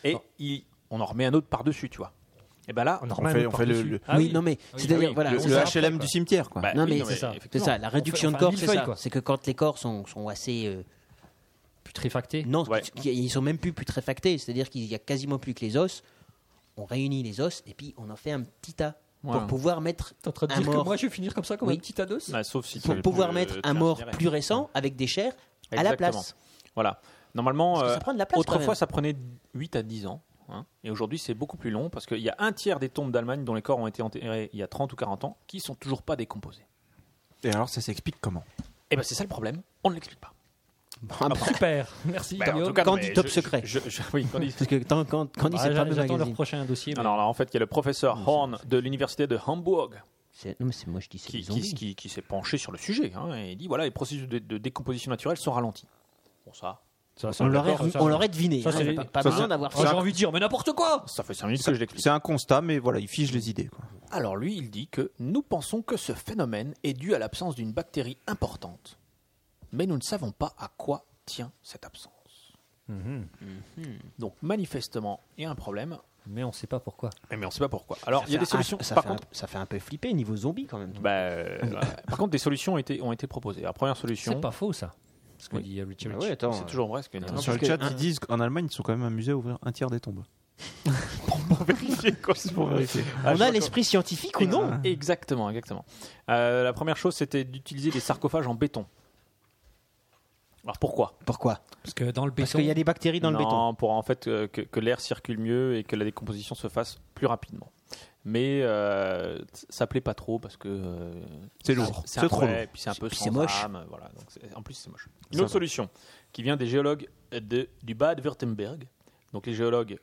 Et il- on en remet un autre par-dessus, tu vois. Et ben là, On, On fait, on fait le, le- Ah oui, non mais c'est-à-dire voilà, le- c'est le ça. HLM du cimetière, quoi. bah, Non, oui, mais c'est ça. C'est effectivement. ça, la réduction On fait- de enfin, corps, c'est millefeuille, ça. quoi. C'est que quand les corps sont, sont assez. euh, Putréfacté. non, Ouais. qui- ils sont même plus putréfactés, c'est-à-dire qu'il y a quasiment plus que les os. On réunit les os et puis on en fait un petit tas Ouais. pour pouvoir mettre T'es en train de un dire que mort. Ah, moi je vais finir comme ça comme Oui. un petit ados Ouais, bah, sauf si tu pour veux pouvoir le- mettre tu un mort incinéré. plus récent avec des chairs à la Exactement. place. Voilà. Normalement, Parce que euh, ça prend de la place, quand autrefois, même. ça prenait 8 à 10 ans. hein. et aujourd'hui, c'est beaucoup plus long parce qu'il y a un tiers des tombes d'Allemagne dont les corps ont été enterrés il y a 30 ou 40 ans qui sont toujours pas décomposés. Et alors, ça s'explique comment Et ben c'est ça le problème, on ne l'explique pas. Ah, Super. Merci Bah, en Guillaume. tout cas, Quand non, dit mais top je- secret. je- je- oui, quand dit- Parce que tant- quand, quand il Ah, sait pas j'a- le J'attends leur magazine. prochain dossier. mais- Oh, Alors là, en fait, il y a le professeur Horn de l'université de Hambourg C'est- Non mais c'est moi je dis c'est qui, des qui, zombies. qui- qui s'est penché sur le sujet hein, et il dit voilà, les processus de, de décomposition naturelle sont ralentis. Bon, ça, Ça, ça, On l'aurait, d'accord, ça, on l'aurait deviné. ça, hein, c'est les- pas pas ça, besoin c'est- d'avoir Oh, J'ai envie de dire, mais n'importe quoi ça fait 5 minutes Ça- que je l'explique. C'est un constat, mais voilà, il fige les idées. Quoi. Alors lui, il dit que nous pensons que ce phénomène est dû à l'absence d'une bactérie importante, mais nous ne savons pas à quoi Mhm. tient cette absence. Donc manifestement, il y a un problème. mais on sait pas pourquoi. Mais, mais on sait pas pourquoi. Alors, il y a des Ça fait un- solutions. ça, par, fait un- contre, ça fait un peu flipper niveau zombie quand même. bah, euh, par contre, des solutions ont été, ont été proposées. La première solution, C'est pas faux ça. Ce que Oui. dit Richie Ah Rich. ouais, attends. c'est toujours vrai. ce que- Sur le parce chat, que- ils disent qu'en Allemagne, ils sont quand même amusés à ouvrir un tiers des tombes. pour vérifier, quoi. C'est pour vérifier. On a l'esprit scientifique ou non Ah, Exactement, exactement. Euh, la première chose, c'était d'utiliser des sarcophages en béton. Alors pourquoi Pourquoi Parce que dans le Parce béton, qu'il y a des bactéries dans non, le béton. pour en fait euh, que, que l'air circule mieux et que la décomposition se fasse plus rapidement. Mais euh, ça plaît pas trop parce que euh, C'est lourd. c'est C'est un trop vrai, lourd. et puis c'est un peu Puis sans c'est moche. âme, voilà. Donc c'est- en plus c'est moche. Une Ça autre va. solution qui vient des géologues de, du Bade-Württemberg, donc les géologues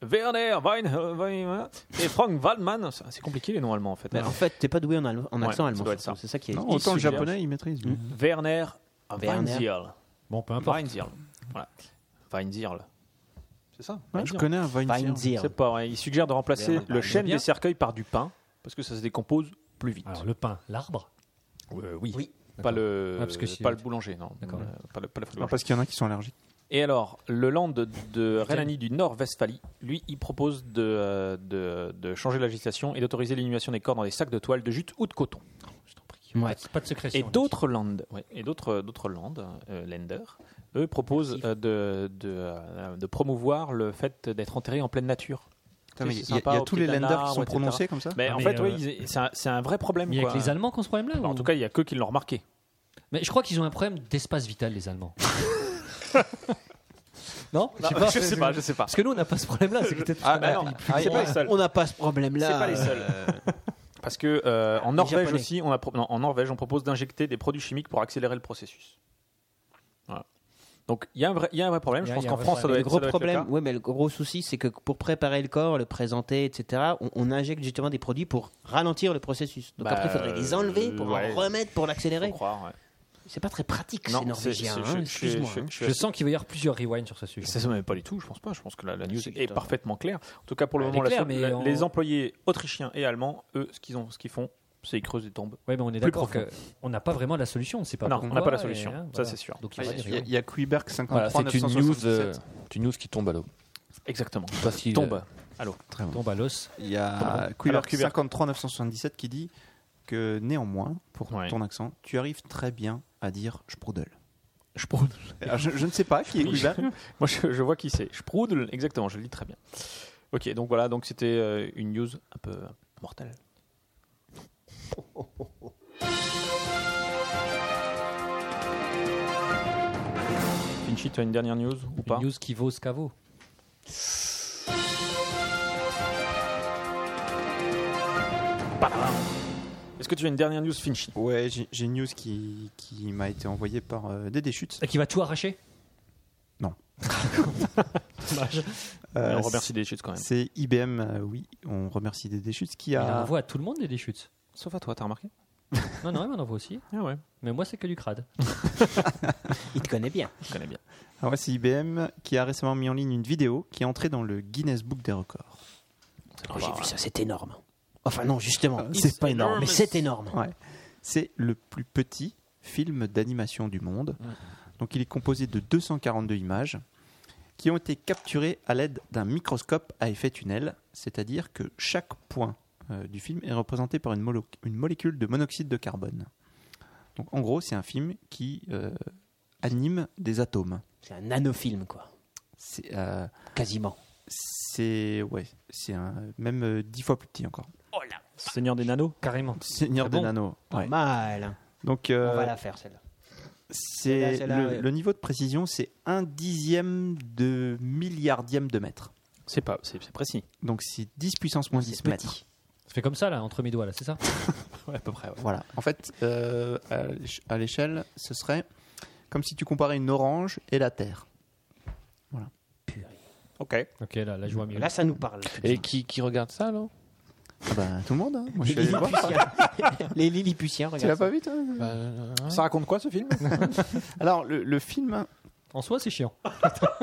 Werner Wein, Wein- et Frank Waldman. C'est compliqué les noms allemands en fait. Mais en fait, t'es pas doué en, allem- en Ouais, accent ça allemand. doit être surtout. ça. C'est ça qui est. Non, Ils autant le suggèrent- japonais, ils maîtrisent. Mm. Werner Werner. Weinzierl. bon, peu importe. Weinzierl. Voilà. Weinzierl. C'est ça Ouais, je connais un Weinzierl. Weinzierl. C'est pas vrai. Il hein. suggère de remplacer Werner le chêne Ah, Bien. des cercueils par du pin parce que ça se décompose plus vite. Alors le pain, l'arbre. Euh, oui. Oui. Pas le, Ah, parce que si- pas le boulanger, non. D'accord. Euh, pas le, pas le fruit Ah, boulanger. parce qu'il y en a qui sont allergiques. Et alors, le land de Rhénanie du Nord-Westphalie, lui, il propose de, euh, de, de changer l'agitation et d'autoriser l'inhumation des corps dans des sacs de toile de jute ou de coton. Ouais. C'est Pas de sécrétion. Et là-dessus. d'autres lands, ouais, et d'autres d'autres lands, euh, lenders, eux proposent euh, de, de, euh, de promouvoir le fait d'être enterré en pleine nature. Il mais y a, c'est sympa, il y a au tous pied les d'un lenders qui arbre, sont etc. prononcés comme ça. Mais Ah, en mais, fait, euh, oui, ils- c'est un, c'est un vrai problème. Mais il y a quoi. que les Allemands qui ont ce problème-là. Alors, Bah, en ou- tout cas, il y a que qui l'ont remarqué. Mais je crois qu'ils ont un problème d'espace vital, les Allemands. non, je sais pas. je sais pas, je sais pas. Parce que nous, on n'a pas ce problème-là. C'est peut-être Ah, bah non, ah, c'est pas les seuls. On n'a pas ce problème-là. Euh, C'est pas les seuls. Parce que euh, en Norvège Japonais. aussi, on a pro- non, en Norvège, on propose d'injecter des produits chimiques pour accélérer le processus. Voilà. Donc il y, a un vrai- il y a un vrai problème. Il y Je a- pense il y a qu'en un vrai France, ça Mais doit le être gros ça doit être problème, cas. ouais, mais le gros souci, c'est que pour préparer le corps, le présenter, etc., on, on injecte justement des produits pour ralentir le processus. Donc Bah, après, il faudrait les enlever pour ouais. en remettre pour l'accélérer. Faut croire, ouais. C'est pas très pratique, Non, ces Norvégiens. c'est- c'est- hein, je- je- Excuse-moi. je- hein. je- Je sens qu'il va y avoir plusieurs rewinds sur ce sujet. Ça, ça, même pas du tout, je pense pas. Je pense que la, la news Si, est putain. parfaitement claire. En tout cas, pour le Elle est moment, la claire, seule- mais la- on- les employés autrichiens et allemands, eux, ce qu'ils ont, ce qu'ils font, c'est ils creusent des tombes. Oui, mais on est Plus d'accord profond. qu'on n'a pas vraiment la solution. C'est pas Non, on n'a pas pourquoi, la solution. et, hein, Ça, voilà. c'est sûr. Donc il y Il aura des y a- Ah, il rewinds. y a Kuiberg 53 Voilà, c'est une news, euh, 977. c'est une news qui tombe à l'eau. euh, Exactement. Facile. Tombe. Très bon. Tombe à l'os. Il y a Alors, Kuiberg Kuiberg. 53 977 qui dit que néanmoins, pour Ouais. ton accent, tu arrives très bien à dire Sprudel. Je prends- Alors, Je, je ne sais pas qui est Oui. Kuiberg. Moi, je, je vois qui c'est. Sprudel, exactement, je le lis très bien. Ok, donc voilà, donc c'était euh, une news un peu mortelle. Finchy, tu as une dernière news ou pas Une news qui vaut ce qu'à vaut. Est-ce que tu as une dernière news, Finchy Ouais, j'ai j'ai une news qui, qui m'a été envoyée par euh, Dédé Chute. Et qui va tout arracher Non. Dommage. Euh, Mais On remercie des chutes quand même. C'est IBM, euh, oui, on remercie Dédé Chute qui Il en a. envoie à tout le monde des déchutes. Sauf à toi, t'as remarqué Non, non, il en envoie aussi. Ah ouais, Mais moi, c'est que du crade. Il te connaît bien. je connais bien. Ah ouais, c'est IBM qui a récemment mis en ligne une vidéo qui est entrée dans le Guinness Book des records. Ah, Oh, bah. J'ai vu ça, c'est énorme. Enfin non, justement, Euh, c'est pas énorme, mais c'est énorme. Ouais. C'est le plus petit film d'animation du monde. Mmh. Donc il est composé de 242 images qui ont été capturées à l'aide d'un microscope à effet tunnel, c'est-à-dire que chaque point euh, du film est représenté par une, molo- une molécule de monoxyde de carbone. Donc en gros, c'est un film qui euh, anime des atomes. C'est un nanofilm, quoi. C'est euh, Quasiment. c'est ouais, c'est un- même euh, dix fois plus petit encore. Seigneur des nanos Carrément. Seigneur Ah des bon Nanos. Pas ouais. Mal. hein. Donc On euh, va la faire, celle-là. C'est Celle-là, celle-là, le, ouais. le niveau de précision, c'est un dixième de milliardième de mètre. C'est pas, c'est c'est précis. Donc c'est 10 puissance moins 10 mètres. Ça fait comme ça, là, entre mes doigts, là, c'est ça à peu près. Voilà. En fait, euh, à l'éch- à l'échelle, ce serait comme si tu comparais une orange et la Terre. Ok. Ok, là, là, je vois mieux. Là, ça nous parle. Et qui, qui regarde ça, là Ah bah, tout le monde, hein. moi je les suis allé le voir. Lilliputiens. les Lilliputiens, Tu l'as regarde. pas vu, toi Ça raconte quoi ce film Alors, le, le film, En soi, c'est chiant. ça.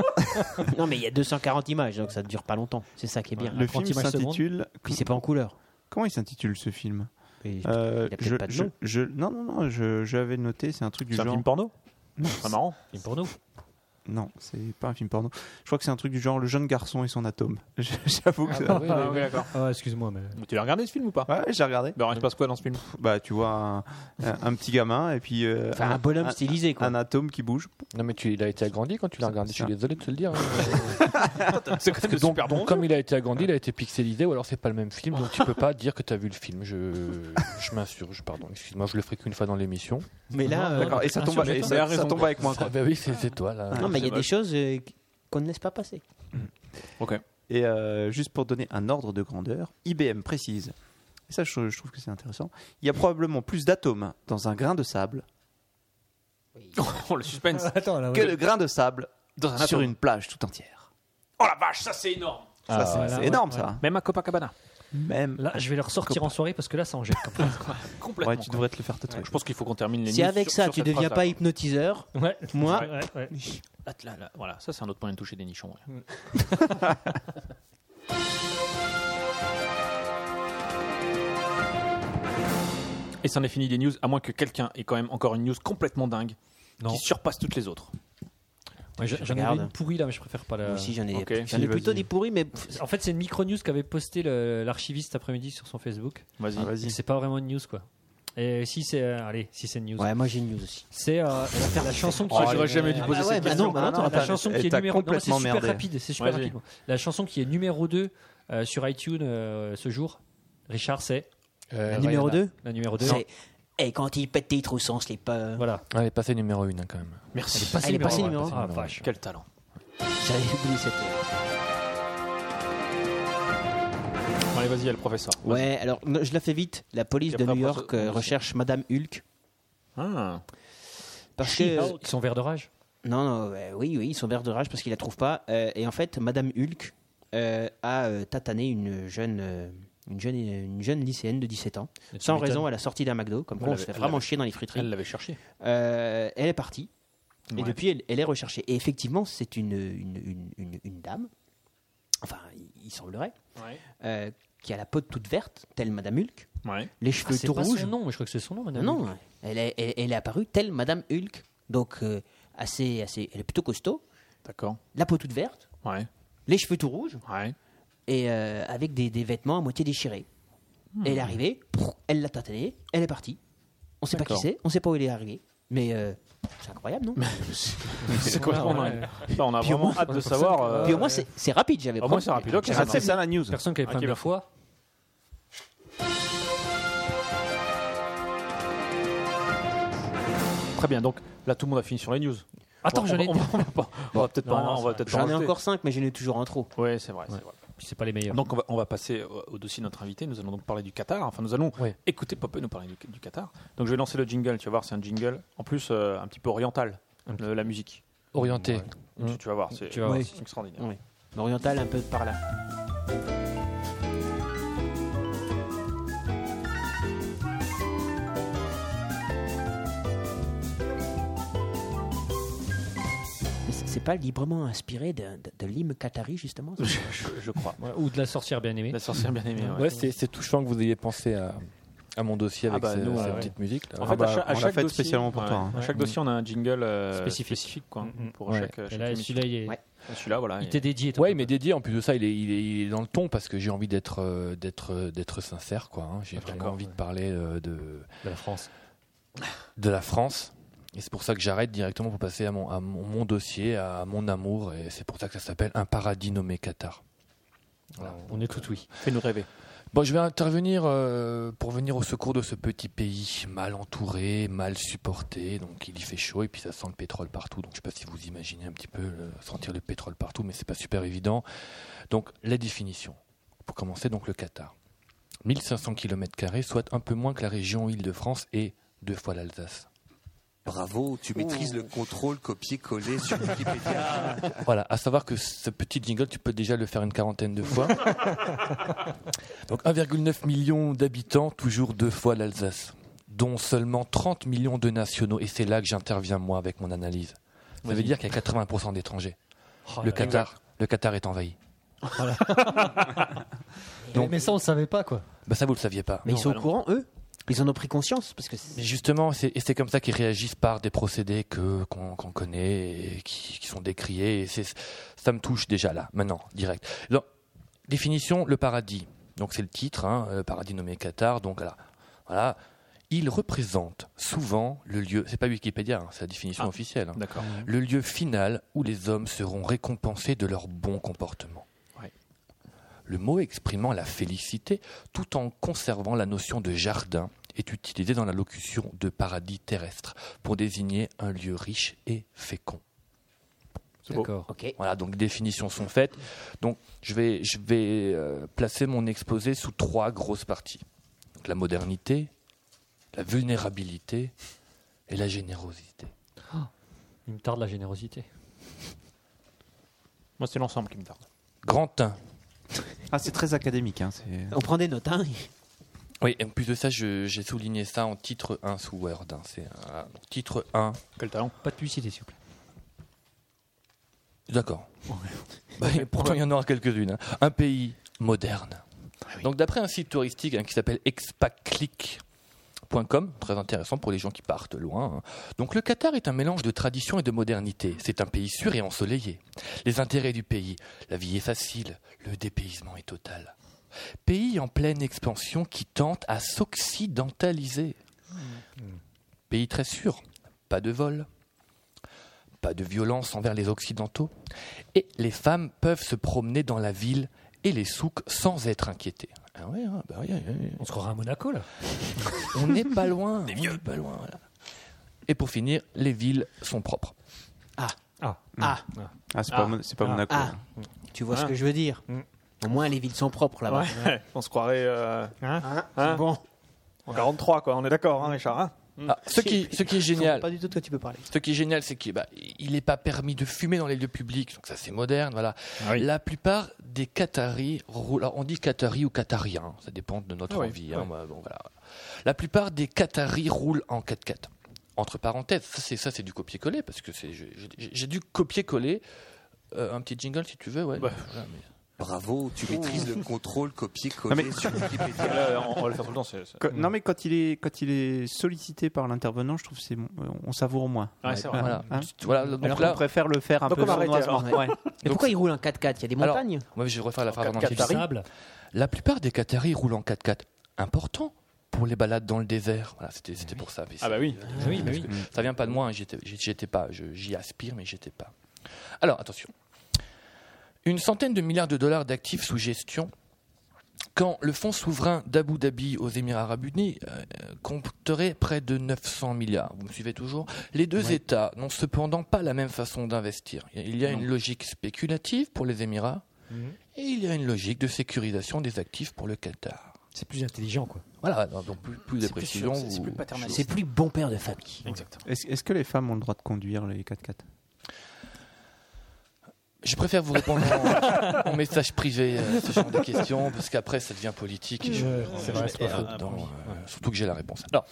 Non, mais il y a 240 images, donc ça ne dure pas longtemps. C'est ça qui est bien. le la film 30 images s'intitule. Puis c'est pas en couleur. Comment il s'intitule ce film Et- Euh, il y a peut-être je, pas de je- nom. je- Non, non, non, je- j'avais noté, c'est un truc du C'est un genre. film porno C'est marrant. C'est pour nous. Non, c'est pas un film porno. Je crois que c'est un truc du genre Le jeune garçon et son atome. J'avoue que ça- Ah, oui, oui, oui. Ah, excuse-moi, mais. Tu l'as regardé ce film ou pas Ouais, j'ai regardé. Bah, il se passe quoi dans ce film Bah, tu vois un, un- un petit gamin et puis euh, Enfin, un bonhomme stylisé, quoi. un atome qui bouge. Non, mais tu, il a été agrandi quand tu l'as regardé. Je suis ça. désolé de te le dire. hein. C'est quand Parce que donc, donc, comme il a été agrandi, il a été pixelisé, ou alors c'est pas le même film, donc tu peux pas dire que tu as vu le film. Je, je m'insurge, pardon. Excuse-moi, je le ferai qu'une fois dans l'émission. Mais là, euh, D'accord, et ça Ah, tombe, sur et Netflix, ça- il a ça raison, tombe quoi. avec moi. Ah, quoi. bah oui, c'est c'est toi là. non, mais il y a c'est des choses euh, qu'on ne laisse pas passer. Et euh, juste pour donner un ordre de grandeur, IBM précise, et ça je, je trouve que c'est intéressant, il y a probablement plus d'atomes dans un grain de sable Oh, le suspense Attends, là, que de grains de sable sur une plage tout entière. Oh la vache, ça c'est énorme Ça, c'est ouais, c'est ouais, énorme ouais. ça. Même à Copacabana. Même. Là, je vais le ressortir en soirée parce que là, ça en jette. comme ça. Complètement. Ouais, tu devrais te le faire tatouer. Je pense qu'il faut qu'on termine les Si news avec sur- ça, sur tu cette deviens phrase-là. pas hypnotiseur, Ouais. Moi- Ouais, ouais, ouais. Là, là, là, Voilà, ça c'est un autre moyen de toucher des nichons. ouais. Et c'en est fini des news, à moins que quelqu'un ait quand même encore une news complètement dingue Non. qui surpasse toutes les autres. Ouais, j'en- J'en Regarde. ai une pourrie là, mais je préfère pas la. moi aussi j'en ai, Euh, ok, j'en ai si, plutôt vas-y. des pourris, mais pff, En fait, c'est une micro-news qu'avait posté le- l'archiviste cet après-midi sur son Facebook. Vas-y. Ah, vas-y. C'est pas vraiment une news, quoi. Et si c'est. euh, allez, si c'est une news. ouais, moi j'ai une news aussi. C'est euh, la, la chanson qui Oh, est- j'aurais jamais dû Ah poser bah cette ouais, bah question. non, bah Maintenant, non, la t'as- chanson hein. elle qui est t'a numéro non, c'est complètement super merdé. rapide, c'est super Vas-y. rapide. La chanson qui est numéro 2 euh, sur iTunes euh, ce jour. Richard, c'est Euh, numéro Rihanna. 2 la numéro 2. C'est. Et quand il pète des trous sans slip. pas Voilà. Elle est passée numéro 1 quand même. Merci. Elle est passée un. numéro Ah, un. vache. Quel talent. J'avais oublié cette. Allez, vas-y, le professeur. Ouais, alors non, je la fais vite. La police Et de après, New après, York euh, on- recherche Madame Hulk. Ah. Parce que. Ils sont verts de rage. Non, non, euh, oui, oui, ils sont verts de rage parce qu'ils la trouvent pas. Euh, et en fait, Madame Hulk euh, a euh, tatané une jeune, euh, une, jeune, une jeune lycéenne de 17 ans, sans raison à la sortie d'un McDo, comme quoi on l'avait- se fait elle vraiment l'avait- chier dans les friteries. Elle l'avait cherché. Euh, elle est partie. Ouais. Et depuis, elle, elle est recherchée. Et effectivement, c'est une, une, une- une- une dame, enfin, il, il semblerait, Ouais. euh, qui a la peau toute verte, telle Madame Hulk, Ouais. les Ah, cheveux c'est tout pas rouges. son nom, mais je crois que c'est son nom, madame. Non, non, elle est, elle, elle est apparue telle Madame Hulk. Donc, euh, assez, assez, elle est plutôt costaud, D'accord. la peau toute verte, Ouais. les cheveux tout rouges, Ouais. et euh, avec des, des vêtements à moitié déchirés. Hmm. Et Elle est arrivée, prou, elle l'a tâtonnée, elle est partie. On sait pas qui D'accord. c'est, on sait pas où elle est arrivée, mais euh, c'est incroyable, non C'est complètement ouais, dingue. Là, on a vraiment hâte de savoir. euh, Puis au moins, c'est c'est rapide, j'avais au moins, c'est rapide. Ok, ça Ah, C'est ça la news. Personne qui avait Ok, pris un merci. fois. Très bien, donc là tout le monde a fini sur les news. Attends, Bon, j'en ai on, va- on va pas- on va peut-être Non, pas, non, on va ça- peut-être pas J'en ai rajouter. encore 5, mais je n'ai toujours un trop. Ouais, c'est vrai, c'est vrai. C'est pas les meilleurs. Donc on va, on va passer au, au dossier de notre invité. Nous allons donc parler du Qatar. Enfin, nous allons Ouais. écouter Popé nous parler du, du Qatar. Donc je vais lancer le jingle. Tu vas voir, c'est un jingle en plus euh, un petit peu oriental. euh, la musique. Orienté. Mm. Tu, tu vas voir, c'est Tu vas voir. c'est extraordinaire. Ouais. L'oriental, un peu par là. Mais c'est- C'est pas librement inspiré de, de- de l'hymne qatari, justement ça Je, je- je crois. Ouais, Ou de la sorcière bien aimée. La sorcière bien aimée. ouais. Ouais, c'est c'est touchant que vous ayez pensé à, à mon dossier Ah avec bah, ce- nous, cette ouais, ouais. petite musique. là. En Ah fait, à bah, cha- à on l'a chaque fait dossier- spécialement pour ouais. toi, hein. À chaque dossier, on a un jingle euh, Spécifique. spécifique, quoi, Mm, mm. pour Ouais. Bah, chaque. Et chaque là, émission. Ah, celui-là, il est. Ouais. Celui-là, voilà. Il t'est dédié. toi. Ouais, mais dédié en plus de ça, il est, il est, il est dans le ton parce que j'ai envie d'être euh, d'être euh, d'être sincère quoi. hein. Ah, J'ai vraiment d'accord, envie de ouais. parler euh, de de la France. de la France. Et c'est pour ça que j'arrête directement pour passer à mon, à mon, mon dossier, à mon amour. Et c'est pour ça que ça s'appelle Un paradis nommé Qatar. Voilà. On est tout oui. Fais-nous rêver. Bon, je vais intervenir euh, pour venir au secours de ce petit pays mal entouré, mal supporté. Donc, il y fait chaud et puis ça sent le pétrole partout. Donc, je ne sais pas si vous imaginez un petit peu le- sentir le pétrole partout, mais c'est pas super évident. Donc, la définition. Pour commencer, donc le Qatar. 1500 km, soit un peu moins que la région Île-de-France et deux fois l'Alsace. Bravo, tu maîtrises le contrôle copier-coller sur Wikipédia. Voilà, à savoir que ce petit jingle, tu peux déjà le faire une quarantaine de fois. Donc 1,9 million d'habitants, toujours deux fois l'Alsace, dont seulement 30 millions de nationaux. Et c'est là que j'interviens moi avec mon analyse. Ça veut dire qu'il y a 80% d'étrangers. Oh, le Qatar, le Qatar est envahi. Mais ça, on le savait pas, quoi. Bah ça vous le saviez pas. bah Mais ils sont au courant, eux Ils en ont pris conscience parce que c'est- Mais justement, c'est et c'est comme ça qu'ils réagissent par des procédés que qu'on qu'on connaît et qui, qui sont décriés. Et c'est- ça me touche déjà là, maintenant, direct. Donc, définition le paradis. Donc c'est le titre, hein, euh, paradis nommé Qatar. Donc voilà, voilà. Il représente souvent le lieu. C'est pas Wikipédia, hein, c'est la définition officielle. hein. D'accord. Le lieu final où les hommes seront récompensés de leur bon comportement. Ouais. Le mot exprimant la félicité tout en conservant la notion de jardin est utilisé dans la locution de paradis terrestre pour désigner un lieu riche et fécond. D'accord. ok. Voilà, donc définitions sont faites. Donc je vais, je vais euh, placer mon exposé sous trois grosses parties. Donc, la modernité, la vulnérabilité et la générosité. Il me tarde la générosité. Moi, c'est l'ensemble qui me tarde. Grand 1. Ah, c'est très académique. Hein, c'est- On prend des notes, hein. Oui, et en plus de ça, je- j'ai souligné ça en titre 1 sous Word. hein. C'est un- donc, titre 1. Quel talent Pas de publicité, s'il vous plaît. D'accord. Bah, mais pourtant, il y en aura quelques-unes. hein. Un pays moderne. Donc, d'après un site touristique hein, qui s'appelle expaclick.com, très intéressant pour les gens qui partent loin. hein. Donc, le Qatar est un mélange de tradition et de modernité. C'est un pays sûr et ensoleillé. Les intérêts du pays, la vie est facile, le dépaysement est total. Pays en pleine expansion qui tente à s'occidentaliser. Pays très sûr, pas de vol, pas de violence envers les occidentaux et les femmes peuvent se promener dans la ville et les souks sans être inquiétées. Ah ouais, hein, bah oui, oui, oui. On se croirait à Monaco, là. on n'est pas loin. on n'est pas loin. voilà. Et pour finir, les villes sont propres. Ah, Ah, Ah, c'est pas, mon- c'est pas Monaco. ah. Mm. Tu vois ce que je veux dire Au moins, les villes sont propres là-bas. On se croirait euh, Hein Hein bon. en 43, quoi. On est d'accord, hein, Richard hein Ah, ce, qui, ce qui est génial, Pas du tout de quoi tu peux parler. ce qui est génial, c'est qu'il n'est pas permis de fumer dans les lieux publics. Donc ça, c'est moderne. Voilà. La plupart des Qataris roulent. alors, on dit Qataris ou Qatariens, hein, ça dépend de notre envie. hein, bah, bon, voilà. La plupart des Qataris roulent en 4x4. Entre parenthèses, ça c'est ça c'est du copier-coller parce que c'est j'ai- j'ai j'ai dû copier-coller euh, un petit jingle si tu veux ouais. Voilà, mais- Bravo, tu maîtrises le contrôle Non, copier-coller mais- sur Wikipédia. Là, on, on va le faire tout le temps. c'est- c'est- Quand- Non, mais quand il est, quand il est sollicité par l'intervenant, je trouve que c'est mon- euh, on savoure moins. Ouais, ah, c'est vrai. voilà. Hein Voilà, donc Alors là- qu'on préfère le faire un Donc peu on va arrêter, sournoisement. Ouais. Mais pourquoi ils roulent en 4x4 Il y a des Alors, montagnes ouais, je vais refaire la phrase en entier. du sable. La plupart des Qataris roulent en 4x4. Important pour les balades dans le désert. Voilà, c'était c'était pour ça. mais Ah bah c'est- oui. Ah oui, bah oui. Ça vient pas de moi, hein, j'étais- j'y j'y étais pas. Je- J'y aspire, mais j'étais pas. Alors, attention. Une centaine de milliards de dollars d'actifs sous gestion. Quand le fonds souverain d'Abu Dhabi aux Émirats Arabes Unis euh, compterait près de 900 milliards, vous me suivez toujours Les deux États n'ont cependant pas la même façon d'investir. Il y a une logique spéculative pour les Émirats Mhm. et il y a une logique de sécurisation des actifs pour le Qatar. C'est plus intelligent, quoi. Voilà, donc plus, plus de précisions. vous- C'est plus bon père de famille. Hein, Est-ce est-ce que les femmes ont le droit de conduire les 4x4 Je préfère vous répondre en, en message privé euh, ce genre de questions, parce qu'après ça devient politique et je, je vrai, me c'est pas perds faux. Ah, dedans, euh, surtout que j'ai la réponse. Alors,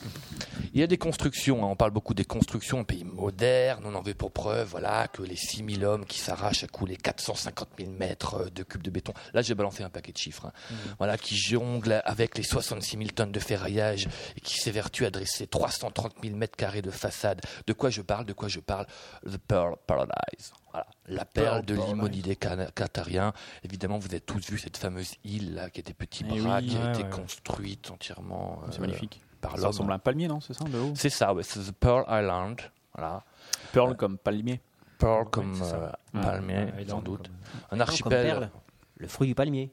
il y a des constructions, hein, on parle beaucoup des constructions, un pays moderne, on en veut pour preuve, voilà, que les 6000 hommes qui s'arrachent à coups les 450 000 mètres euh, de cubes de béton. Là, j'ai balancé un paquet de chiffres. hein. Mmh. Voilà, qui jonglent avec les 66 000 tonnes de ferraillage et qui s'évertuent à dresser 330 000 mètres carrés de façade. De quoi je parle De quoi je parle The Pearl Paradise. Voilà, la perle de l'immonidé cana- qatarien. Évidemment, vous avez tous vu cette fameuse île là, qui était petit Eh bras, oui, qui a ouais, été ouais. construite entièrement euh, C'est magnifique. par Ça l'homme. ressemble à un palmier, non C'est ça, de haut C'est ça, ouais, c'est The Pearl Island. Voilà. Pearl comme palmier. Pearl Ouais, comme c'est ça. euh, Ouais, euh, palmier, ouais, sans island, doute. comme- Un Non, comme perle. archipel. Le fruit du palmier.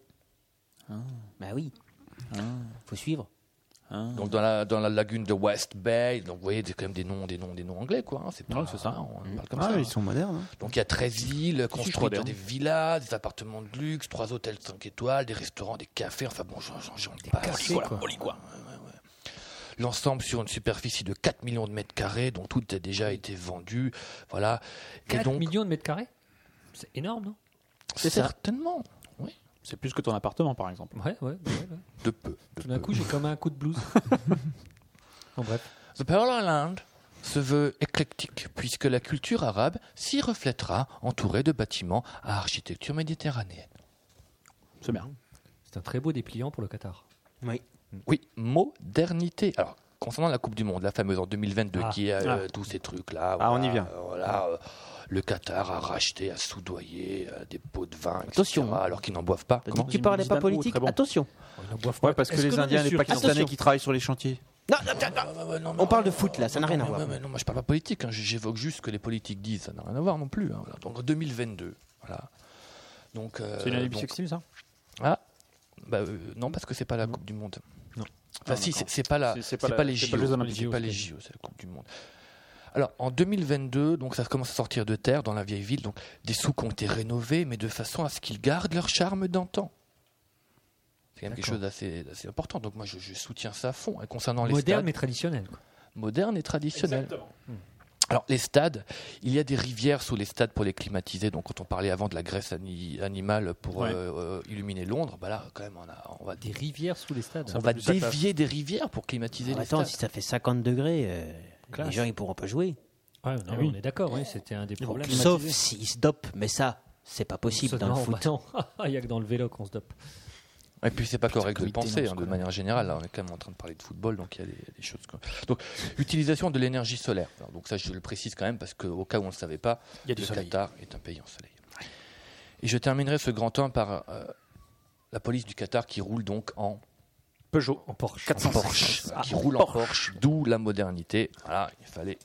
Bah oui. Hein, Faut suivre. Donc dans la, dans la lagune de West Bay, donc vous voyez, c'est quand même des noms, des noms, des noms anglais, quoi. hein, C'est pas, Ouais, c'est ça. Mm. On parle comme Ah, ça. ils sont modernes. hein. Donc il y a 13 îles, construites moderne. des villas, des appartements de luxe, trois hôtels 5 étoiles, des restaurants, des cafés, enfin bon, j'en j'en- j'en passe. Voilà. Ouais, ouais, ouais. L'ensemble sur une superficie de 4 millions de mètres carrés, dont tout a déjà été vendu. Voilà. Et 4 donc, millions de mètres carrés C'est énorme, non certainement, C'est plus que ton appartement, par exemple. Ouais, ouais. ouais, ouais. de peu. de Tout d'un peu. coup, j'ai comme un coup de blues. en bref. The Pearl Island se veut éclectique puisque la culture arabe s'y reflètera entourée de bâtiments à architecture méditerranéenne. C'est bien. C'est un très beau dépliant pour le Qatar. Oui. Oui, modernité. Alors, concernant la Coupe du Monde, la fameuse en 2022, Ah. qui a euh, tous ces trucs-là. Ah, on voilà, y vient. euh, voilà, euh, le Qatar a racheté, a soudoyé euh, des pots de vin, etc., Attention, hein. alors qu'ils n'en boivent pas. Comment Tu parlais pas politique, attention. Ouais, parce que Est-ce les que l'on Ah, Indiens est et les sûr- Pakistanais Attention. qui travaillent sur les chantiers. Non, non, non, non. Oh, on parle de foot là, Ah, ça n'a rien à Ouais, voir. mais non, moi je parle pas politique, hein, j'évoque juste ce que les politiques disent, ça n'a rien à voir non plus. hein, voilà. Donc en 2022, voilà. Donc, euh, C'est une année donc- bissextile, ça Ah, bah, euh, non, parce que c'est pas la Coupe du Monde. Non. Enfin, Ah, si, d'accord. c'est c'est pas, la, C'est- c'est, c'est pas pas, la- les c'est JO. pas les Jeux Olympiques, C'est pas les JO, c'est la Coupe du Monde. Alors, en 2022, donc, ça commence à sortir de terre dans la vieille ville. Donc, des souks ont été rénovés, mais de façon à ce qu'ils gardent leur charme d'antan. C'est quand même quelque chose d'assez, d'assez important. Donc, moi, je, je soutiens ça à fond. Et concernant les Moderne stades, mais traditionnel. quoi. moderne et traditionnel. Hmm. Alors les stades, il y a des rivières sous les stades pour les climatiser. Donc quand on parlait avant de la graisse ani- animale pour Ouais. euh, euh, illuminer Londres, bah là quand même on, a- on va, Des rivières sous les stades. on peu va plus Ah, sa classe. dévier des rivières pour climatiser les Attends, si stades. ça fait 50 degrés, euh, les Classe. gens ils pourront pas jouer. Ouais, non, Ah oui. On est d'accord, ouais, c'était un des problèmes. Sauf s'ils se dopent, mais ça, c'est pas possible dans le Non, foot. bah non. Il n'y a que dans le vélo qu'on se dope. Et puis c'est pas correct de le quel penser démence, hein, de quoi. manière générale. Là, on est quand même en train de parler de football, donc il y a des, des choses. quoi. Donc utilisation de l'énergie solaire. Alors, donc ça je le précise quand même parce qu'au cas où on ne le savait pas, Il y a du le soleil. Qatar est un pays en soleil. Et je terminerai ce grand temps par euh, la police du Qatar qui roule donc en Peugeot. En Porsche. en Porsche, qui roule en Porsche, d'où la modernité. Voilà, il fallait.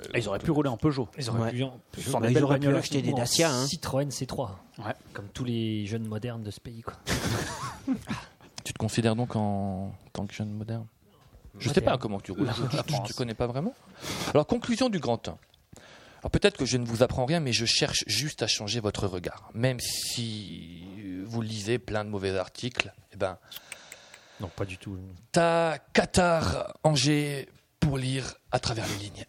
euh, Ah, Ils auraient pu rouler en Peugeot. Ils auraient Ouais. pu hein. en- Ce sont Bah, des ils belles auraient pu bagnoles. acheter des en Dacia. hein. Citroën C3. Ouais. Comme tous les jeunes modernes de ce pays. Quoi. Tu te considères donc en tant que jeune moderne Je Moderne. sais pas comment tu roules. Je ne te connais pas vraiment. Alors, conclusion du grand 1. Alors, peut-être que je ne vous apprends rien, mais je cherche juste à changer votre regard. Même si euh, vous lisez plein de mauvais articles, eh ben, Non, pas du tout. t'as Qatar, Angers pour lire à travers les lignes.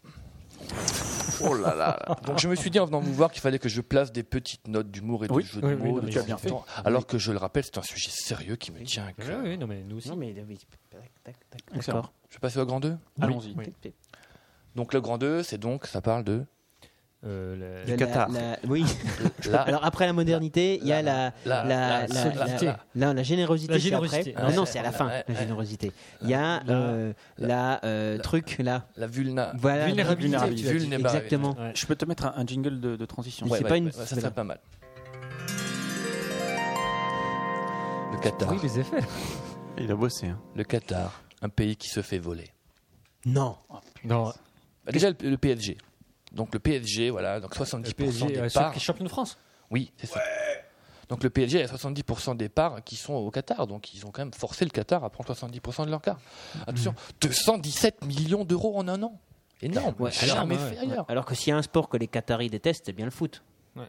Oh là là. Donc je me suis dit en venant vous voir qu'il fallait que je place des petites notes d'humour et de Oui, jeu oui, de oui, non, mots. de mais temps tu as bien en temps. Ah Alors que je le rappelle, c'est un sujet sérieux qui me tient à Oui, cœur. oui, non, mais nous aussi. Non, mais oui, tac, tac, tac, Excellent. d'accord. Je vais passer au grand 2. Allons-y. Oui. Donc le grand 2, c'est donc, ça parle de Euh, la- La- Qatar. la- oui. la, Alors après la modernité, il y a Ah. la la, la, la, la- solidité. la- non, la générosité. La c'est générosité. Après. Ah, Non, non, c'est- c'est à la fin, ouais, la ouais. générosité. Il y a La- euh, la, euh, truc là. la vulna- Voilà. Vulnérabilité, vulnérabilité. tu as dit. vulnérabilité. Exactement. Ouais. Je peux te mettre un, un jingle de, de transition. Ouais, c'est ouais, pas une- ouais, ça serait pas mal. Le Qatar. Oui, les effets. Il a bossé. hein. Le Qatar, un pays qui se fait voler. Non. Non, Bah, déjà le, le PSG. Donc le PSG, voilà, donc 70% PSG, des euh, parts. qui est champion de France. Oui, c'est ça. Donc le PSG a 70% des parts qui sont au Qatar, donc ils ont quand même forcé le Qatar à prendre 70% de leurs parts. Attention, 217 millions d'euros en un an. Énorme, Ouais, alors, jamais ouais, fait ailleurs. Alors que s'il y a un sport que les Qataris détestent, c'est bien le foot.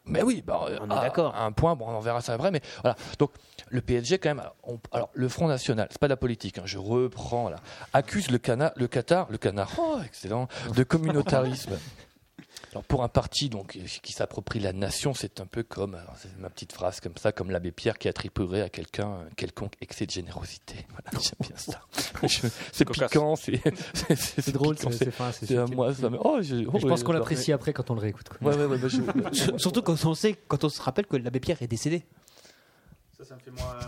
Mais oui, bah, euh, On est à- d'accord. à Un point, bon, on en verra ça après, mais voilà. Donc le PSG quand même, on- alors le Front National, c'est pas de la politique, hein, je reprends là, accuse le, cana, le Qatar, le canard, oh, excellent, de communautarisme. Alors pour un parti donc qui s'approprie la nation, c'est un peu comme alors, c'est ma petite phrase comme ça, comme l'abbé Pierre qui attribuerait à quelqu'un un quelconque excès de générosité. Voilà, j'aime bien ça. Je- c'est Cocasse. piquant, c'est c'est- c'est- Oh, C'est drôle, piquant, c'est c'est c'est fin, c'est c'est à subtil. moi. Ça, me- oh, je, oh, Mais Je pense qu'on j'adore. l'apprécie après quand on le réécoute. quoi. Ouais, ouais, ouais, bah, je- Surtout quand on sait, quand on se rappelle que l'abbé Pierre est décédé.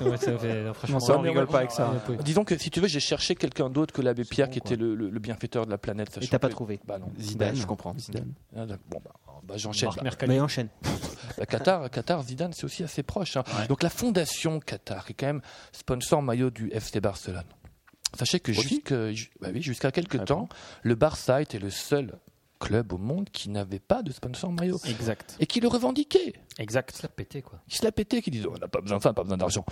Ouais, ça fait- non, franchement, ça, on ouais, rigole ouais, pas avec ça. ouais, ouais. Disons que si tu veux, j'ai cherché quelqu'un d'autre que l'abbé Pierre bon, qui quoi. était le, le- le bienfaiteur de la planète. Et sachant t'as pas que- trouvé. Bah non. Zidane. Bah, je comprends. Zidane. Ah, d'accord. Bon, bah, bah, j'enchaîne. Marc Bah, Mercalli. Mais enchaîne. bah, Qatar, Qatar, Zidane, c'est aussi assez proche. hein. Donc la fondation Qatar est quand même sponsor maillot du FC Barcelone. Sachez que jusque- ju- bah oui, jusqu'à quelques temps, le Barça était le seul club au monde qui n'avait pas de sponsor maillot Exact. et qui le revendiquait. Exact. Ça pété quoi. qui se la pétaient, qui disaient on n'a pas besoin de ça, pas besoin d'argent.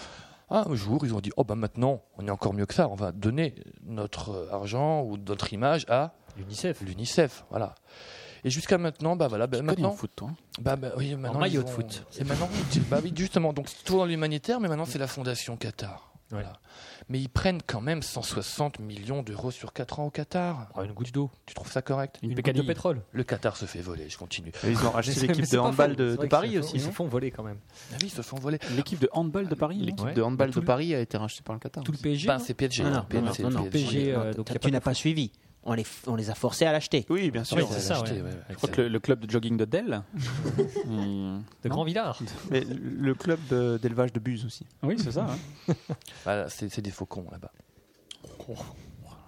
Ah, un jour, ils ont dit oh ben maintenant, on est encore mieux que ça, on va donner notre euh, argent ou notre image à L'UNICEF. l'UNICEF, voilà. Et jusqu'à maintenant, bah voilà, bah, maintenant, foot, toi. bah, bah, oui, maintenant En maillot ils de ont- foot. Et maintenant, ils- bah oui, justement, donc c'est toujours dans l'humanitaire, mais maintenant c'est la fondation Qatar. Ouais. Voilà. Mais ils prennent quand même 160 millions d'euros sur 4 ans au Qatar. Oh, une goutte d'eau. Tu trouves ça correct Une, goutte de pécadille. pétrole. Le Qatar se fait voler, je continue. Et ils ont racheté l'équipe de handball de, de Paris aussi. Ils se non font voler quand même. Ah oui, ils se font voler. L'équipe de handball de Paris. L'équipe Ouais. de handball Tout de le- Paris a été rachetée par le Qatar. Tout le PSG. Bah, c'est PSG. Ah non, hein, non, non, c'est non, non, PSG. PSG, ouais. euh, donc il y a tu n'as pas suivi. On les, on les a forcés à l'acheter. Oui, bien sûr. Oui, On c'est l'a ça, acheté, ouais. ouais, ouais, Je crois c'est que le, le club de jogging de Dell. Hum. de Grand Villard. Mais le club de- d'élevage de buse aussi. Oui, c'est ça. Ah, Voilà, c'est c'est des faucons là-bas.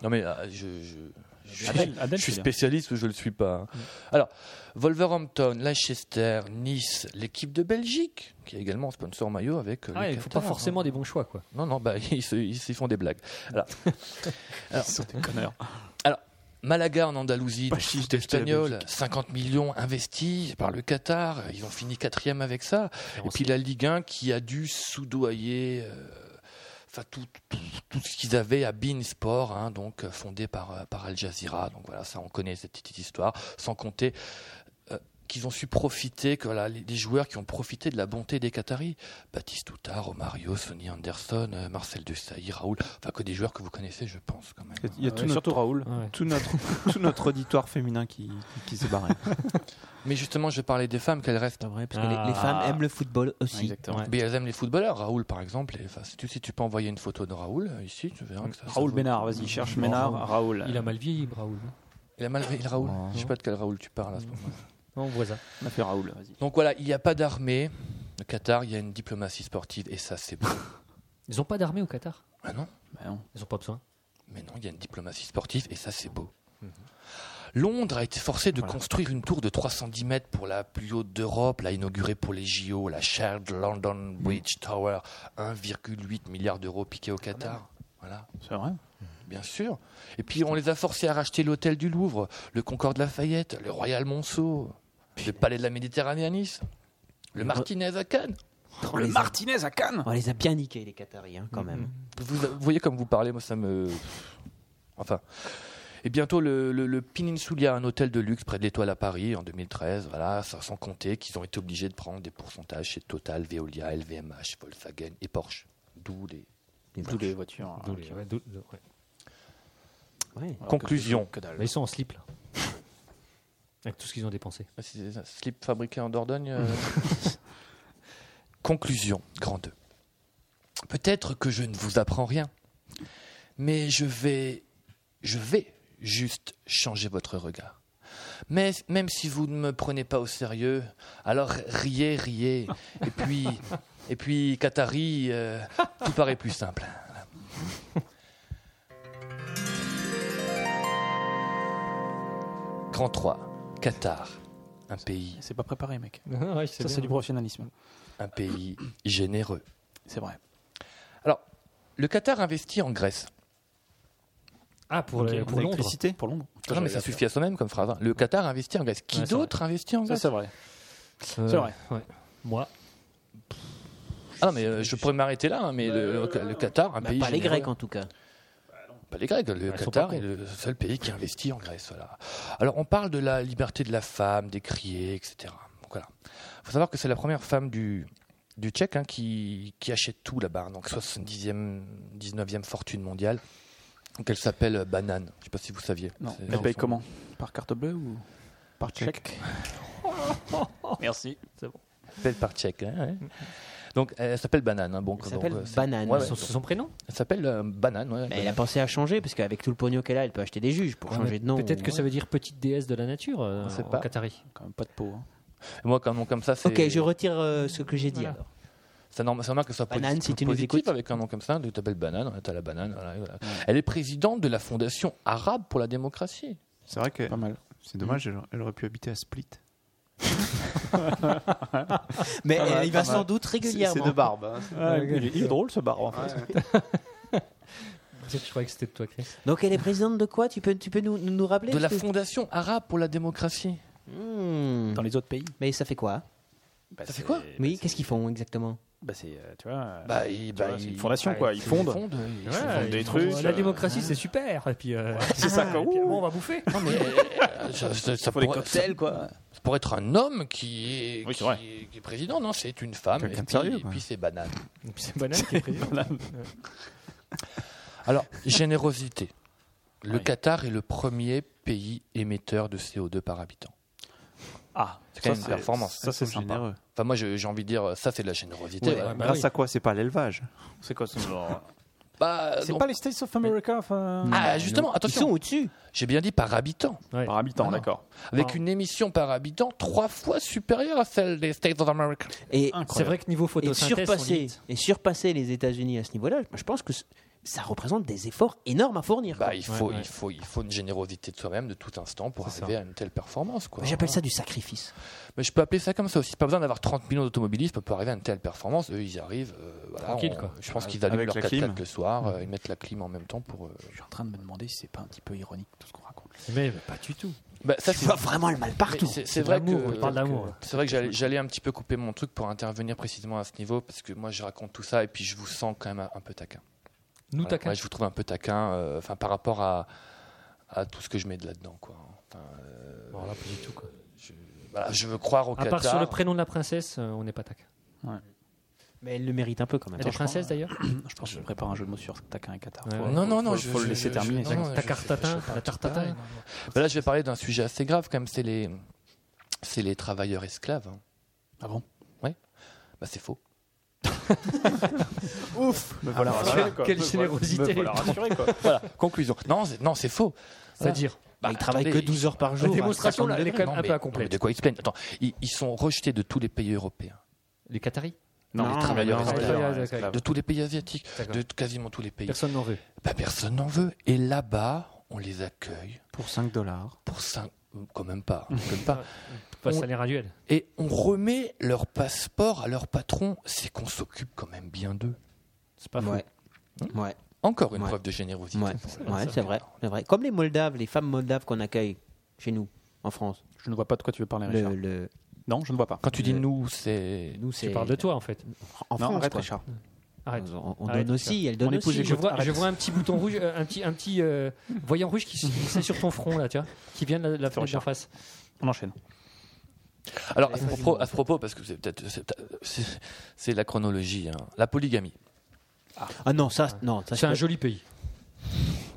Non mais euh, je, je, je Adèle- suis, Adèle, je suis c'est bien. spécialiste ou je le suis pas. hein. Mm. Alors, Wolverhampton, Leicester, Nice, l'équipe de Belgique, qui est également sponsor maillot avec euh, Ah le ouais, il faut Qatar, pas forcément hein. des bons choix, quoi. Non, non, bah, ils, se- ils s'y font des blagues. Alors, alors, Connard. Malaga en Andalousie, Pas donc chiche foot d'acheter la espagnol, Belgique. 50 millions investis par le Qatar, ils ont fini quatrième avec ça. Et puis la Ligue 1 qui a dû soudoyer euh, enfin, tout, tout- tout ce qu'ils avaient à Bein Sport, hein, donc euh, fondé par, euh, par Al Jazeera. Donc voilà, ça on connaît cette petite histoire, sans compter euh, qu'ils ont su profiter, que voilà, les, les joueurs qui ont profité de la bonté des Qataris, Baptiste Outa, Romario, Sonny Anderson, euh, Marcel Desailly, Raoul, enfin que des joueurs que vous connaissez je pense quand même. Il y Ah a tout, notre, surtout Raoul. Ouais. tout, notre, tout notre auditoire féminin qui, qui s'est barré. Mais justement je parlais des femmes, qu'elles restent C'est vrai, parce que Ah. les, les femmes aiment le football aussi. Exactement. Mais elles aiment les footballeurs. Raoul, par exemple. Et, enfin, si, tu, si tu peux envoyer une photo de Raoul euh, ici, tu verras que ça. ça Raoul vaut- Ménard, vas-y, cherche Non, Ménard, Raoul. Raoul. Il a mal vieilli, Raoul. Il a mal il, Raoul. Oh. Je sais pas de quel Raoul tu parles à ce moment. Non, on voit ça. On a fait Raoul, vas-y. Donc voilà, il n'y a pas d'armée. Le Qatar, il y a une diplomatie sportive et ça, c'est beau. Ils ont pas d'armée au Qatar. ah non Ils ont pas besoin. Mais non, il y a une diplomatie sportive et ça, c'est beau. Londres a été forcée de construire une tour de 310 mètres pour la plus haute d'Europe, l'a inaugurée pour les JO, la Shared London Bridge Tower, 1,8 milliard d'euros piqués au Qatar. Voilà. C'est vrai Bien sûr. Et puis on les a forcés à racheter l'hôtel du Louvre, le Concorde Lafayette, le Royal Monceau, le Palais de la Méditerranée à Nice, le Martinez à Cannes. On les a- Martinez à Cannes On les a bien niqués, les Qataris, hein, quand même. Vous, vous voyez comme vous parlez, moi ça me. Enfin. Et bientôt le, le, le Peninsula, un hôtel de luxe près de l'Étoile à Paris en 2013. Voilà, ça sans compter qu'ils ont été obligés de prendre des pourcentages chez Total, Veolia, LVMH, Volkswagen et Porsche. D'où les. Toutes les voitures. euh, D'où les- ouais, d'où- d'où- ouais. Ouais. Conclusion. Mais ils sont en slip, là. Avec tout ce qu'ils ont dépensé. C'est un slip fabriqué en Dordogne. euh. Conclusion, grand 2. Peut-être que je ne vous apprends rien, mais je vais, je vais juste changer votre regard. Mais même si vous ne me prenez pas au sérieux, alors riez, riez. Et puis, et puis, Qatari, euh, tout paraît plus simple. Grand 3, Qatar, un pays C'est pas préparé, mec. ouais, Ça, c'est du professionnalisme. un pays généreux. C'est vrai. Alors, le Qatar investit en Grèce. Ah, pour, euh, pour Londres. L'électricité Pour Londres. Non, mais ça suffit à soi-même comme phrase. hein. Le Qatar investit en Grèce. Qui Ouais, c'est d'autre investit en Ça, Grèce c'est vrai. Euh, C'est vrai. ouais. Moi, Ah non, mais euh, je pourrais m'arrêter là, hein, mais le, le Qatar, un Bah, pays. pas les généreux. Grecs, en tout cas. Pas les Grecs. Le Ils sont Qatar pas est le seul pays qui investit en Grèce. Voilà. Alors, on parle de la liberté de la femme, des criers, etc. Donc, voilà. Il faut savoir que c'est la première femme du, du Tchèque hein, qui, qui achète tout là-bas. hein. Donc, 70e, 19e fortune mondiale. Donc, elle s'appelle Banane. Je ne sais pas si vous saviez. Non. C'est- Elle paye son- comment Par carte bleue ou par chèque Merci. s'appelle par tchèque. hein, ouais. Donc elle s'appelle Banane. hein, bon, Elle donc, s'appelle euh, c'est- Banane. Ouais, ouais. son, son prénom elle s'appelle euh, Banane. ouais, Mais elle a Banane. pensé à changer, parce qu'avec tout le pognon qu'elle a, elle peut acheter des juges pour changer de nom. Peut-être que ça veut dire petite déesse de la nature euh, On sait en pas. Qatari. Quand même pas de peau. hein. Moi, quand nom comme ça, c'est. Ok, je retire euh, ce que j'ai dit Voilà. alors. C'est normal, c'est normal que ce soit Banane, positif, si tu nous positif écoutes. Mm. avec un nom comme ça. Tu t'appelles Banane, ouais, t'as la banane. voilà, voilà. Elle est présidente de la Fondation arabe pour la démocratie. C'est vrai que. Pas mal. C'est dommage, elle- elle aurait pu habiter à Split. Mais Pas mal, euh, il va pas mal. sans doute régulièrement. barbe. hein. il, est- il est drôle ce bar en fait. Je croyais que c'était de toi, Chris. Donc elle est présidente de quoi Tu peux, tu peux nous, nous, nous rappeler De la parce que- Fondation arabe pour la démocratie. Hmm. Dans Bah, les autres pays. Mais ça fait quoi ça fait quoi Oui, qu'est-ce qu'ils font exactement Bah c'est, euh, tu vois. Bah, il- tu bah, vois, c'est il- une fondation, quoi. Ils ils fondent. fondent, ils Ouais, fondent des ils font, trucs, euh, La euh, démocratie, c'est super. Et puis, euh, C'est ça, quoi. et puis, Ouh. bon, on va bouffer. Non, mais, euh, ça, ça- ça Faut des pourrait- cocktails, quoi. ça pourrait être un homme qui est, Oui, c'est qui, vrai. est- qui est président. Non, c'est une femme. Quelqu'un et de puis- sérieux, et quoi. puis c'est banane. Et puis, C'est banal qui est président. Alors, générosité. Le Oui. Qatar est le premier pays émetteur de CO2 par habitant. Ah, C'est quand même une performance. Ça, c'est sympa. Généreux. Enfin, moi, je- j'ai envie de dire, ça, c'est de la générosité. Ouais, voilà. ouais, bah Grâce oui. à quoi C'est pas l'élevage. C'est quoi ce genre Bah, C'est non. pas les States of America, enfin. Ah, justement, Ils sont attention, au-dessus. j'ai bien dit par habitant. Ouais. Par habitant, Ah non. d'accord. Avec Ah. une émission par habitant trois fois supérieure à celle des States of America. Et, C'est vrai que niveau et photosynthèse, on surpasser, limite. et surpasser les États-Unis à ce niveau-là, je pense que c- ça représente des efforts énormes à fournir. quoi. Bah, il, faut, ouais. il, faut, il faut une générosité de soi-même de tout instant pour C'est arriver ça. à une telle performance. quoi. J'appelle ça du sacrifice. Mais je peux appeler ça comme ça aussi. Pas besoin d'avoir 30 millions d'automobilistes pour arriver à une telle performance. Eux, ils y arrivent. euh, voilà, Tranquille, on- quoi. Ah, Je pense qu'ils allument Avec leur la 4x4 clim. le Mmh. soir. euh, ils mettent la clim en même temps pour. euh, Je suis en train de me demander si c'est pas un petit peu ironique tout ce qu'on raconte. Mais pas du tout. Bah, ça, Tu vois vraiment le mal Mais partout. c'est- C'est C'est de vrai l'amour, que on parle d'amour. que- C'est vrai que j'allais- j'allais un petit peu couper mon truc pour intervenir précisément à ce niveau parce que moi je raconte tout ça et puis je vous sens quand même un, un peu taquin. Nous, Voilà, taquin. moi, je vous trouve un peu taquin, euh, enfin par rapport à, à tout ce que je mets de là-dedans quoi. Enfin, euh, Bon, là, pas du tout, quoi. voilà, je veux croire au À Qatar. part sur le prénom de la princesse, euh, on n'est pas taquin. Mais elle le mérite un peu quand même. Elle est princesse d'ailleurs Je pense que je prépare un jeu de mots sur Taquin et Qatar. Ouais, Faut- ouais. Non, non, faut- non, faut- je faut le je- laisser je- terminer. non, non, je- La je- tartatin, je- je- la tartatin. non, non. Bah là, je vais parler d'un sujet assez grave quand même, c'est les, c'est les travailleurs esclaves. hein. Ah bon Bah, c'est faux. Me voilà rassuré, Ah, quoi. Quelle Me voilà- générosité. me voilà rassuré, quoi. Voilà, conclusion. Non, c'est- non, c'est faux. C'est-à-dire, Bah, il travaille attendez, que 12 heures par jour. la démonstration, là, à 50 elle est quand Non, même un mais- peu non, mais incomplète. de quoi ils se plaignent Attends, ils, ils sont rejetés de tous les pays européens, Les Qataris Non, les travailleurs non, esclaves. non, Ah, Ouais, esclaves. de tous les pays asiatiques, Bah D'accord. de t- quasiment tous les pays. Personne n'en veut. Bah, personne n'en veut. Et là-bas, on les accueille Pour 5 dollars. pour 5 quand même pas, quand même pas. Pas On- salaire annuel. Et on remet leur passeport à leur patron. C'est qu'on s'occupe quand même bien d'eux. C'est pas faux. Ouais. Ouais, Encore une Ouais. preuve de générosité. ouais, ouais, c'est vrai, c'est vrai. Comme les Moldaves, les femmes moldaves qu'on accueille chez nous, en France. Je ne vois pas de quoi tu veux parler, Richard. Le, le- Non, je ne vois pas. Quand tu dis Le- nous, c'est nous, c'est Tu parles de toi en fait. En Non, France, arrête, quoi. Richard. Arrête. On, on Arrête, donne aussi, elle donne Mon épouse aussi. écoute, je, vois, arrête. je vois un petit bouton rouge, euh, un petit, un petit euh, voyant rouge qui se glissait sur ton front là, tu vois, qui vient de la, de la fenêtre d'en face. On enchaîne. Alors, à ce, propos, à ce propos, parce que c'est peut-être c'est peut-être- c'est- c'est la chronologie, hein. la polygamie. Ah non, ça, non, ça, C'est un je- joli pays.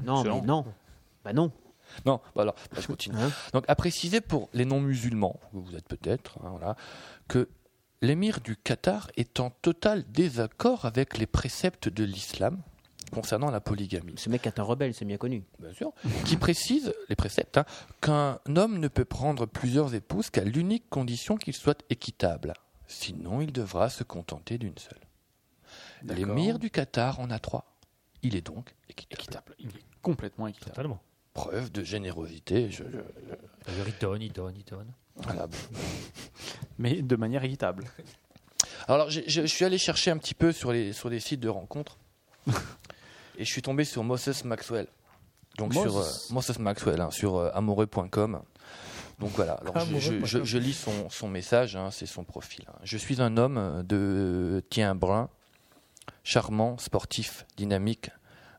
Non, mais non. Bah non. Non, voilà, bah, je continue. Hein Donc, à préciser pour les non-musulmans, que vous êtes peut-être, hein, voilà, que l'émir du Qatar est en total désaccord avec les préceptes de l'islam concernant la polygamie, Ce mec est un rebelle, c'est bien connu. bien sûr, qui précise, les préceptes, hein, qu'un homme ne peut prendre plusieurs épouses qu'à l'unique condition qu'il soit équitable. Sinon, il devra se contenter d'une seule. L'émir du Qatar en a trois. Il est donc équitable. Il est complètement équitable. Totalement. Preuve de générosité. je- je- D'ailleurs, il donne, il donne, il donne. voilà. Mais de manière équitable. Alors, j'ai- je, je suis allé chercher un petit peu sur les, sur les sites de rencontres. et je suis tombé sur Moses Maxwell. Donc, sur euh, Moses Maxwell, hein, sur euh, amoureux.com. Donc voilà, alors je, je- je- je lis son, son message, hein, c'est son profil. hein. Je suis un homme de tien brun, charmant, sportif, dynamique,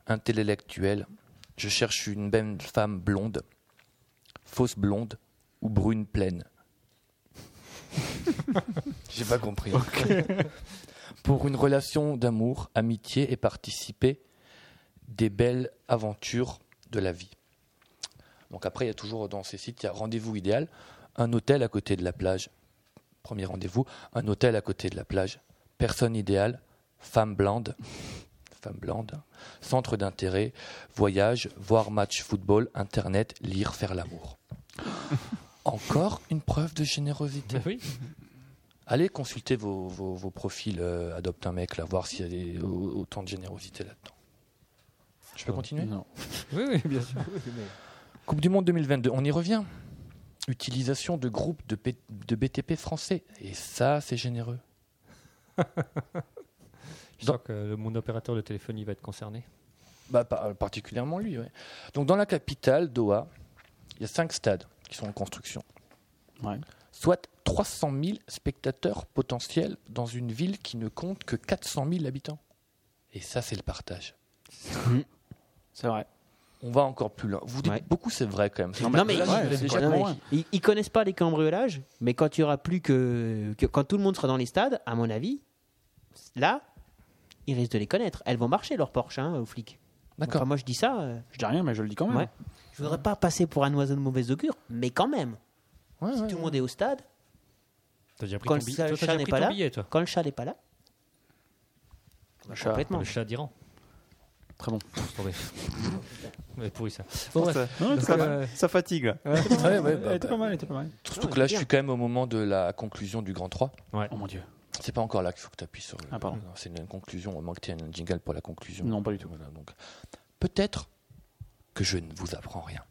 intellectuel. Je cherche une belle femme blonde, fausse blonde ou brune pleine. J'ai pas compris. Pour une relation d'amour, amitié et participer des belles aventures de la vie. Donc après, il y a toujours dans ces sites, il y a rendez-vous idéal, un hôtel à côté de la plage. Premier rendez-vous, un hôtel à côté de la plage. Personne idéale, femme blonde, femme blonde, centre d'intérêt, voyage, voir match football, internet, lire, faire l'amour. Encore une preuve de générosité. Bah oui. Allez consulter vos, vos- vos profils euh, Adopte un mec, là, voir s'il y a des- au- autant de générosité là-dedans. Je peux continuer Non. oui, oui, bien sûr. Coupe du Monde 2022, on y revient. Utilisation de groupes de, P- de BTP français. Et ça, c'est généreux. Je sens que le- mon opérateur de téléphone, il va être concerné. Bah, par- particulièrement lui, ouais. Donc, dans la capitale, Doha, il y a cinq stades qui sont en construction. Ouais. Soit 300 000 spectateurs potentiels dans une ville qui ne compte que 400 000 habitants. Et ça, c'est le partage. C'est vrai. On va encore plus loin. Vous dites Ouais. beaucoup, c'est vrai quand même. Non, Là, mais- je ouais, vous l'ai c'est déjà quand même dit. vrai. Ils, ils connaissent pas les cambriolages, mais quand il y aura plus que, que- quand tout le monde sera dans les stades, à mon avis, là, ils risquent de les connaître. Elles vont marcher leur Porsche hein, aux flics. D'accord. Enfin, moi je dis ça. euh, Je dis rien, mais je le dis quand même. ouais. Je voudrais pas passer pour un oiseau de mauvaise augure, mais quand même, Ouais, ouais, tout le monde est au stade. T'as déjà pris Quand ton le billet. chat- Toi, t'as chat déjà n'est pris pas ton là. billet, toi. Quand le chat n'est pas là, bah, chat. complètement. Le chat d'Iran. Très bon. Laisse tomber. Ouais, pourri ça. Non, Bon, bref. ça, non, ça, euh, ça fatigue là. ouais, ouais, bah, Elle était bah. pas mal, elle était pas mal. Surtout que là, je suis quand même au moment de la conclusion du Grand 3. Oh mon dieu. C'est c'est pas encore là qu'il faut que tu appuies sur. le- Ah, pardon. Non, C'est une, une conclusion. On manque qu'il y ait un jingle pour la conclusion. Non, pas du tout. Voilà, donc, peut-être que je ne vous apprends rien,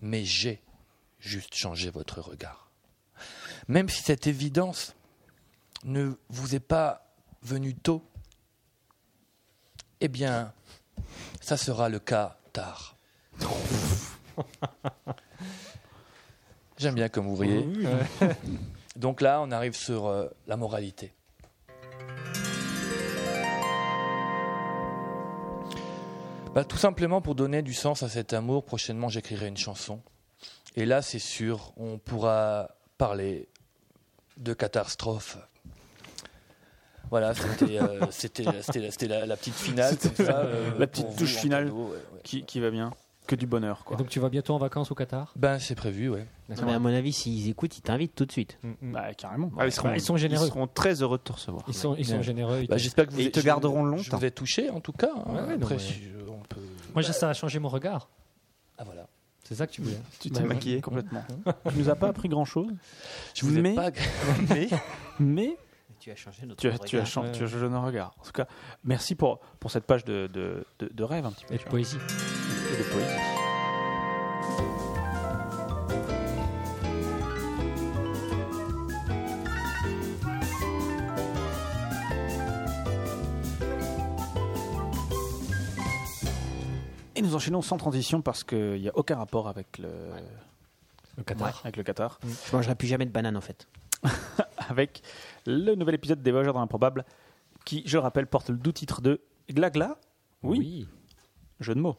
mais j'ai juste changé votre regard. Même si cette évidence ne vous est pas venue tôt, eh bien, ça sera le cas tard. J'aime bien comme vous riez. Donc là, on arrive sur euh, la moralité. Bah, tout simplement pour donner du sens à cet amour, prochainement j'écrirai une chanson. Et là, c'est sûr, on pourra parler de catastrophe. Voilà, c'était euh, c'était- c'était- c'était la, la petite finale. comme ça, euh, la petite pour vous, touche en finale. cadeau, ouais, ouais. Qui, qui va bien Que du bonheur, Et quoi. donc tu vas bientôt en vacances au Qatar Ben, c'est prévu, ouais. Non, mais à mon avis, s'ils écoutent, ils t'invitent tout de suite. Mm, Bah, carrément. ils seront- ils sont généreux. Ils seront très heureux de te recevoir. Ils sont, ils sont généreux. ils Bah, te- J'espère que vous Et ils te je- garderont Je longtemps. vous ai touché, en tout cas. hein. Ouais, ouais, non, Après, mais- si je- on peut. Moi, j'ai- ça a changé mon regard. Ah, voilà. C'est ça que tu voulais. hein, Tu t'es maquillé complètement. Tu nous as pas appris grand chose, Je vous ai Mais- pas. Mais mais Tu as changé notre tu as, tu as, chan- ouais. tu as changé nos regards. En tout cas, merci pour, pour cette page de, de, de- de rêve un petit peu. Et de tu vois. poésie. Et de poésie. Et nous enchaînons sans transition parce qu'il n'y a aucun rapport avec le, Le Qatar. avec le Qatar. Je mangerai plus jamais de banane en fait. avec le nouvel épisode des Voyageurs dans l'improbable, qui, je le rappelle, porte le doux titre de Glagla. Oui, jeu de mots.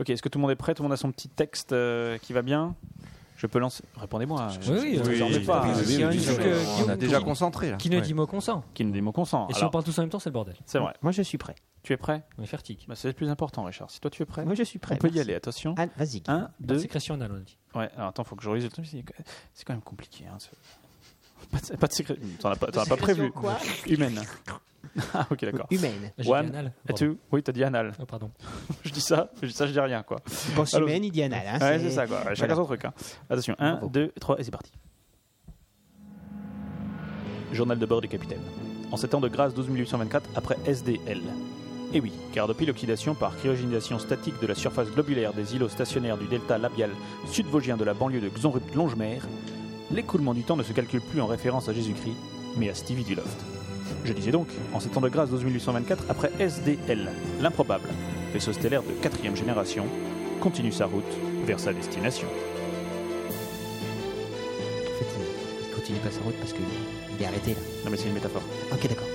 Ok, est-ce que tout le monde est prêt Tout le monde a son petit texte euh, qui va bien Je peux lancer. Répondez-moi. je- Oui, oui, je vous en oui, mets pas. oui, oui, oui, oui, oui, oui. On a déjà concentré là. Qui ne Ouais. dit mot consent. Qui ne dit mot consent. Et si on Alors, parle tous en même temps, c'est le bordel. c'est vrai. Moi, je suis prêt. Tu es prêt On est fertique. Bah, C'est le plus important, Richard. Si toi tu es prêt, Moi, je suis prêt. on peut y merci. aller. Attention. Ah, vas-y. Guy. 1, 2, Sécrétion anale, on dit. Ouais, alors attends, faut que je relise le truc. C'est c'est quand même compliqué. hein, ce- Pas de, pas de secret. Mm, T'en as pas, t'en as pas prévu. Humaine. ah, ok, d'accord. Humaine. J'ai dit One, anal, Et bordel. tu Oui, t'as dit anal. Ah, pardon. je dis ça, je dis ça, je dis rien, quoi. Tu penses Allô. humaine, il dit anal. hein, Ouais, c'est ça, quoi. Chacun Voilà. son truc. hein. Attention, 1, 2, 3, et c'est parti. Journal de bord du capitaine. En ces temps de grâce 12 1824, après SDL. Et Eh oui, car depuis l'oxydation par cryogénisation statique de la surface globulaire des îlots stationnaires du delta labial sud-vosgien de la banlieue de Xonrupt-Longemer, l'écoulement du temps ne se calcule plus en référence à Jésus-Christ, mais à Stevie du Loft. Je disais donc, en ces temps de grâce 12 1824, après SDL, l'improbable, vaisseau stellaire de quatrième génération, continue sa route vers sa destination. En fait, il- il continue pas sa route parce qu'il est arrêté là. Non mais c'est une métaphore. Ok, d'accord.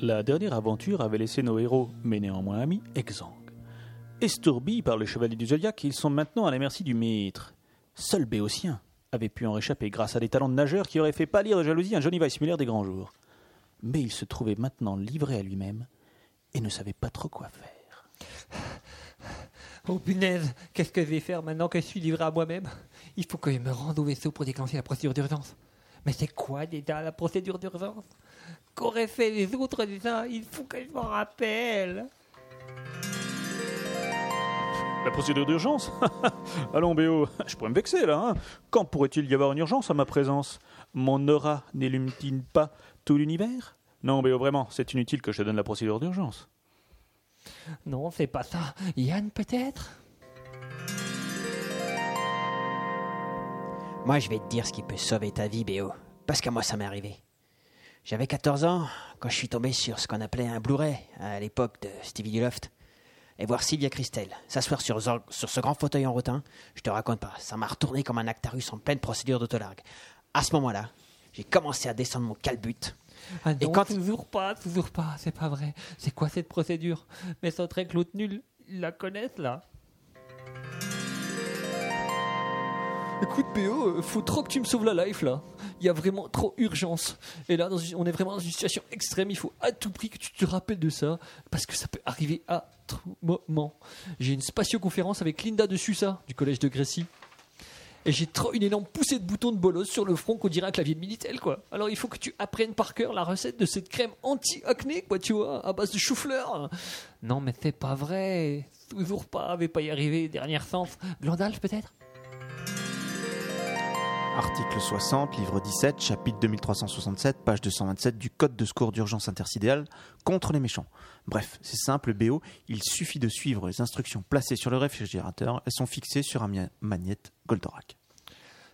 La dernière aventure avait laissé nos héros, mais néanmoins amis, exsangues. Estourbis par le chevalier du Zodiac, ils sont maintenant à la merci du maître. Seul Béotien avait pu en réchapper grâce à des talents de nageur qui auraient fait pâlir de jalousie un Johnny Weissmuller des grands jours. Mais il se trouvait maintenant livré à lui-même et ne savait pas trop quoi faire. Oh punaise, qu'est-ce que je vais faire maintenant que je suis livré à moi-même Il faut que je me rende au vaisseau pour déclencher la procédure d'urgence. Mais c'est quoi déjà la procédure d'urgence Qu'auraient fait les autres déjà Il faut que je m'en rappelle. La procédure d'urgence Allons Béo, je pourrais me vexer là. hein. Quand pourrait-il y avoir une urgence à ma présence Mon aura n'illumine pas tout l'univers Non Béo, vraiment, c'est inutile que je te donne la procédure d'urgence. Non, c'est pas ça. Yann peut-être Moi, je vais te dire ce qui peut sauver ta vie, Béo. Parce qu'à moi, ça m'est arrivé. J'avais 14 ans quand je suis tombé sur ce qu'on appelait un Blu-ray à l'époque de Stevie Duloft. Et voir Sylvia Christel s'asseoir sur, zor- sur ce grand fauteuil en rotin, je te raconte pas, ça m'a retourné comme un actarus en pleine procédure d'autolargue. À ce moment-là, j'ai commencé à descendre mon calbut. ah non, Et quand- toujours pas, toujours pas, c'est pas vrai. C'est quoi cette procédure Mais ça serait que l'autre nul la connaisse là. écoute PO, euh, faut trop que tu me sauves la life là. Il y a vraiment trop urgence. Et là, dans une- on est vraiment dans une situation extrême. Il faut à tout prix que tu te rappelles de ça parce que ça peut arriver à tout moment. J'ai une spatio-conférence avec Linda de Susa du collège de Grécy. Et j'ai trop une énorme poussée de boutons de bolos sur le front qu'on dirait un clavier de Minitel, quoi. Alors il faut que tu apprennes par cœur la recette de cette crème anti-acné, quoi, tu vois, à base de chou-fleur. Non, mais c'est pas vrai. Toujours pas, vais pas y arriver. Dernière chance. Glandalf, peut-être Article 60, livre 17, chapitre 2367, page 227 du Code de secours d'urgence intersidérale contre les méchants. Bref, c'est simple, BO, il suffit de suivre les instructions placées sur le réfrigérateur, elles sont fixées sur un mia- magnète Goldorak.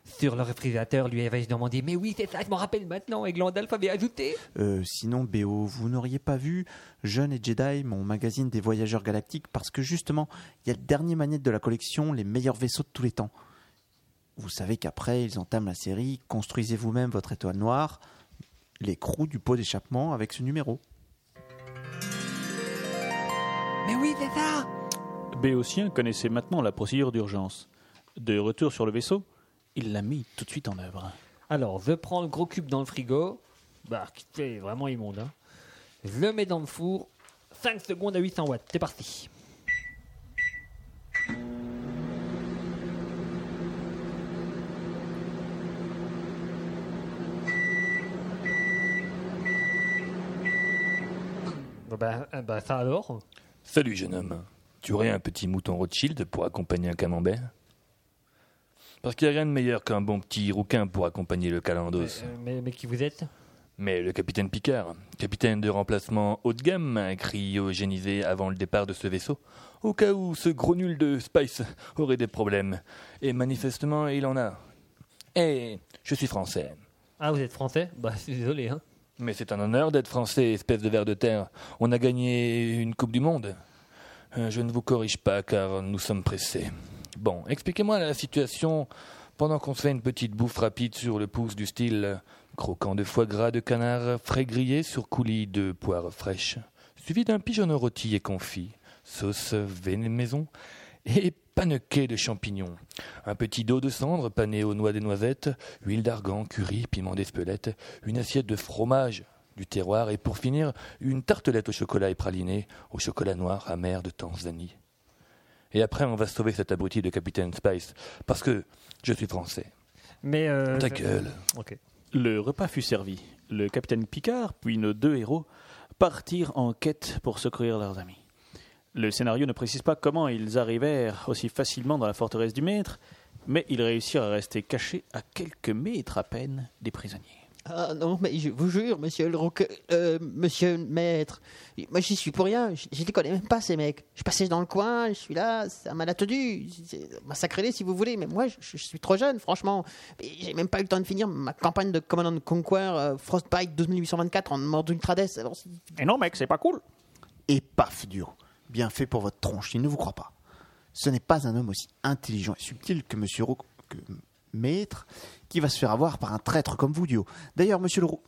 Sur le réfrigérateur, lui avait demandé Mais oui, c'est ça, je m'en rappelle maintenant. Et Glandalf avait ajouté Euh, sinon, BO, vous n'auriez pas vu Jeune et Jedi, mon magazine des voyageurs galactiques, parce que justement, il y a le dernier magnète de la collection, les meilleurs vaisseaux de tous les temps. Vous savez qu'après, ils entament la série Construisez vous-même votre étoile noire, l'écrou du pot d'échappement avec ce numéro. Mais oui, c'est ça Béotien connaissait maintenant la procédure d'urgence. De retour sur le vaisseau, il l'a mis tout de suite en œuvre. Alors, je prends le gros cube dans le frigo. Bah, qui fait vraiment immonde. hein. Je le mets dans le four. 5 secondes à 800 watts. C'est parti. Bon Bah, euh, bah, ça alors Salut, jeune homme. Tu aurais un petit mouton Rothschild pour accompagner un camembert Parce qu'il n'y a rien de meilleur qu'un bon petit rouquin pour accompagner le calendos. Euh, mais, mais qui vous êtes Mais le capitaine Picard, capitaine de remplacement haut de gamme, cryogénisé avant le départ de ce vaisseau, au cas où ce gros nul de Spice aurait des problèmes. Et manifestement, il en a. Et je suis français. Ah, vous êtes français Bah, je suis désolé. Hein. Mais c'est un honneur d'être français, espèce de ver de terre. On a gagné une Coupe du Monde. Euh, Je ne vous corrige pas car nous sommes pressés. Bon, expliquez-moi la situation pendant qu'on se fait une petite bouffe rapide sur le pouce du style euh, croquant de foie gras de canard frais grillé sur coulis de poire fraîche, suivi d'un pigeon rôti et confit, sauce véné maison et panequet de champignons. Un petit dos de cendre pané aux noix des noisettes, huile d'argan, curry, piment d'espelette, une assiette de fromage du terroir et pour finir, une tartelette au chocolat épraliné, au chocolat noir amer de Tanzanie. Et après, on va sauver cet abruti de Capitaine Spice, parce que je suis français. Mais. Euh, Ta je- gueule. Ok. Le repas fut servi. Le capitaine Picard, puis nos deux héros, partirent en quête pour secourir leurs amis. Le scénario ne précise pas comment ils arrivèrent aussi facilement dans la forteresse du maître, mais ils réussirent à rester cachés à quelques mètres à peine des prisonniers. Ah non, mais je vous jure, monsieur le roque- euh, monsieur le maître, moi j'y suis pour rien, je, je les connais même pas ces mecs. Je passais dans le coin, je suis là, ça m'a la tenue, C'est- massacrez-les si vous voulez, mais moi je, je suis trop jeune, franchement. Et J'ai même pas eu le temps de finir ma campagne de Command and Conquer euh, Frostbite 12824 en mort d'Ultrades. Alors, c'est- Et non, mec, c'est pas cool et paf dur. Bien fait pour votre tronche, il ne vous croit pas. Ce n'est pas un homme aussi intelligent et subtil que Monsieur Ro- que Maître qui va se faire avoir par un traître comme vous, Dio. D'ailleurs, Monsieur le Ro-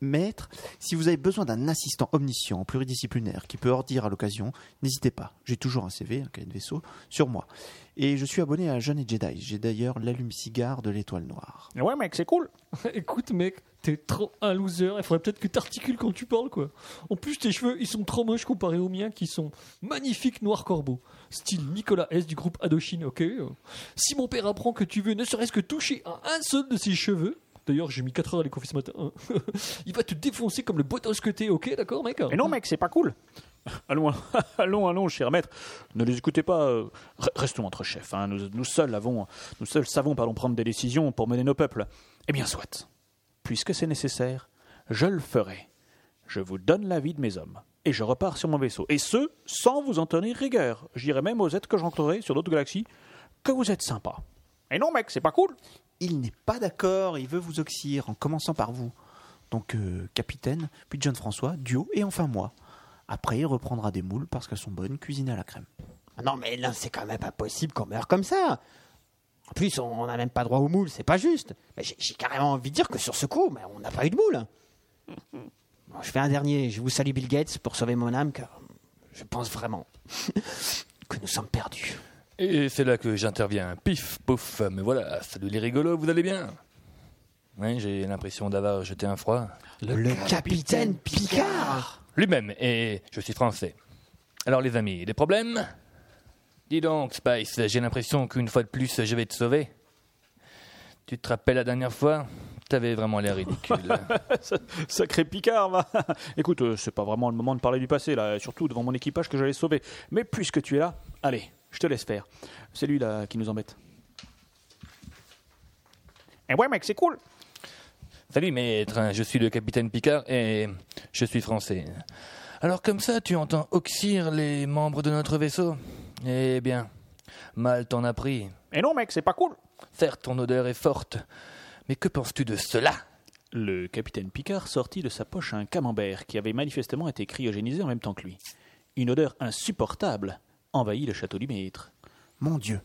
Maître, si vous avez besoin d'un assistant omniscient, pluridisciplinaire, qui peut ordire à l'occasion, n'hésitez pas. J'ai toujours un CV, un cahier de vaisseau, sur moi. Et je suis abonné à Jeune et Jedi. J'ai d'ailleurs l'allume-cigare de l'étoile noire. Ouais, mec, c'est cool Écoute, mec, t'es trop un loser. Il faudrait peut-être que t'articules quand tu parles, quoi. En plus, tes cheveux, ils sont trop moches comparés aux miens qui sont magnifiques noir corbeau. Style Nicolas S. du groupe Indochine, ok euh. Si mon père apprend que tu veux ne serait-ce que toucher à un seul de ses cheveux. D'ailleurs, j'ai mis 4 heures à les coiffer ce matin. hein. Il va te défoncer comme le botos que t'es, ok, d'accord, mec Et non, mec, c'est pas cool Allons, allons, allons, cher maître. Ne les écoutez pas. euh, re- Restons entre chefs. hein. Nous, nous seuls avons, nous seuls savons pardon, prendre des décisions pour mener nos peuples. Eh bien, soit. Puisque c'est nécessaire, je le ferai. Je vous donne l'avis de mes hommes et je repars sur mon vaisseau. Et ce, sans vous en tenir rigueur. J'irai même aux aides que j'entrerai sur d'autres galaxies que vous êtes sympa. Et non, mec, c'est pas cool. Il n'est pas d'accord, il veut vous oxyre en commençant par vous. Donc euh, capitaine, puis John François, duo et enfin moi. Après, il reprendra des moules parce qu'elles sont bonnes, cuisinées à la crème. Ah Non, mais là, c'est quand même pas possible qu'on meure comme ça. En plus, on n'a même pas droit aux moules, c'est pas juste. Mais J'ai j'ai carrément envie de dire que sur ce coup, mais on n'a pas eu de moule. Bon, je fais un dernier. Je vous salue, Bill Gates, pour sauver mon âme, car je pense vraiment que nous sommes perdus. Et c'est là que j'interviens. Pif, pouf, mais voilà, salut les rigolos, vous allez bien Oui, j'ai l'impression d'avoir jeté un froid. Le capitaine Picard Lui-même, et je suis français. Alors les amis, des problèmes Dis donc, Spice, j'ai l'impression qu'une fois de plus, je vais te sauver. Tu te rappelles la dernière fois T'avais vraiment l'air ridicule. Sacré Picard, va. Écoute, euh, c'est pas vraiment le moment de parler du passé, là, surtout devant mon équipage que j'allais sauver. Mais puisque tu es là, allez, je te laisse faire. C'est lui, là, qui nous embête. Eh ouais, mec, c'est cool. Salut maître, je suis le capitaine Picard et je suis français. Alors comme ça, tu entends oxyre les membres de notre vaisseau Eh bien, mal t'en a pris. Eh non, mec, c'est pas cool. Certes, ton odeur est forte, mais que penses-tu de cela Le capitaine Picard sortit de sa poche un camembert qui avait manifestement été cryogénisé en même temps que lui. Une odeur insupportable envahit le château du maître. Mon Dieu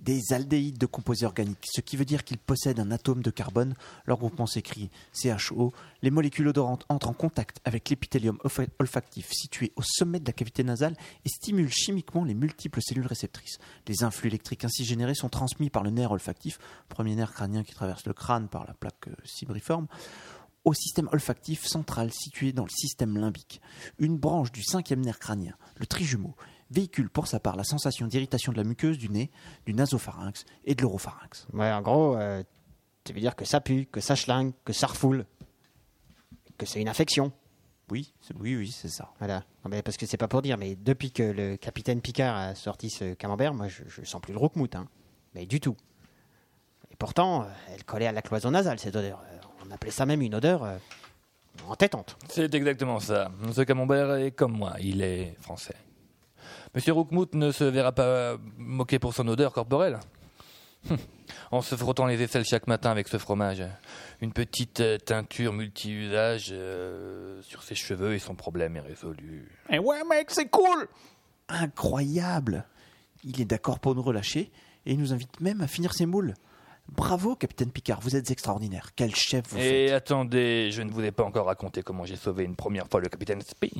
Des aldéhydes de composés organiques, ce qui veut dire qu'ils possèdent un atome de carbone. Leur groupement s'écrit CHO. Les molécules odorantes entrent en contact avec l'épithélium olfa- olfactif situé au sommet de la cavité nasale et stimulent chimiquement les multiples cellules réceptrices. Les influx électriques ainsi générés sont transmis par le nerf olfactif, premier nerf crânien qui traverse le crâne par la plaque euh, cibriforme, au système olfactif central situé dans le système limbique, une branche du cinquième nerf crânien, le trijumeau, véhicule pour sa part la sensation d'irritation de la muqueuse du nez, du nasopharynx et de l'oropharynx. Ouais, en gros, euh, tu veux dire que ça pue, que ça schlingue, que ça refoule, que c'est une infection. Oui, c'est- oui, oui, c'est ça. Voilà. Non, mais parce que c'est pas pour dire, mais depuis que le capitaine Picard a sorti ce camembert, moi, je, je sens plus le roquemout, hein. Mais du tout. Et pourtant, euh, elle collait à la cloison nasale, cette odeur. Euh, On appelait ça même une odeur euh, entêtante. C'est exactement ça. Ce camembert est comme moi, il est français. Monsieur Rookmout ne se verra pas moquer pour son odeur corporelle. Hum. En se frottant les aisselles chaque matin avec ce fromage, une petite euh, teinture multi-usage euh, sur ses cheveux et son problème est résolu. Eh ouais, mec, c'est cool Incroyable Il est d'accord pour nous relâcher et il nous invite même à finir ses moules. Bravo, capitaine Picard, vous êtes extraordinaire. Quel chef vous êtes. Et attendez, je ne vous ai pas encore raconté comment j'ai sauvé une première fois le capitaine Spee.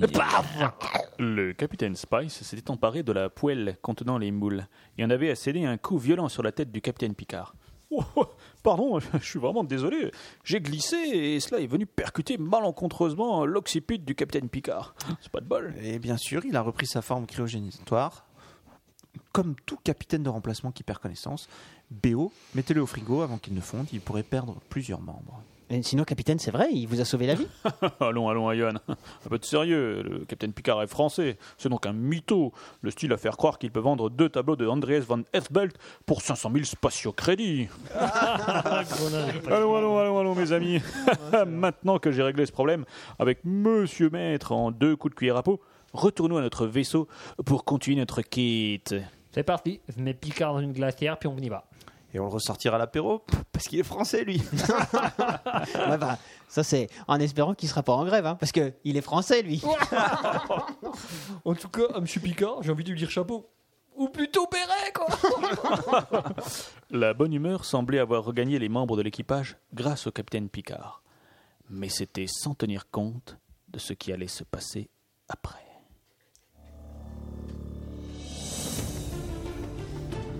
Le capitaine Spice s'était emparé de la poêle contenant les moules et en avait asséné un coup violent sur la tête du capitaine Picard. Oh, oh, pardon, je suis vraiment désolé. J'ai glissé et cela est venu percuter malencontreusement l'occiput du capitaine Picard. C'est pas de bol. Et bien sûr, il a repris sa forme cryogénitoire. Comme tout capitaine de remplacement qui perd connaissance, BO, mettez-le au frigo avant qu'il ne fonde, il pourrait perdre plusieurs membres. Et sinon, capitaine, c'est vrai, il vous a sauvé la vie. allons, allons, Ion. Un peu de sérieux. Euh, Le capitaine Picard est français. C'est donc un mytho. Le style à faire croire qu'il peut vendre deux tableaux de Andreas van Hefbelt pour 500 000 spatiaux crédits. Allons, allons, allons, allons, mes amis. Maintenant que j'ai réglé ce problème avec Monsieur Maître en deux coups de cuillère à peau, retournons à notre vaisseau pour continuer notre quête. C'est parti, je mets Picard dans une glacière, puis on y va. Et on le ressortira à l'apéro, pff, parce qu'il est français, lui. Ouais, bah, ça, c'est en espérant qu'il sera pas en grève, hein, parce qu'il est français, lui. En tout cas, à Monsieur Picard, j'ai envie de lui dire chapeau. Ou plutôt Béret, quoi La bonne humeur semblait avoir regagné les membres de l'équipage grâce au capitaine Picard. Mais c'était sans tenir compte de ce qui allait se passer après.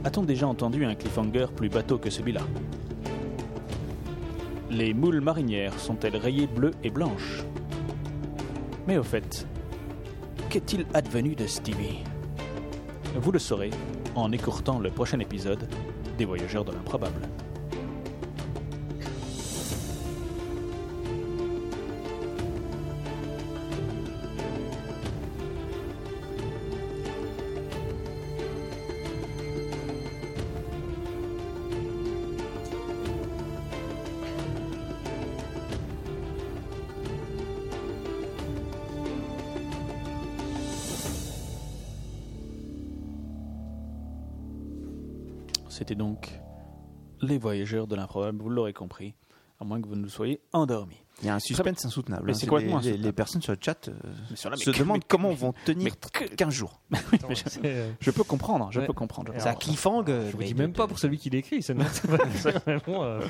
A-t-on déjà entendu un cliffhanger plus bateau que celui-là Les moules marinières sont-elles rayées bleues et blanches Mais au fait, qu'est-il advenu de Stevie Vous le saurez en écourtant le prochain épisode des Voyageurs de l'improbable. C'était donc Les Voyageurs de l'improbable, vous l'aurez compris, à moins que vous ne soyez endormis. Il y a un suspense insoutenable. Mais hein. c'est C'est complètement les- les, insoutenable. les personnes sur le chat euh, sur la- se mais- demandent mais- comment vont tenir 15 jours. Je peux comprendre, je Ouais. peux comprendre. C'est un cliffhang. Je vous dis même pas pour celui qui l'écrit, c'est c'est vraiment. euh,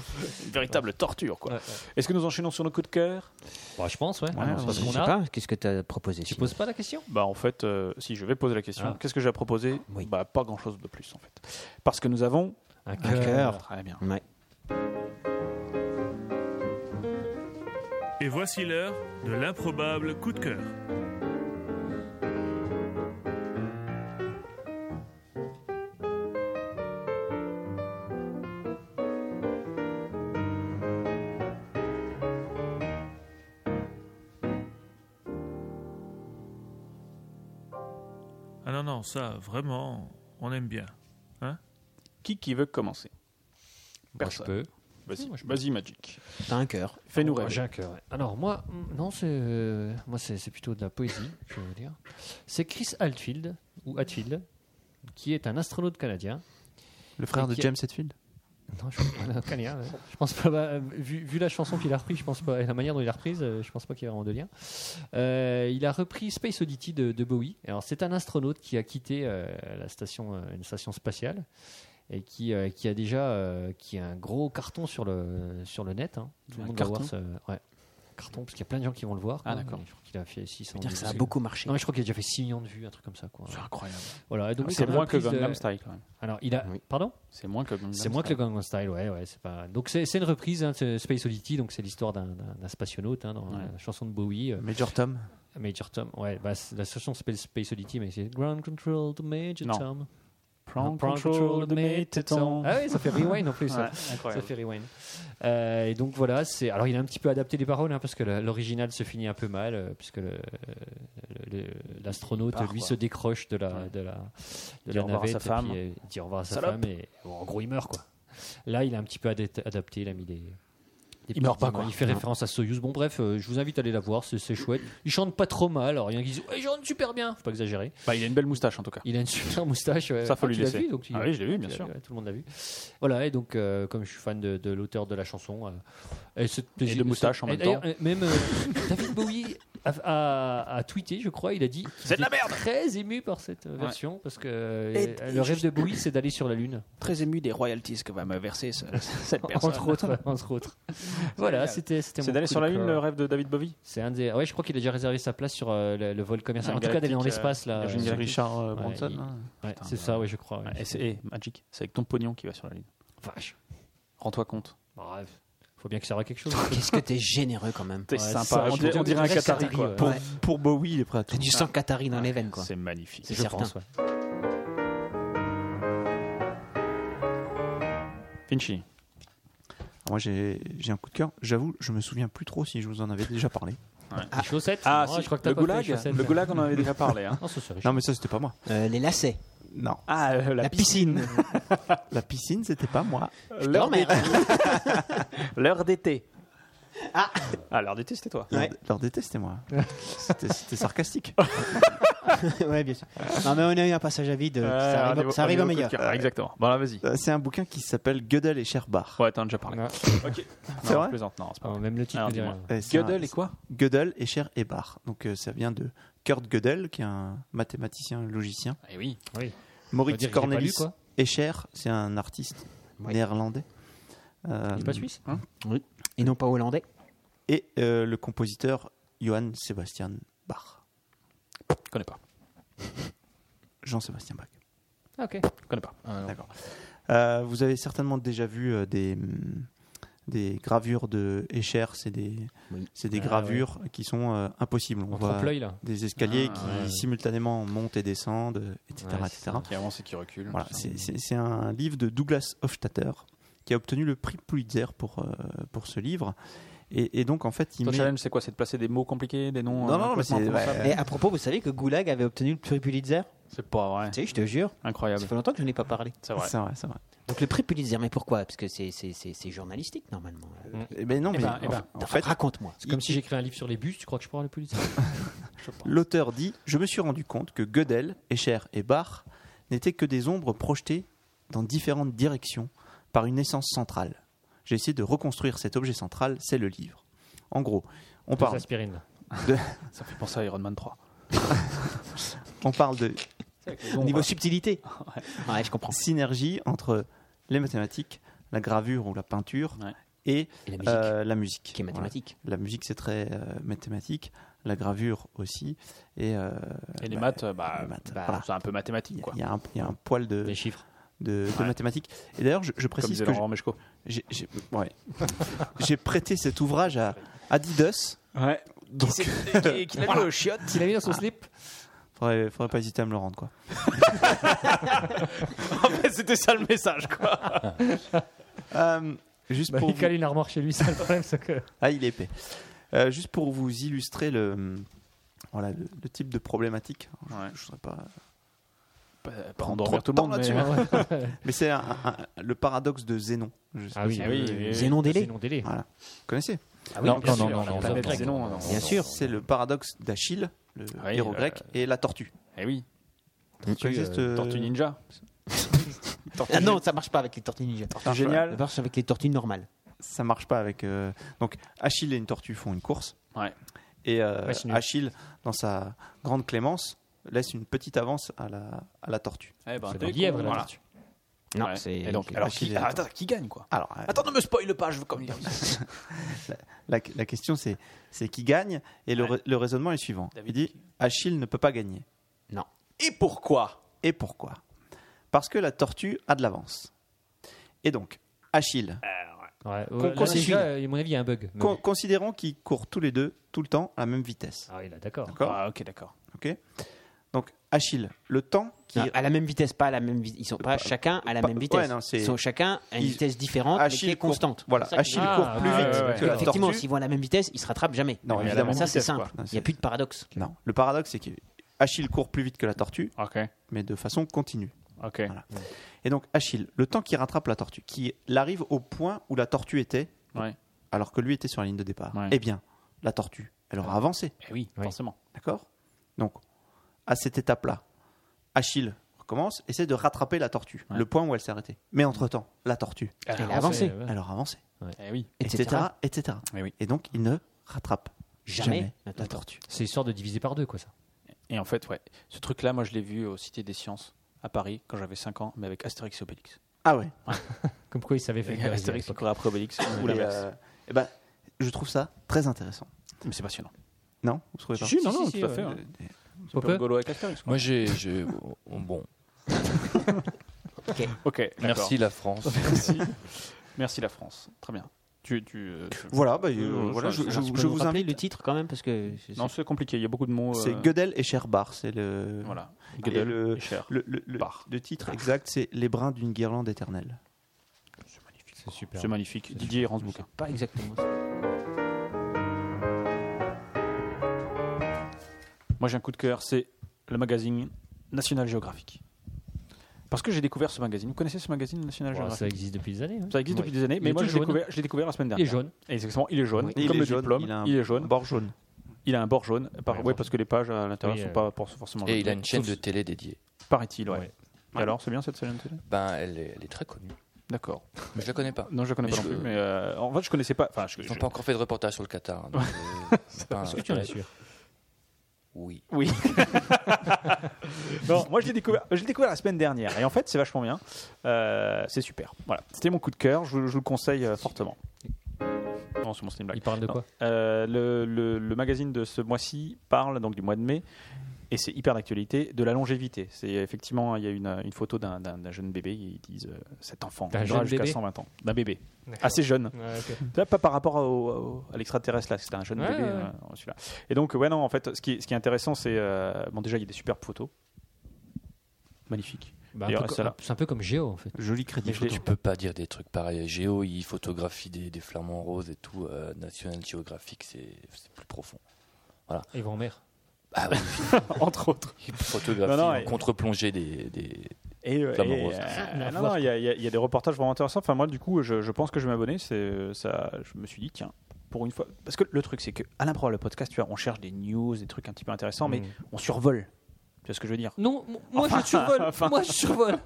Une véritable torture, quoi. ouais, ouais. Est-ce que nous enchaînons sur nos coups de cœur Bah, je pense, ouais. Ouais, Je pense ouais, qu'on Je sais a. pas, qu'est-ce que tu as proposé Tu Simon poses pas la question Bah en fait, euh, si je vais poser la question, Ah. qu'est-ce que j'ai à proposer Oui. Bah pas grand-chose de plus en fait. Parce que nous avons Ah, Un Très bien. Ouais. Et voici l'heure de l'improbable coup de cœur. Ah non, non, ça, vraiment, on aime bien. Ah, Qui qui veut commencer je Personne. peux. Vas-y, Moi, je peux. vas-y Magic. T'as un cœur. Fais-nous Ah, rêver. j'ai un cœur, ouais. Alors moi, mm, non, c'est euh, moi c'est c'est plutôt de la poésie, je vais vous dire. C'est Chris Hadfield ou Hatfield, qui est un astronaute canadien. Le frère de qui- James Hetfield Non, je, un canadien, ouais. Je pense pas. bah, vu, vu la chanson qu'il a reprise, je pense pas et la manière dont il a reprise, euh, je pense pas qu'il y ait vraiment de lien. Euh, il a repris Space Oddity de, de Bowie. Alors c'est un astronaute qui a quitté euh, la station, euh, une station spatiale et qui, euh, qui a déjà euh, qui a un gros carton sur le sur le net. hein. Tout le Un monde va voir ce ouais, carton parce qu'il y a plein de gens qui vont le voir. Ah, quoi. d'accord. Je crois qu'il a fait 600. Dire que ça a vues. beaucoup marché. Non, mais je crois qu'il a déjà fait 6 millions de vues, un truc comme ça. Quoi. C'est incroyable. Voilà. et donc, C'est il a moins que reprise de- Gangnam Style quand même. Alors, il a. Oui. Pardon. C'est moins que Gangnam C'est moins que le Style. Gangnam Style, ouais, ouais, c'est pas. Donc c'est c'est une reprise, hein, de Space Oddity, donc c'est l'histoire d'un- d'un d'un spationaute hein, dans la chanson de Bowie, euh, Major Tom Major Tom. Ouais, bah, c'est- la chanson s'appelle Space Oddity, mais c'est Ground Control to Major Non. Tom. Prends Prends control de mes tétons. Ah oui, ça fait rewind en plus. Ouais, ça. Ça incroyable. fait rewind. Euh, et donc voilà, c'est. Alors il a un petit peu adapté les paroles hein, parce que le- l'original se finit un peu mal euh, puisque le- le- le- l'astronaute lui se décroche de la de la de Dit la au revoir à navette sa et femme. puis, euh, il dit au revoir à sa Salope. femme et bon, en gros il meurt quoi. Là il a un petit peu adé- adapté, il a mis des. des Il meurt petits- pas, quoi. Il fait référence à Soyuz. Bon, bref, euh, je vous invite à aller la voir, c'est c'est chouette. Il chante pas trop mal, alors il y en a qui disent Ouais, il chante super bien, faut pas exagérer. Bah, il a une belle moustache en tout cas. Il a une super moustache. ouais. Ça, faut Ah, lui tu l'as laisser. vu, donc, tu- Ah oui, je l'ai vu, bien tu l'as sûr. ouais, tout le monde l'a vu. Voilà, et donc, euh, comme je suis fan de, de l'auteur de la chanson, euh, et, c'est plaisir- de moustache c'est- en même et d'ailleurs, temps. euh, Même euh, David Bowie a, a- a tweeté, je crois, il a dit C'est de la merde Très ému par cette euh, version, parce que euh, Et- le rêve de Bowie, c'est d'aller sur la Lune, Très ému des royalties que va me verser ce- cette personne. entre autres. entre autres. voilà, c'était c'était C'est mon d'aller coup sur de la lune cœur. Ah, le rêve de David Bowie C'est un des. Ouais, je crois qu'il a déjà réservé sa place sur euh, le, le vol commercial. Un En tout cas, d'aller dans galactique, l'espace, là. Virgin euh, Galactic. Richard euh, Ouais, Branson il- hein. ouais, c'est ça, ouais, je crois. ouais. Et c'est eh, Magic. C'est avec ton pognon qui va sur la lune. Vache. Rends-toi compte. Bref, faut bien que ça aura quelque chose. Qu'est-ce que t'es généreux quand même. T'es Ouais, sympa. ça, On je dirait, dirais- on dirait un je dirais Qatari Qatari, quoi. ouais. Pour- Ouais. Pour Bowie, il est prêt à tout. T'as du sang Qatari dans les veines, quoi. C'est magnifique. C'est Je certain. pense, ouais. Finchi. Moi, j'ai j'ai un coup de cœur. J'avoue, je me souviens plus trop si je vous en avais déjà parlé. Les chaussettes Ah, Non, si, je crois que t'as le pas fait goulag. les chaussettes. Le goulag, on en avait déjà parlé. hein. Non, ça, c'est riche. Non, mais ça, c'était pas moi. Euh, les lacets. Non. Ah, euh, la, La piscine. piscine. La piscine, c'était pas moi. L'heure Non, mais- L'heure d'été. Ah, l'heure d'été, c'était toi. Leur- Leur détestez moi. C'était c'était sarcastique. ouais, bien sûr. Non, mais on a eu un passage à vide. Euh, ça arrive, rendez-vous- ça arrive au rendez-vous coup de meilleur. cœur. Ah, Exactement. Bon, là, vas-y. Euh, C'est un bouquin qui s'appelle Gödel et Scherbach. Ouais, t'en as déjà parlé. Ouais. C'est Non, vrai je plaisante. Non, c'est pas Ah, même le titre Alors, me dit dis-moi. rien. Euh, c'est un- Gödel et quoi Gödel et Scher et Bar. Donc euh, ça vient de Kurt Gödel, qui est un mathématicien, logicien. Eh oui. Oui. On va Moritz dire que j'ai pas lu, Cornelis quoi. Escher, c'est un artiste Oui. néerlandais. Euh, Il est pas suisse Et non pas hollandais. et euh, le compositeur Johann Sebastian Bach. Je connais pas. Jean-Sébastien Bach. Ah, ok. Je connais pas. D'accord. Euh, vous avez certainement déjà vu euh, des, hum, des gravures de Escher. C'est des, Oui. c'est des Ah, gravures qui sont euh, impossibles. On On voit trompe l'œil, là. des escaliers Ah, qui ouais. simultanément montent et descendent, euh, etc. Ouais, c'est etc. ça. Qui avance et qui recule. Voilà, tout ça. c'est- c'est c'est un livre de Douglas Hofstadter qui a obtenu le prix Pulitzer pour, euh, pour ce livre. Et, et donc, en fait, il Ton met- challenge, c'est quoi C'est de placer des mots compliqués, des noms. Non, non, euh, non, mais complètement c'est- imprononçables ouais. Et à propos, vous savez que Goulag avait obtenu le prix Pulitzer C'est pas vrai. Tu sais, je te jure. Incroyable. Ça fait longtemps que je n'ai pas parlé. C'est vrai. C'est vrai, c'est vrai. Donc le prix Pulitzer, mais pourquoi Parce que c'est c'est- c'est- c'est journalistique normalement. Eh ben non, mais ben, eh ben, en, en fait, Raconte-moi. C'est comme si j'écris un livre sur les bus, tu crois que je pourrais le plus l'auteur dit Je me suis rendu compte que Gödel, Escher et Bach n'étaient que des ombres projetées dans différentes directions par une essence centrale. J'ai essayé de reconstruire cet objet central, c'est le livre. En gros, on Plus parle, aspirine. Ça fait penser à Iron Man 3. on parle de niveau subtilité, Ouais, je comprends. synergie entre les mathématiques, la gravure ou la peinture Ouais. et Et la musique, euh, la musique. qui est Voilà. mathématique. La musique, c'est très euh, mathématique, la gravure aussi. Et, euh, Et les bah, maths, euh, bah, les maths, bah, voilà. c'est un peu il mathématique. y a- Quoi. il y, a un- il y a un poil de, Les chiffres. de, de Ouais. mathématiques. Et d'ailleurs, je, je Comme précise disait que Laurent Meshko. j'ai j'ai- ouais. J'ai prêté cet ouvrage à Adidas. Ouais. Donc, Qu'il a mis au chiotte. S'il a mis dans son slip, faudrait, faudrait pas hésiter à me le rendre, quoi. C'était ça le message, quoi. Euh, juste bah, pour il vous... cale une armoire chez lui, c'est le problème. c'est que... Ah, il est épais. Euh, juste pour vous illustrer le, voilà, le, le type de problématique. hein, Je- Ouais. Je voudrais pas. Pas, Prends endormir tout trop le de temps monde, mais... là-dessus, hein. Mais c'est un- un- un- le paradoxe de Zénon. Je sais Ah pas oui, si ah vous- oui, oui, oui. Zénon délai. Zénon délai. Voilà. Vous connaissez Non, non, non, la non, non, planète non, Zénon, non, non, Bien non. sûr. C'est le paradoxe d'Achille, le Ah Oui, héros le- grec, et la tortue. Eh oui, Tu existes, euh, Tortue Ninja. Ah non, ça marche pas avec les tortues ninja. marche génial. Ça marche avec les tortues normales. ça marche pas avec. euh, Donc Achille et une tortue font une course. Ouais. Et euh, Ouais, c'est nul. Achille, dans sa grande clémence, laisse une petite avance à la, à la tortue. Eh ben, C'est t'es le lièvre, con, la voilà. tortue. Non, Ouais. c'est. Et donc, c'est- alors Achille qui, et la ah, attends, qui gagne, quoi Alors, euh, Attends, ne me spoil pas, je veux comme la, la question c'est c'est qui gagne Et le, Ouais. ra- le raisonnement est suivant. David Il dit Achille ne peut pas gagner. Non. Et pourquoi Et pourquoi Parce que la tortue a de l'avance. Et donc, Achille, Ouais, Qu'on- ouais, qu'on là, s'y déjà, euh, à mon avis, il y a un bug. mais- con- considérons qu'ils courent tous les deux, tout le temps, à la même vitesse. Ah oui, là, d'accord. D'accord Ah, ok, d'accord. Ok Donc, Achille, le temps qui. Non, à la même vitesse, pas à la même vitesse. Ils sont pas chacun à la Ah. pas- même ouais, vitesse. non, c'est- ils sont chacun à une ils- vitesse différente, mais qui est court- constante. Voilà, C'est ça que je Achille Ah, court plus ouais, vite ouais, ouais. que la Effectivement, tortue. s'ils vont à la même vitesse, ils se rattrapent jamais. Mais à Non, la évidemment. même ça, c'est vitesse, simple. quoi. Il n'y a plus de paradoxe. Non, le paradoxe, c'est que Achille court plus vite que la tortue, Ok, mais de façon continue. ok. Voilà. Et donc, Achille, le temps qu'il rattrape la tortue, qu'il arrive au point où la tortue était, Ouais. alors que lui était sur la ligne de départ, Ouais. eh bien, la tortue, elle aura avancé. Eh oui, Oui. forcément. D'accord Donc, à cette étape-là, Achille recommence, essaie de rattraper la tortue, Ouais. le point où elle s'est arrêtée. Mais entre-temps, la tortue, Elle a Ah, avancé, c'est- ouais. elle aura avancé, Eh oui. etc. etc. etc. Eh oui. Et donc, il ne rattrape jamais, Jamais. la Attends. tortue. C'est histoire de diviser par deux, quoi, ça. Et en fait, ouais, ce truc-là, moi, je l'ai vu au Cité des Sciences à Paris quand j'avais 5 ans, mais avec Astérix et Obélix. Ah ouais Comme quoi, il savait Et faire. Astérix qui courait après Obélix, ou Et, l'inverse. euh, eh ben, je trouve ça très intéressant. Mais c'est passionnant. Non Vous trouvez pas Si, non, Si, non, si, tout si, à ouais. fait. hein. C'est Popper un peu rigolo avec Astérix. quoi. Moi, j'ai. j'ai- oh, Bon. Ok, d'accord. Merci, la France. Merci. Merci la France. Très bien. Tu, tu, euh, tu- Voilà, bah, euh, Euh, voilà ça- je, ça- je- tu je vous invite. le titre quand même parce que c'est- Non, c'est compliqué. Il y a beaucoup de mots. euh, C'est Gödel et Scherbar. C'est le, Voilà. et Gödel le, et Cher. le, le- le- Bar. le titre exact, c'est Les brins d'une guirlande éternelle. C'est super. C'est magnifique. Didier rend ce bouquin. pas exactement. ça. Moi, j'ai un coup de cœur. C'est le magazine National Geographic. Parce que j'ai découvert ce magazine. Vous connaissez ce magazine National Ouais, ça Geographic existe depuis des années. hein. ça existe Ouais. depuis des années, Il mais est moi tout j'ai jaune. découvert, je l'ai découvert la semaine Il est dernière. jaune. Exactement, il est jaune. Oui. Comme il, le est jaune, diplôme, il, a un est jaune. bord jaune. Il a un bord jaune, par- Ouais, ouais, parce que les pages à l'intérieur Oui, sont euh, pas pour- forcément Et jaunes. il a une chaîne Sauf- de télé dédiée. Paraît-il, ouais. Ouais. Et alors, c'est bien cette chaîne de télé Ben, elle est, elle est très connue. D'accord. Mais je la connais pas. Non, je la connais Mais pas non je- plus, mais euh, en fait, je connaissais pas. Enfin, je, Ils n'ont je- pas encore fait de reportage sur le Qatar. hein, donc, euh, c'est pas un- Est-ce que tu en es sûr Oui. Oui. non, moi je l'ai découvert, je l'ai découvert la semaine dernière et en fait c'est vachement bien. Euh, c'est super. Voilà, c'était mon coup de cœur. Je, vous- je vous le conseille euh, fortement. Non, c'est bon, c'était une blague. Il parle de quoi Euh, le, le- le magazine de ce mois-ci parle donc du mois de mai et c'est hyper d'actualité de la longévité. C'est effectivement il y a une, une photo d'un, d'un- d'un jeune bébé. Ils disent euh, cet enfant D'un vivra jeune jusqu'à bébé 120 ans. D'un bébé assez jeune. Ouais, ok. Pas pas par rapport au- au- à l'extraterrestre là, c'était un jeune Ouais, bébé ouais. euh, celui-là. Et donc ouais non en fait ce qui, est- ce qui est intéressant c'est euh, bon déjà il y a des superbes photos. Magnifique. Bah, D'ailleurs, un peu ça, là. co- C'est un peu comme Géo, en fait. Joli crédit. Mais je l'ai- Tu peux pas dire des trucs pareils. Géo, il photographie des, des flamants roses et tout. euh, National Geographic, c'est c'est plus profond. Et vont en mer. Ah oui, entre autres. il photographie Non, Bah non, en et- contre-plongée des, des- Et, euh, Flamme et, rose. euh, Rien à non, voir, non, il y, a- il y a- il y a des reportages vraiment intéressants. Enfin moi du coup je, je pense que je vais m'abonner. C'est euh, ça. Je me suis dit tiens pour une fois parce que le truc c'est que à l'improbable podcast tu vois on cherche des news des trucs un petit peu intéressants mais Mm. on survole. Tu vois ce que je veux dire Non, m- moi Enfin, je survole. enfin. Moi je survole.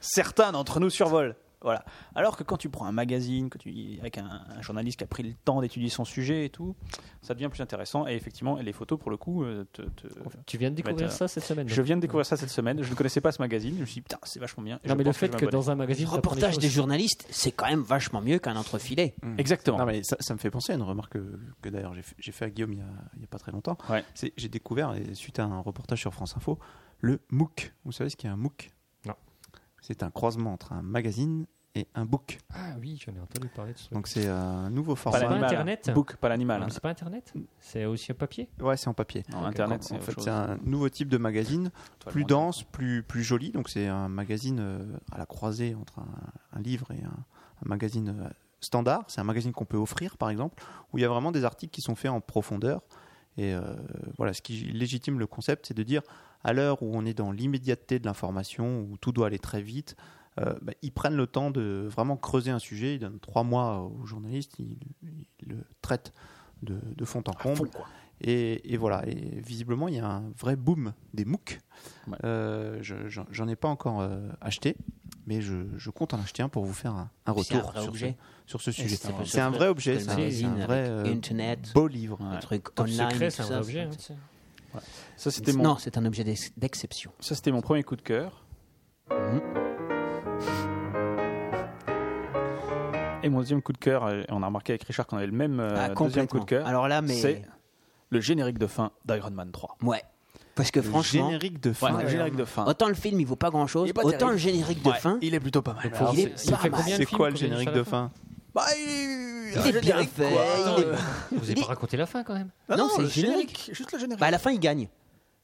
Certains d'entre nous survolent. Voilà. Alors que quand tu prends un magazine, que tu, avec un, un journaliste qui a pris le temps d'étudier son sujet et tout, ça devient plus intéressant. Et effectivement, les photos, pour le coup, euh, te- te- Tu viens de découvrir Mettre, ça cette semaine. je viens de découvrir ça cette semaine. Je ne connaissais pas ce magazine. Je me suis dit, putain, c'est vachement bien. Et Non, je mais le pense fait je vais que m'abonner. dans un magazine, ça prend les Reportage choses. des journalistes, c'est quand même vachement mieux qu'un entrefilet. Exactement. Non, mais ça, ça me fait penser à une remarque que, que d'ailleurs j'ai fait- j'ai fait à Guillaume il y a, il y a pas très longtemps. Ouais. C'est- J'ai découvert, et suite à un reportage sur France Info, le MOOC. Vous savez ce qu'est un MOOC Non. C'est un croisement entre un magazine et un book. Ah oui, j'en ai entendu parler de ça. Donc c'est un nouveau C'est format. pas l'animal, Internet Book, pas l'animal. Non, hein. mais C'est pas Internet C'est aussi un papier Ouais, c'est en papier. Non, Internet, c'est en autre fait, chose. c'est un nouveau type de magazine, Totalement plus différent. dense, plus, plus joli. Donc c'est un magazine euh, à la croisée entre un, un livre et un, un magazine euh, standard. C'est un magazine qu'on peut offrir, par exemple, où il y a vraiment des articles qui sont faits en profondeur. Et euh, voilà, ce qui légitime le concept, c'est de dire, à l'heure où on est dans l'immédiateté de l'information, où tout doit aller très vite, euh, bah, ils prennent le temps de vraiment creuser un sujet. Ils donnent trois mois aux journalistes, ils, ils le traitent de, de fond en comble. Et, et voilà, et visiblement, il y a un vrai boom des MOOC. Ouais. Euh, je- j'en j'en ai pas encore euh, acheté, mais je, je compte en acheter un pour vous faire un, un C'est un retour vrai sur, objet. Ce, sur ce c'est sujet. pas possible C'est un vrai objet, que le c'est un- c'est magazine un vrai avec euh, Internet, beau livre. un truc Top online. secret, tout c'est un ça, vrai objet. hein, tu sais. Ça, c'était mon, Non, c'est un objet d'ex- d'exception. Euh, ça, c'était mon premier coup de cœur. Et mon deuxième coup de cœur, euh, on a remarqué avec Richard qu'on avait le même euh, Ah, deuxième coup complètement. de cœur. Alors là, mais. c'est le générique de fin d'Iron Man 3. Ouais. Parce que Le franchement, générique de Ouais, fin. le générique de fin. autant le film, il vaut pas grand Il chose, est pas autant terrible. le générique de Ouais, fin, Il est plutôt pas mal. Faut- il est c'est- ça pas fait mal. combien de C'est films quoi le qu'on vient générique faire à la de fin Bah, il- il est bien fait. quoi, il est- euh, Vous avez pas raconté la fin quand même Non, Non, non, c'est le générique. Juste le générique. Bah, à la fin, il gagne.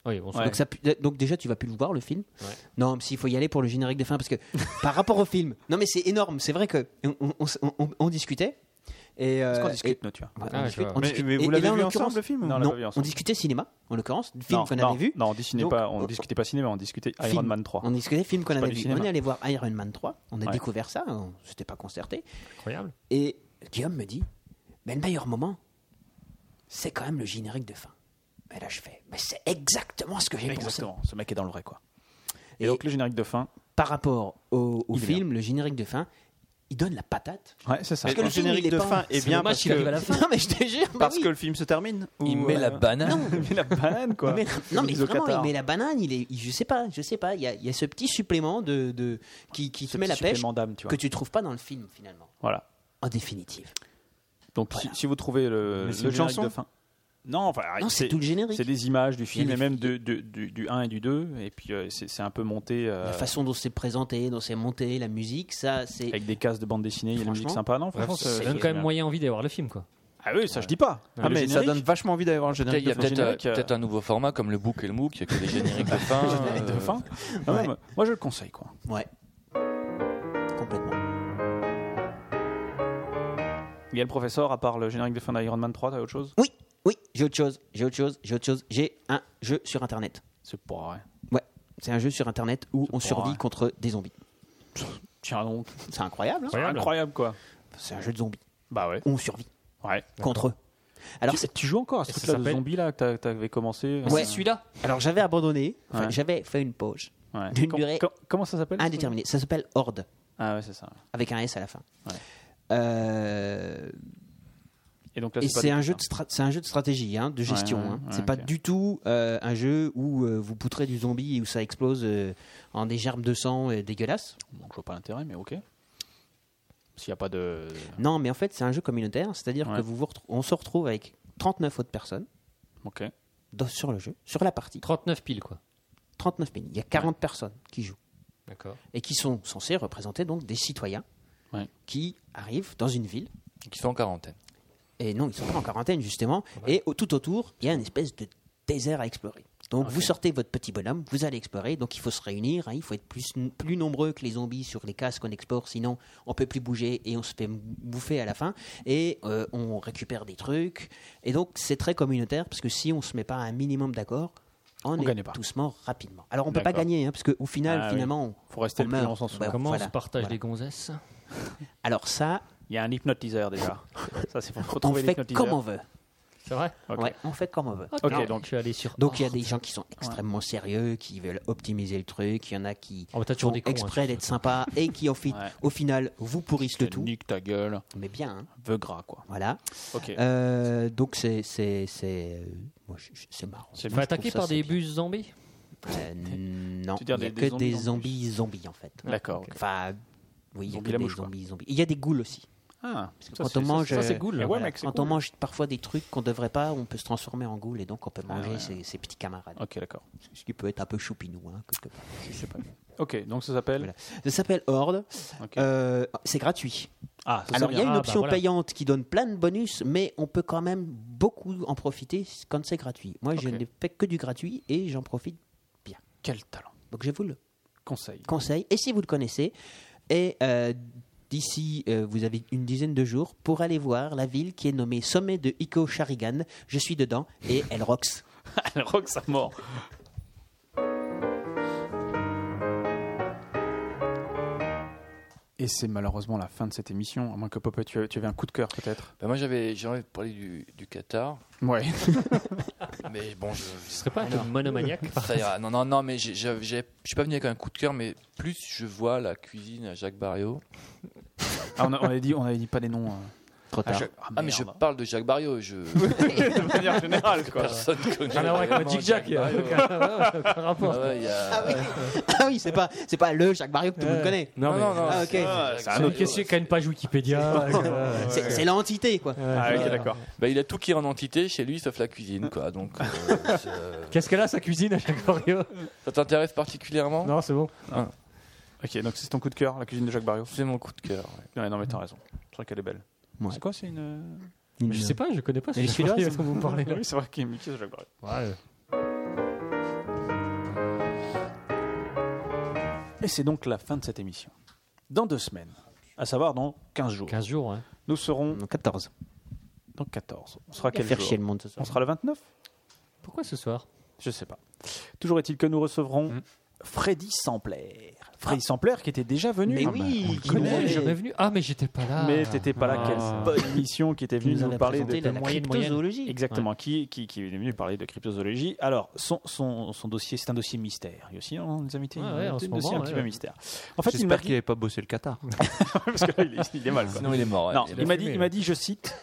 Oui, on s'en Ouais. Donc, ça pu- donc déjà, tu vas plus le voir le film. Ouais. Non, mais s'il faut y aller pour le générique de fin, parce que par rapport au film, non mais c'est énorme. C'est vrai que on, on- on- on- on discutait et euh, Parce qu'on et- discute, nous, tu vois. ouais, on Ah, discute, je vois. on Mais, discute. mais Et- vous et l'avez là, en vu l'occurrence- ensemble le film Non, on l'a Non, pas vu on ensemble. discutait cinéma en l'occurrence, du film Non, qu'on non, avait vu. Non, on discutait Donc, pas, on on- discutait pas cinéma, on discutait Film. Iron Man 3. On discutait film qu'on C'est pas avait du vu. cinéma. On est allé voir Iron Man 3. On a Ouais. découvert ça. On s'était pas concerté. Incroyable. Et Guillaume me dit, mais le meilleur moment, c'est quand même le générique de fin. Mais là, je fais, mais c'est exactement ce que j'ai pensé. Exactement, ce mec est dans le vrai, quoi. Et, Et- donc, le générique de fin, Par rapport au, au Il est bien. film, le générique de fin, il donne la patate. ouais, c'est ça. Parce que le le film, il générique est de pas- fin est bien dommage parce qu'il arrive à que la fin. Non, mais je te jure, mais parce oui. que le film se termine. ou, Il met la euh, banane. Il met la banane, quoi. Il met- non, mais Mise au vraiment, Qatar. il met la banane, il est, il- je sais pas, je sais pas, il y a, il y a ce petit supplément de, de- qui, qui te met la Petit pêche supplément d'âme, tu vois. que tu trouves pas dans le film finalement. Voilà. En définitive. Donc, si, Voilà. si vous trouvez le, Mais le c'est une générique chanson de fin. Non, enfin, Non, c'est tout le générique. C'est des images du film des et même de- de- du, du 1 et du 2. Et puis, euh, c'est c'est un peu monté euh, La façon dont c'est présenté, dont c'est monté, la musique, ça, c'est. avec des cases de bande dessinée. Il y a la musique Franchement, sympa, non Bref, franchement, ça c'est- donne quand même moyen envie d'aller voir le film quoi. Ah oui, ça, je dis pas. Ah, Le mais ça générique, donne vachement envie d'aller voir le Peut-être- générique Il de y a fin. peut-être euh, générique, euh, peut-être un nouveau format comme le book et le MOOC, il y a que des génériques de fin. générique de euh, fin. Ah, Ouais. moi, moi, je le conseille, quoi. Ouais. Complètement. Il y a le professeur, à part le générique de fin d'Iron Man 3, t'as autre chose Oui, oui, j'ai autre chose, j'ai autre chose, j'ai autre chose. J'ai un jeu sur internet. C'est pas vrai. Ouais, c'est un jeu sur internet où on pas survit vrai. contre des zombies. Tiens donc. C'est incroyable, hein C'est incroyable, quoi. C'est un jeu de zombies. Bah ouais. On survit Ouais. contre eux. Alors, tu, c'est- tu joues encore à ce Et ça truc-là de s'appelle zombie là que t'a- t'avais commencé Ouais. euh, Celui-là alors j'avais abandonné, enfin, Ouais. j'avais fait une pause ouais. d'une Com- durée com- comment ça s'appelle ce truc indéterminée. Ça s'appelle Horde. Ah ouais, c'est ça. avec un S à la fin. Ouais. Euh, Et donc là, et pas Ah, c'est du un, tout jeu ça. de stra- c'est un jeu de stratégie, hein, de gestion. ouais, hein. ouais, c'est pas ok. du tout euh, un jeu où euh, vous poutrez du zombie et où ça explose euh, en des gerbes de sang euh, dégueulasses. Donc je vois pas l'intérêt, mais ok. S'il n'y a pas de. Non, mais en fait, c'est un jeu communautaire, c'est-à-dire Ouais. que vous vous retrou- on se retrouve avec 39 autres personnes Ok. dans- sur le jeu, sur la partie. 39 piles quoi. 39 minutes. Il y a 40 personnes qui jouent D'accord. et qui sont censées représenter donc des citoyens Ouais. qui arrivent dans une ville Qui sont en quarantaine. Et non, ils sont pas en quarantaine, justement. Et au- tout autour, il y a une espèce de désert à explorer. Donc, vous sortez votre petit bonhomme, vous allez explorer. Donc, il faut se réunir. hein, il faut être plus, plus nombreux que les zombies sur les casques qu'on exporte. Sinon, on peut plus bouger et on se fait m- bouffer à la fin. Et euh, on récupère des trucs. Et donc, c'est très communautaire parce que si on se met pas un minimum d'accord, on, On gagne est pas. tous morts rapidement. Alors, on peut pas D'accord. gagner hein, parce qu'au final, Ah oui. finalement, Faut rester on le plus meurt. longtemps sous Bah, Comment voilà, on se partage voilà. les gonzesses Alors, ça, Il y a un hypnotiseur déjà. ça, c'est pour on retrouver fait l'hypnotiseur. comme on veut. C'est vrai Ok. Ouais, on fait comme on veut. Ok, Ok, donc donc- je suis allé sur. Donc il y a des gens qui sont extrêmement sérieux, qui veulent optimiser le truc, il y en a qui Oh, mais t'as toujours font des cons, hein, exprès sur ce d'être sympas et qui au, fi- Ouais. au final vous pourrissent le tout. Nique ta gueule, Mais bien, hein, veux gras quoi. voilà. Ok. Euh, donc c'est c'est c'est euh, moi, je- je- c'est marrant. C'est Tu Moi, je attaquer trouve ça, par c'est des bien. bus zombies Euh, Non, Tu il n'y a veux dire que des- des des zombies zombies zombies en fait. D'accord. ok. Enfin, oui, il y a Zombie que la des mouche, quoi. zombies zombies. Il y a des ghouls aussi. Ah, ça, quand c'est- ça, on mange, ça, c'est euh, cool. voilà, Mais ouais, mec, c'est quand on cool. mange parfois des trucs qu'on ne devrait pas, on peut se transformer en ghoul et donc on peut manger ouais. ses, ses petits camarades. Ok, d'accord. Ce qui peut être un peu choupinou. hein, quelque part. Je sais pas. Ok, donc ça s'appelle. Voilà. Ça s'appelle Horde. Ok. Euh, c'est gratuit. Ah, ça Alors c'est il y a bien. une Ah, option bah voilà. payante qui donne plein de bonus, mais on peut quand même beaucoup en profiter quand c'est gratuit. Moi, je Ok. ne fais que du gratuit et j'en profite. Quel talent. Donc je vous le Conseil. conseille. Et si vous le connaissez, et euh, d'ici, euh, vous avez une dizaine de jours pour aller voir la ville qui est nommée Sommet de Iko Sharigan. Je suis dedans et elle rocks. Elle rock sa mort. Et c'est malheureusement la fin de cette émission, à moins que Popo, tu, tu avais un coup de cœur peut-être. Bah, moi, j'avais j'ai envie de parler du, du Qatar, Ouais. mais bon, je. Ce serait pas un truc monomaniaque Ça ira. Non, non, non, mais j'ai- j'ai- j'ai- je suis pas venu avec un coup de cœur, mais plus je vois la cuisine à Jacques Barriot. Ah, on, a- on avait dit, on avait dit pas les noms. euh, Trop à tard. chaque- Ah, Ah, mais je merde. parle de Jacques Barriot. Je... de manière générale quoi. Personne connaît. Rien à voir avec vraiment Magic Ah, Jack, il y a Barriot. aucun aucun rapport. Ah ouais, il y a- Ah oui, c'est pas, c'est pas le Jacques Mario que tout le monde connaît. Non, mais. non, non, Ah, ok. c'est- c'est un Ah, Barriot, mais Qu'est-ce qu'il y a ouais. qu'à une page Wikipédia euh, C'est c'est l'entité, quoi. Ah, ok, d'accord. Bah, il a tout qui est en entité chez lui, sauf la cuisine, quoi. Donc, euh, c'est- Qu'est-ce qu'elle a sa cuisine à Jacques Barrio ça t'intéresse particulièrement Non, c'est bon. Ok, donc c'est ton coup de cœur, la cuisine de Jacques Barrio. C'est mon coup de cœur. ouais. Ouais, non, mais t'as raison. C'est vrai qu'elle est belle. Ouais. C'est quoi, c'est une. euh, Mais Je sais pas, je connais pas ce Et Jacques celui-là, Barrio c'est- dont vous parlez là. Oui, c'est vrai qu'il est mixé, Jacques Barrio. Et c'est donc la fin de cette émission. Dans deux semaines, à savoir dans 15 jours, 15 jours, hein. nous serons 14. dans 14. On sera quel Faire jour chier le monde ce On soir. sera le 29 Pourquoi ce soir Je sais pas. Toujours est-il que nous recevrons Freddy Sampler. Freddy Sampler qui était déjà venu. Ah bah, Mais oui, qui Comment nous il est avait- jamais venu Ah, mais j'étais pas là. Mais t'étais pas là, Ah. quelle bonne émission qui était qui venue nous nous, avait parler présenté de la, la moyenne, moyenne. cryptozoologie. Exactement, qui, qui, qui est venu parler de cryptozoologie. Alors, son, son, son dossier, c'est un dossier mystère. Il y a aussi on, les invités, Ouais, on ouais, a en un ce dossier moment, un petit ouais, peu ouais. mystère. En fait, il m'a J'espère qu'il dit, n'avait pas bossé le Qatar. parce que là, il est, il est hein. mal. quoi. Sinon, il est mort. ouais. Non, Il est il m'a dit, fumé, il là. m'a dit, je cite,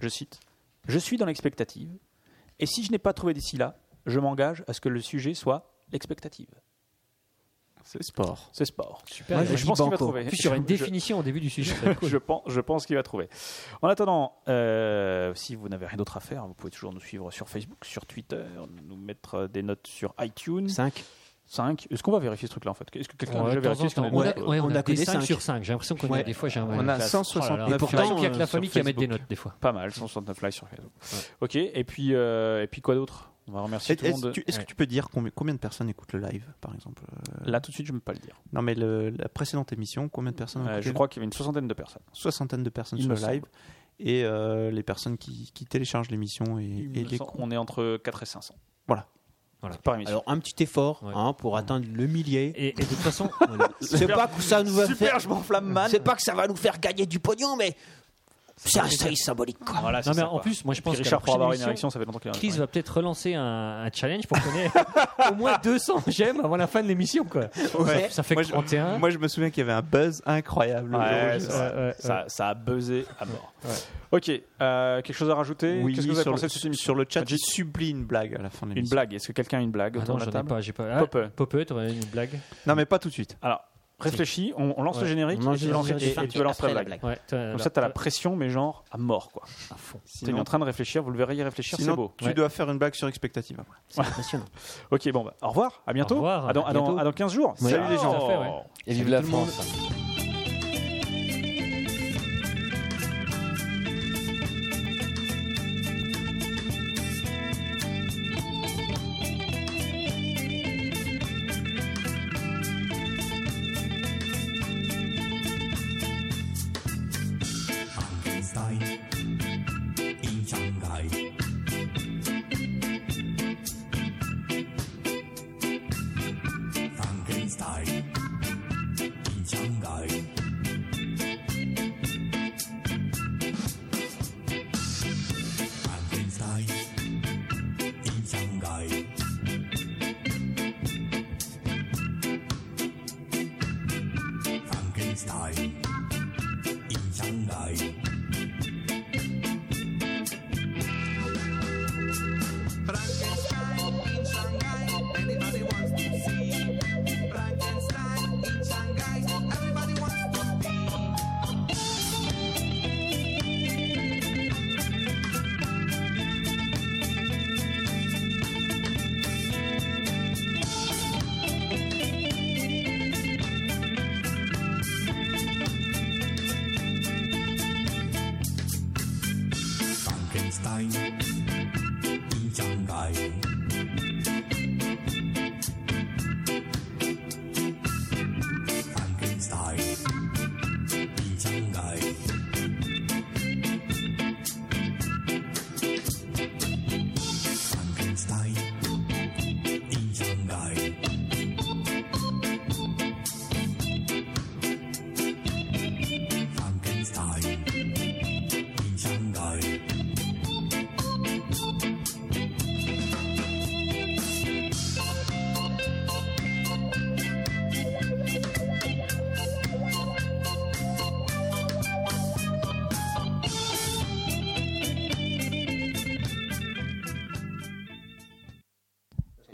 je cite, je suis dans l'expectative, et si je n'ai pas trouvé d'ici là, je m'engage à ce que le sujet soit l'expectative. C'est sport. C'est sport. Super. Moi, je- je pense qu'il va banco. trouver. En plus, il y aura une Je- définition au début du sujet. je pense, je pense qu'il va trouver. En attendant, euh, si vous n'avez rien d'autre à faire, vous pouvez toujours nous suivre sur Facebook, sur Twitter, nous mettre euh, des notes sur iTunes. 5. 5. Est-ce qu'on va vérifier ce truc-là en fait Est-ce que quelqu'un a Ouais, déjà de temps vérifié en ce qu'on temps. a On a, noté ouais, on On a a que des des 5 cinq. sur 5. J'ai l'impression qu'on a Ouais. des fois. J'ai un On a classe. 169 Oh là là. likes Il y a que la sur famille qui va mettre des Facebook. notes des fois. Pas mal, 169 likes sur Facebook. Ok, et puis, euh, et puis quoi d'autre On va remercier tout le Est-ce monde. tu- est-ce que tu peux dire combien, combien de personnes écoutent le live, par exemple Euh, Là tout de suite, je ne peux pas le dire. Non, mais le- la précédente émission, combien de personnes ont Euh, écouté je le- crois qu'il y avait une soixantaine de personnes. soixantaine de personnes Il sur me le live et euh, les personnes qui, qui téléchargent l'émission et, et les cou- On est entre 4 et 500. Voilà. Voilà. Par émission. Alors, un petit effort Ouais. hein, pour atteindre le millier. Et, et de toute façon, C'est pas que ça nous va faire. je m'enflamme mal. C'est pas que ça va nous faire gagner du pognon, mais c'est Ah, un seuil symbolique, quoi. Voilà, c'est non, mais ça, en quoi. plus, moi je pense Puis que Richard, pour avoir une émission, érection, ça fait longtemps qu'il en a. Chris va peut-être relancer un, un challenge pour qu'on ait au moins 200 j'aime avant la fin de l'émission. quoi. Ça, ça fait Moi, je- 31. Moi, je me souviens qu'il y avait un buzz incroyable. Ouais, Euh, c'est je- vrai. ouais, ouais. ça, ça a buzzé à mort. Ok, euh, quelque chose à rajouter Oui, Qu'est-ce que vous avez sur, pensé le, de cette émission sur le chat, j'ai Magic subli une blague à la fin de Une l'émission. blague Est-ce que quelqu'un a une blague Ah autour non, de la j'en ai table pas. J'ai pas. Ah, Popeux. Popeux, t'aurais une blague Non, mais pas tout de suite. Alors, réfléchis, on, on lance Ouais. le générique On et, tu lances- lance le et- et générique tu vas lancer après la la blague. blague. Ouais, t'as- Comme ça, t'as la pression, mais genre à mort, quoi. à fond. T'es en train de réfléchir, vous le verrez y réfléchir, c'est Sinon, beau. tu Ouais. dois faire une blague sur expectative après. C'est impressionnant. Ok, bon, bah, au revoir, à bientôt. Au revoir, à, dans, à à dans- bientôt. à dans 15 jours. Ouais. Salut les Tout gens. à fait, ouais. Et vive la tout le monde. France. Frankenstein in Shanghai.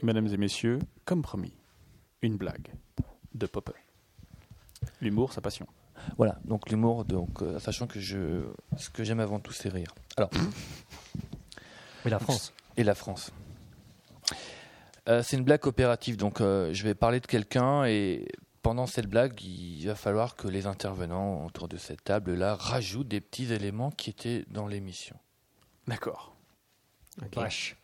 Mesdames et messieurs, comme promis, une blague de Popper. L'humour, sa passion. Voilà, donc l'humour, donc, euh, sachant que je, ce que j'aime avant tout, c'est rire. Alors, Mais la France. et la France. Euh, c'est une blague coopérative, donc euh, je vais parler de quelqu'un et pendant cette blague, il va falloir que les intervenants autour de cette table-là rajoutent des petits éléments qui étaient dans l'émission. D'accord. Vache.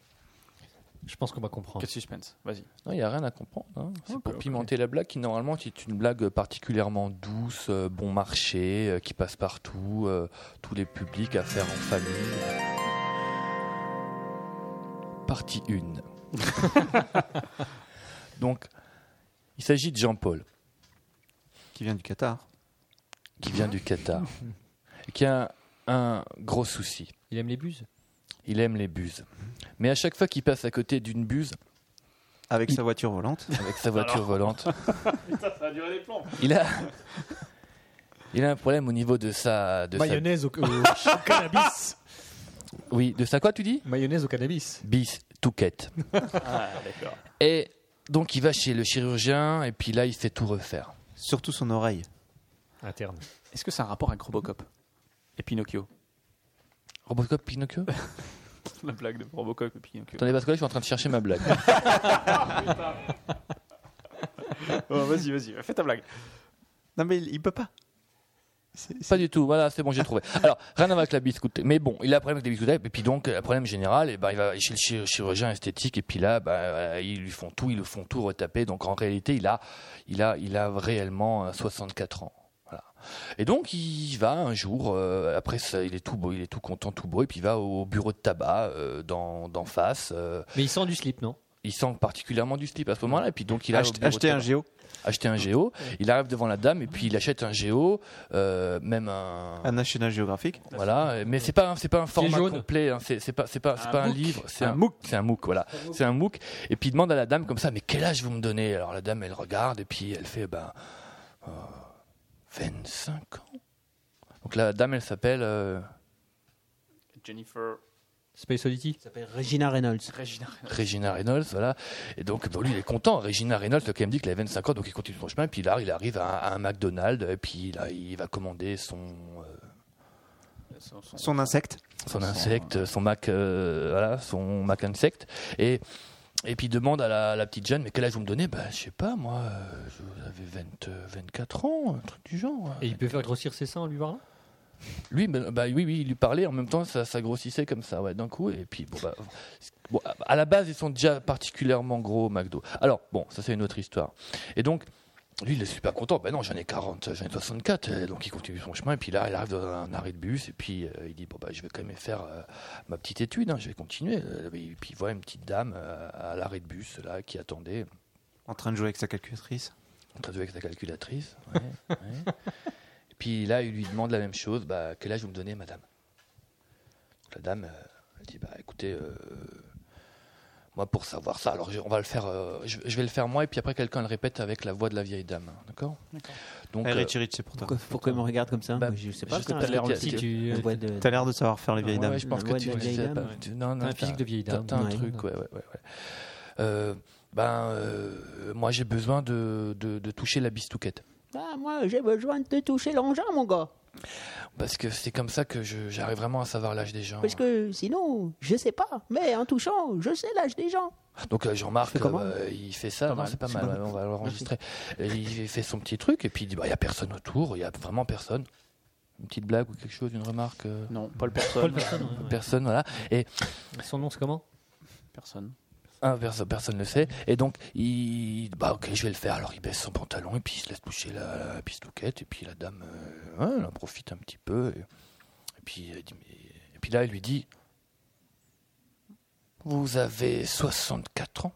Je pense qu'on va comprendre. Quel suspense. Vas-y. Non, il n'y a rien à comprendre. hein. C'est Ok, pour ok. pimenter la blague qui, normalement, est une blague particulièrement douce, euh, bon marché, euh, qui passe partout, euh, tous les publics à faire en famille. Partie 1. Donc, il s'agit de Jean-Paul, qui vient du Qatar. qui vient du Qatar, et qui a un gros souci. Il aime les buses Il aime les buses. Mais à chaque fois qu'il passe à côté d'une buse, Avec sa voiture volante. avec sa voiture volante. Il a, il a un problème au niveau de sa, de sa- Mayonnaise au, au- au cannabis. oui, de sa quoi tu dis Mayonnaise au cannabis. Bis touquette. Et donc il va chez le chirurgien et puis là il fait tout refaire. Surtout son oreille. Interne. Est-ce que c'est un rapport avec Robocop et Pinocchio Robocop Pinocchio La blague de Robocop et Pinocchio. Attendez parce que là je suis en train de chercher ma blague. Oh, vas-y, vas-y, fais ta blague. Non, mais il, il peut pas. Pas du tout, voilà, c'est bon, j'ai trouvé. Alors, rien à voir avec la biscoute. Mais bon, il a un problème avec la biscoute. Et puis donc, un problème général, et ben, il va chez le chi- chirurgien esthétique. Et puis là, ben, euh, ils lui font tout, ils le font tout retaper. Donc en réalité, il a, il a, il a réellement euh, 64 ans. Voilà. Et donc, il va un jour, euh, après ça, il est tout beau, il est tout content, tout beau. Et puis il va au bureau de tabac euh, d'en d'en face. euh, Mais il sent du slip, non il sent particulièrement du slip à ce moment-là. Et puis donc, il a au Acheter, bureau de acheter un tabac Géo. acheter un géo. Il arrive devant la dame et puis il achète un géo, euh, même un. Un National Geographic. voilà, mais c'est pas un- c'est pas un format jaune. complet, hein. c'est c'est pas c'est pas c'est Un pas un MOOC. livre, c'est Un un MOOC. c'est un MOOC, voilà, c'est un MOOC. Et puis il demande à la dame comme ça, mais quel âge vous me donnez Alors la dame elle regarde et puis elle fait ben euh, 25 ans. Donc la dame elle s'appelle euh, Jennifer. Space Oddity s'appelle Regina Reynolds. Regina Reynolds, voilà. Et donc, bon, lui, il est content. Regina Reynolds, quand même dit qu'il avait 25 ans, donc il continue son chemin. Puis là, il arrive à, à un McDonald's, et puis là, il va commander son, euh, Son, son- Son insecte. son insecte, son Mac, euh, voilà, son Mac insect. Et, et puis il demande à la, la petite jeune, mais quel âge vous me donnez Ben, je sais pas, moi, euh, je- j'avais 20, euh, 24 ans, un truc du genre. hein. Et il peut faire grossir ses seins en lui parlant Lui, ben, bah, oui, oui, il lui parlait, en même temps, ça, ça grossissait comme ça, ouais, d'un coup. Et puis, bon, bah, bon, à- à la base, ils sont déjà particulièrement gros au McDo. Alors, bon, ça, c'est une autre histoire. Et donc, lui, il est super content. Ben non, j'en ai 40, j'en ai 64. Et donc, il continue son chemin. Et puis là, il arrive dans un arrêt de bus. Et puis, euh, il dit, bon, bah, je vais quand même faire euh, ma petite étude, hein, je vais continuer. Euh, Et puis, il voit une petite dame euh, à l'arrêt de bus, là, qui attendait En train de jouer avec sa calculatrice. on traduit avec ta calculatrice. ouais, ouais. Et puis là, il lui demande la même chose. Bah, quel âge vous me donnez, madame Donc La dame, euh, elle dit, bah, écoutez, euh, moi, pour savoir ça, alors je, on va le faire, euh, je, je vais le faire moi, et puis après, quelqu'un le répète avec la voix de la vieille dame. hein, D'accord Donc, Eh, euh, Richie Rich, c'est pour toi. Pourquoi, pourquoi il me regarde comme ça Bah, Moi, Je sais pas. je sais quand pas, je l'air Bah, regarde aussi, ça. tu- Je vois de- T'as l'air de savoir faire les vieilles ouais, dames. je pense La que voix tu de la le vieille sais dame, pas. ouais. Tu- Non, non, T'as un physique de vieille t'as- dame. t'as un Ouais. truc, ouais, ouais, ouais. ouais. Euh, ben, euh, moi, j'ai besoin de, de- de toucher la bistouquette. Ah, moi, j'ai besoin de toucher l'engin, mon gars. Parce que c'est comme ça que je- j'arrive vraiment à savoir l'âge des gens. Parce que sinon, je sais pas. Mais en touchant, je sais l'âge des gens. Donc euh, Jean-Marc, comment euh, il fait ça, non, c'est pas mal, ouais, on va l'enregistrer. Et Il fait son petit truc et puis il dit, bah, il n'y a personne autour, il n'y a vraiment personne. Une petite blague ou quelque chose, une remarque euh, Non, Paul Personne. Paul Personne. Personne, voilà. Et Son nom, c'est comment un, Ah, perso- personne ne le sait. Et donc, il bah ok, je vais le faire. Alors, il baisse son pantalon et puis il se laisse toucher la, la pistouquette. Et puis la dame, euh, ouais, elle en profite un petit peu. Et, et puis, elle dit, mais- et puis là, elle lui dit, vous avez 64 ans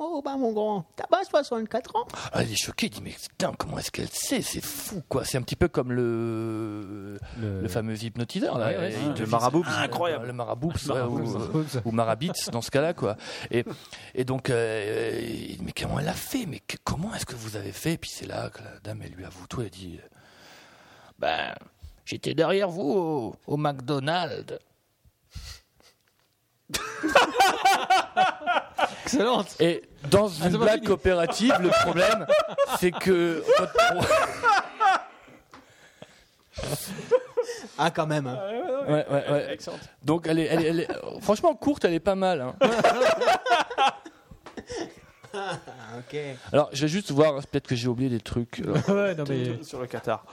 Oh, bah, mon grand, t'as pas 64 ans Ah, il est choqué, il dit mais putain, comment est-ce qu'elle sait C'est fou quoi. C'est un petit peu comme le, le... fameux hypnotiseur là, Euh. Ouais, ouais, Et c'est il ça. Ah, te Le dit- marabout. incroyable, le marabout ouais, ou, euh, Oups. ou marabits dans ce cas-là quoi. Et, et donc euh, il dit, mais comment elle a fait Mais que- comment est-ce que vous avez fait Et puis c'est là que la dame elle lui avoue tout, elle dit euh, ben j'étais derrière vous au, au McDonald's. Excellente. Et dans Ah, c'est une pas blague fini. coopérative, le problème, c'est que. Ah, quand même. Ouais, ouais, ouais. Donc, elle est, elle est- elle est- franchement, courte, elle est pas mal. hein. ok. Alors, je vais juste voir, peut-être que j'ai oublié des trucs. euh. alors. Sur le Qatar.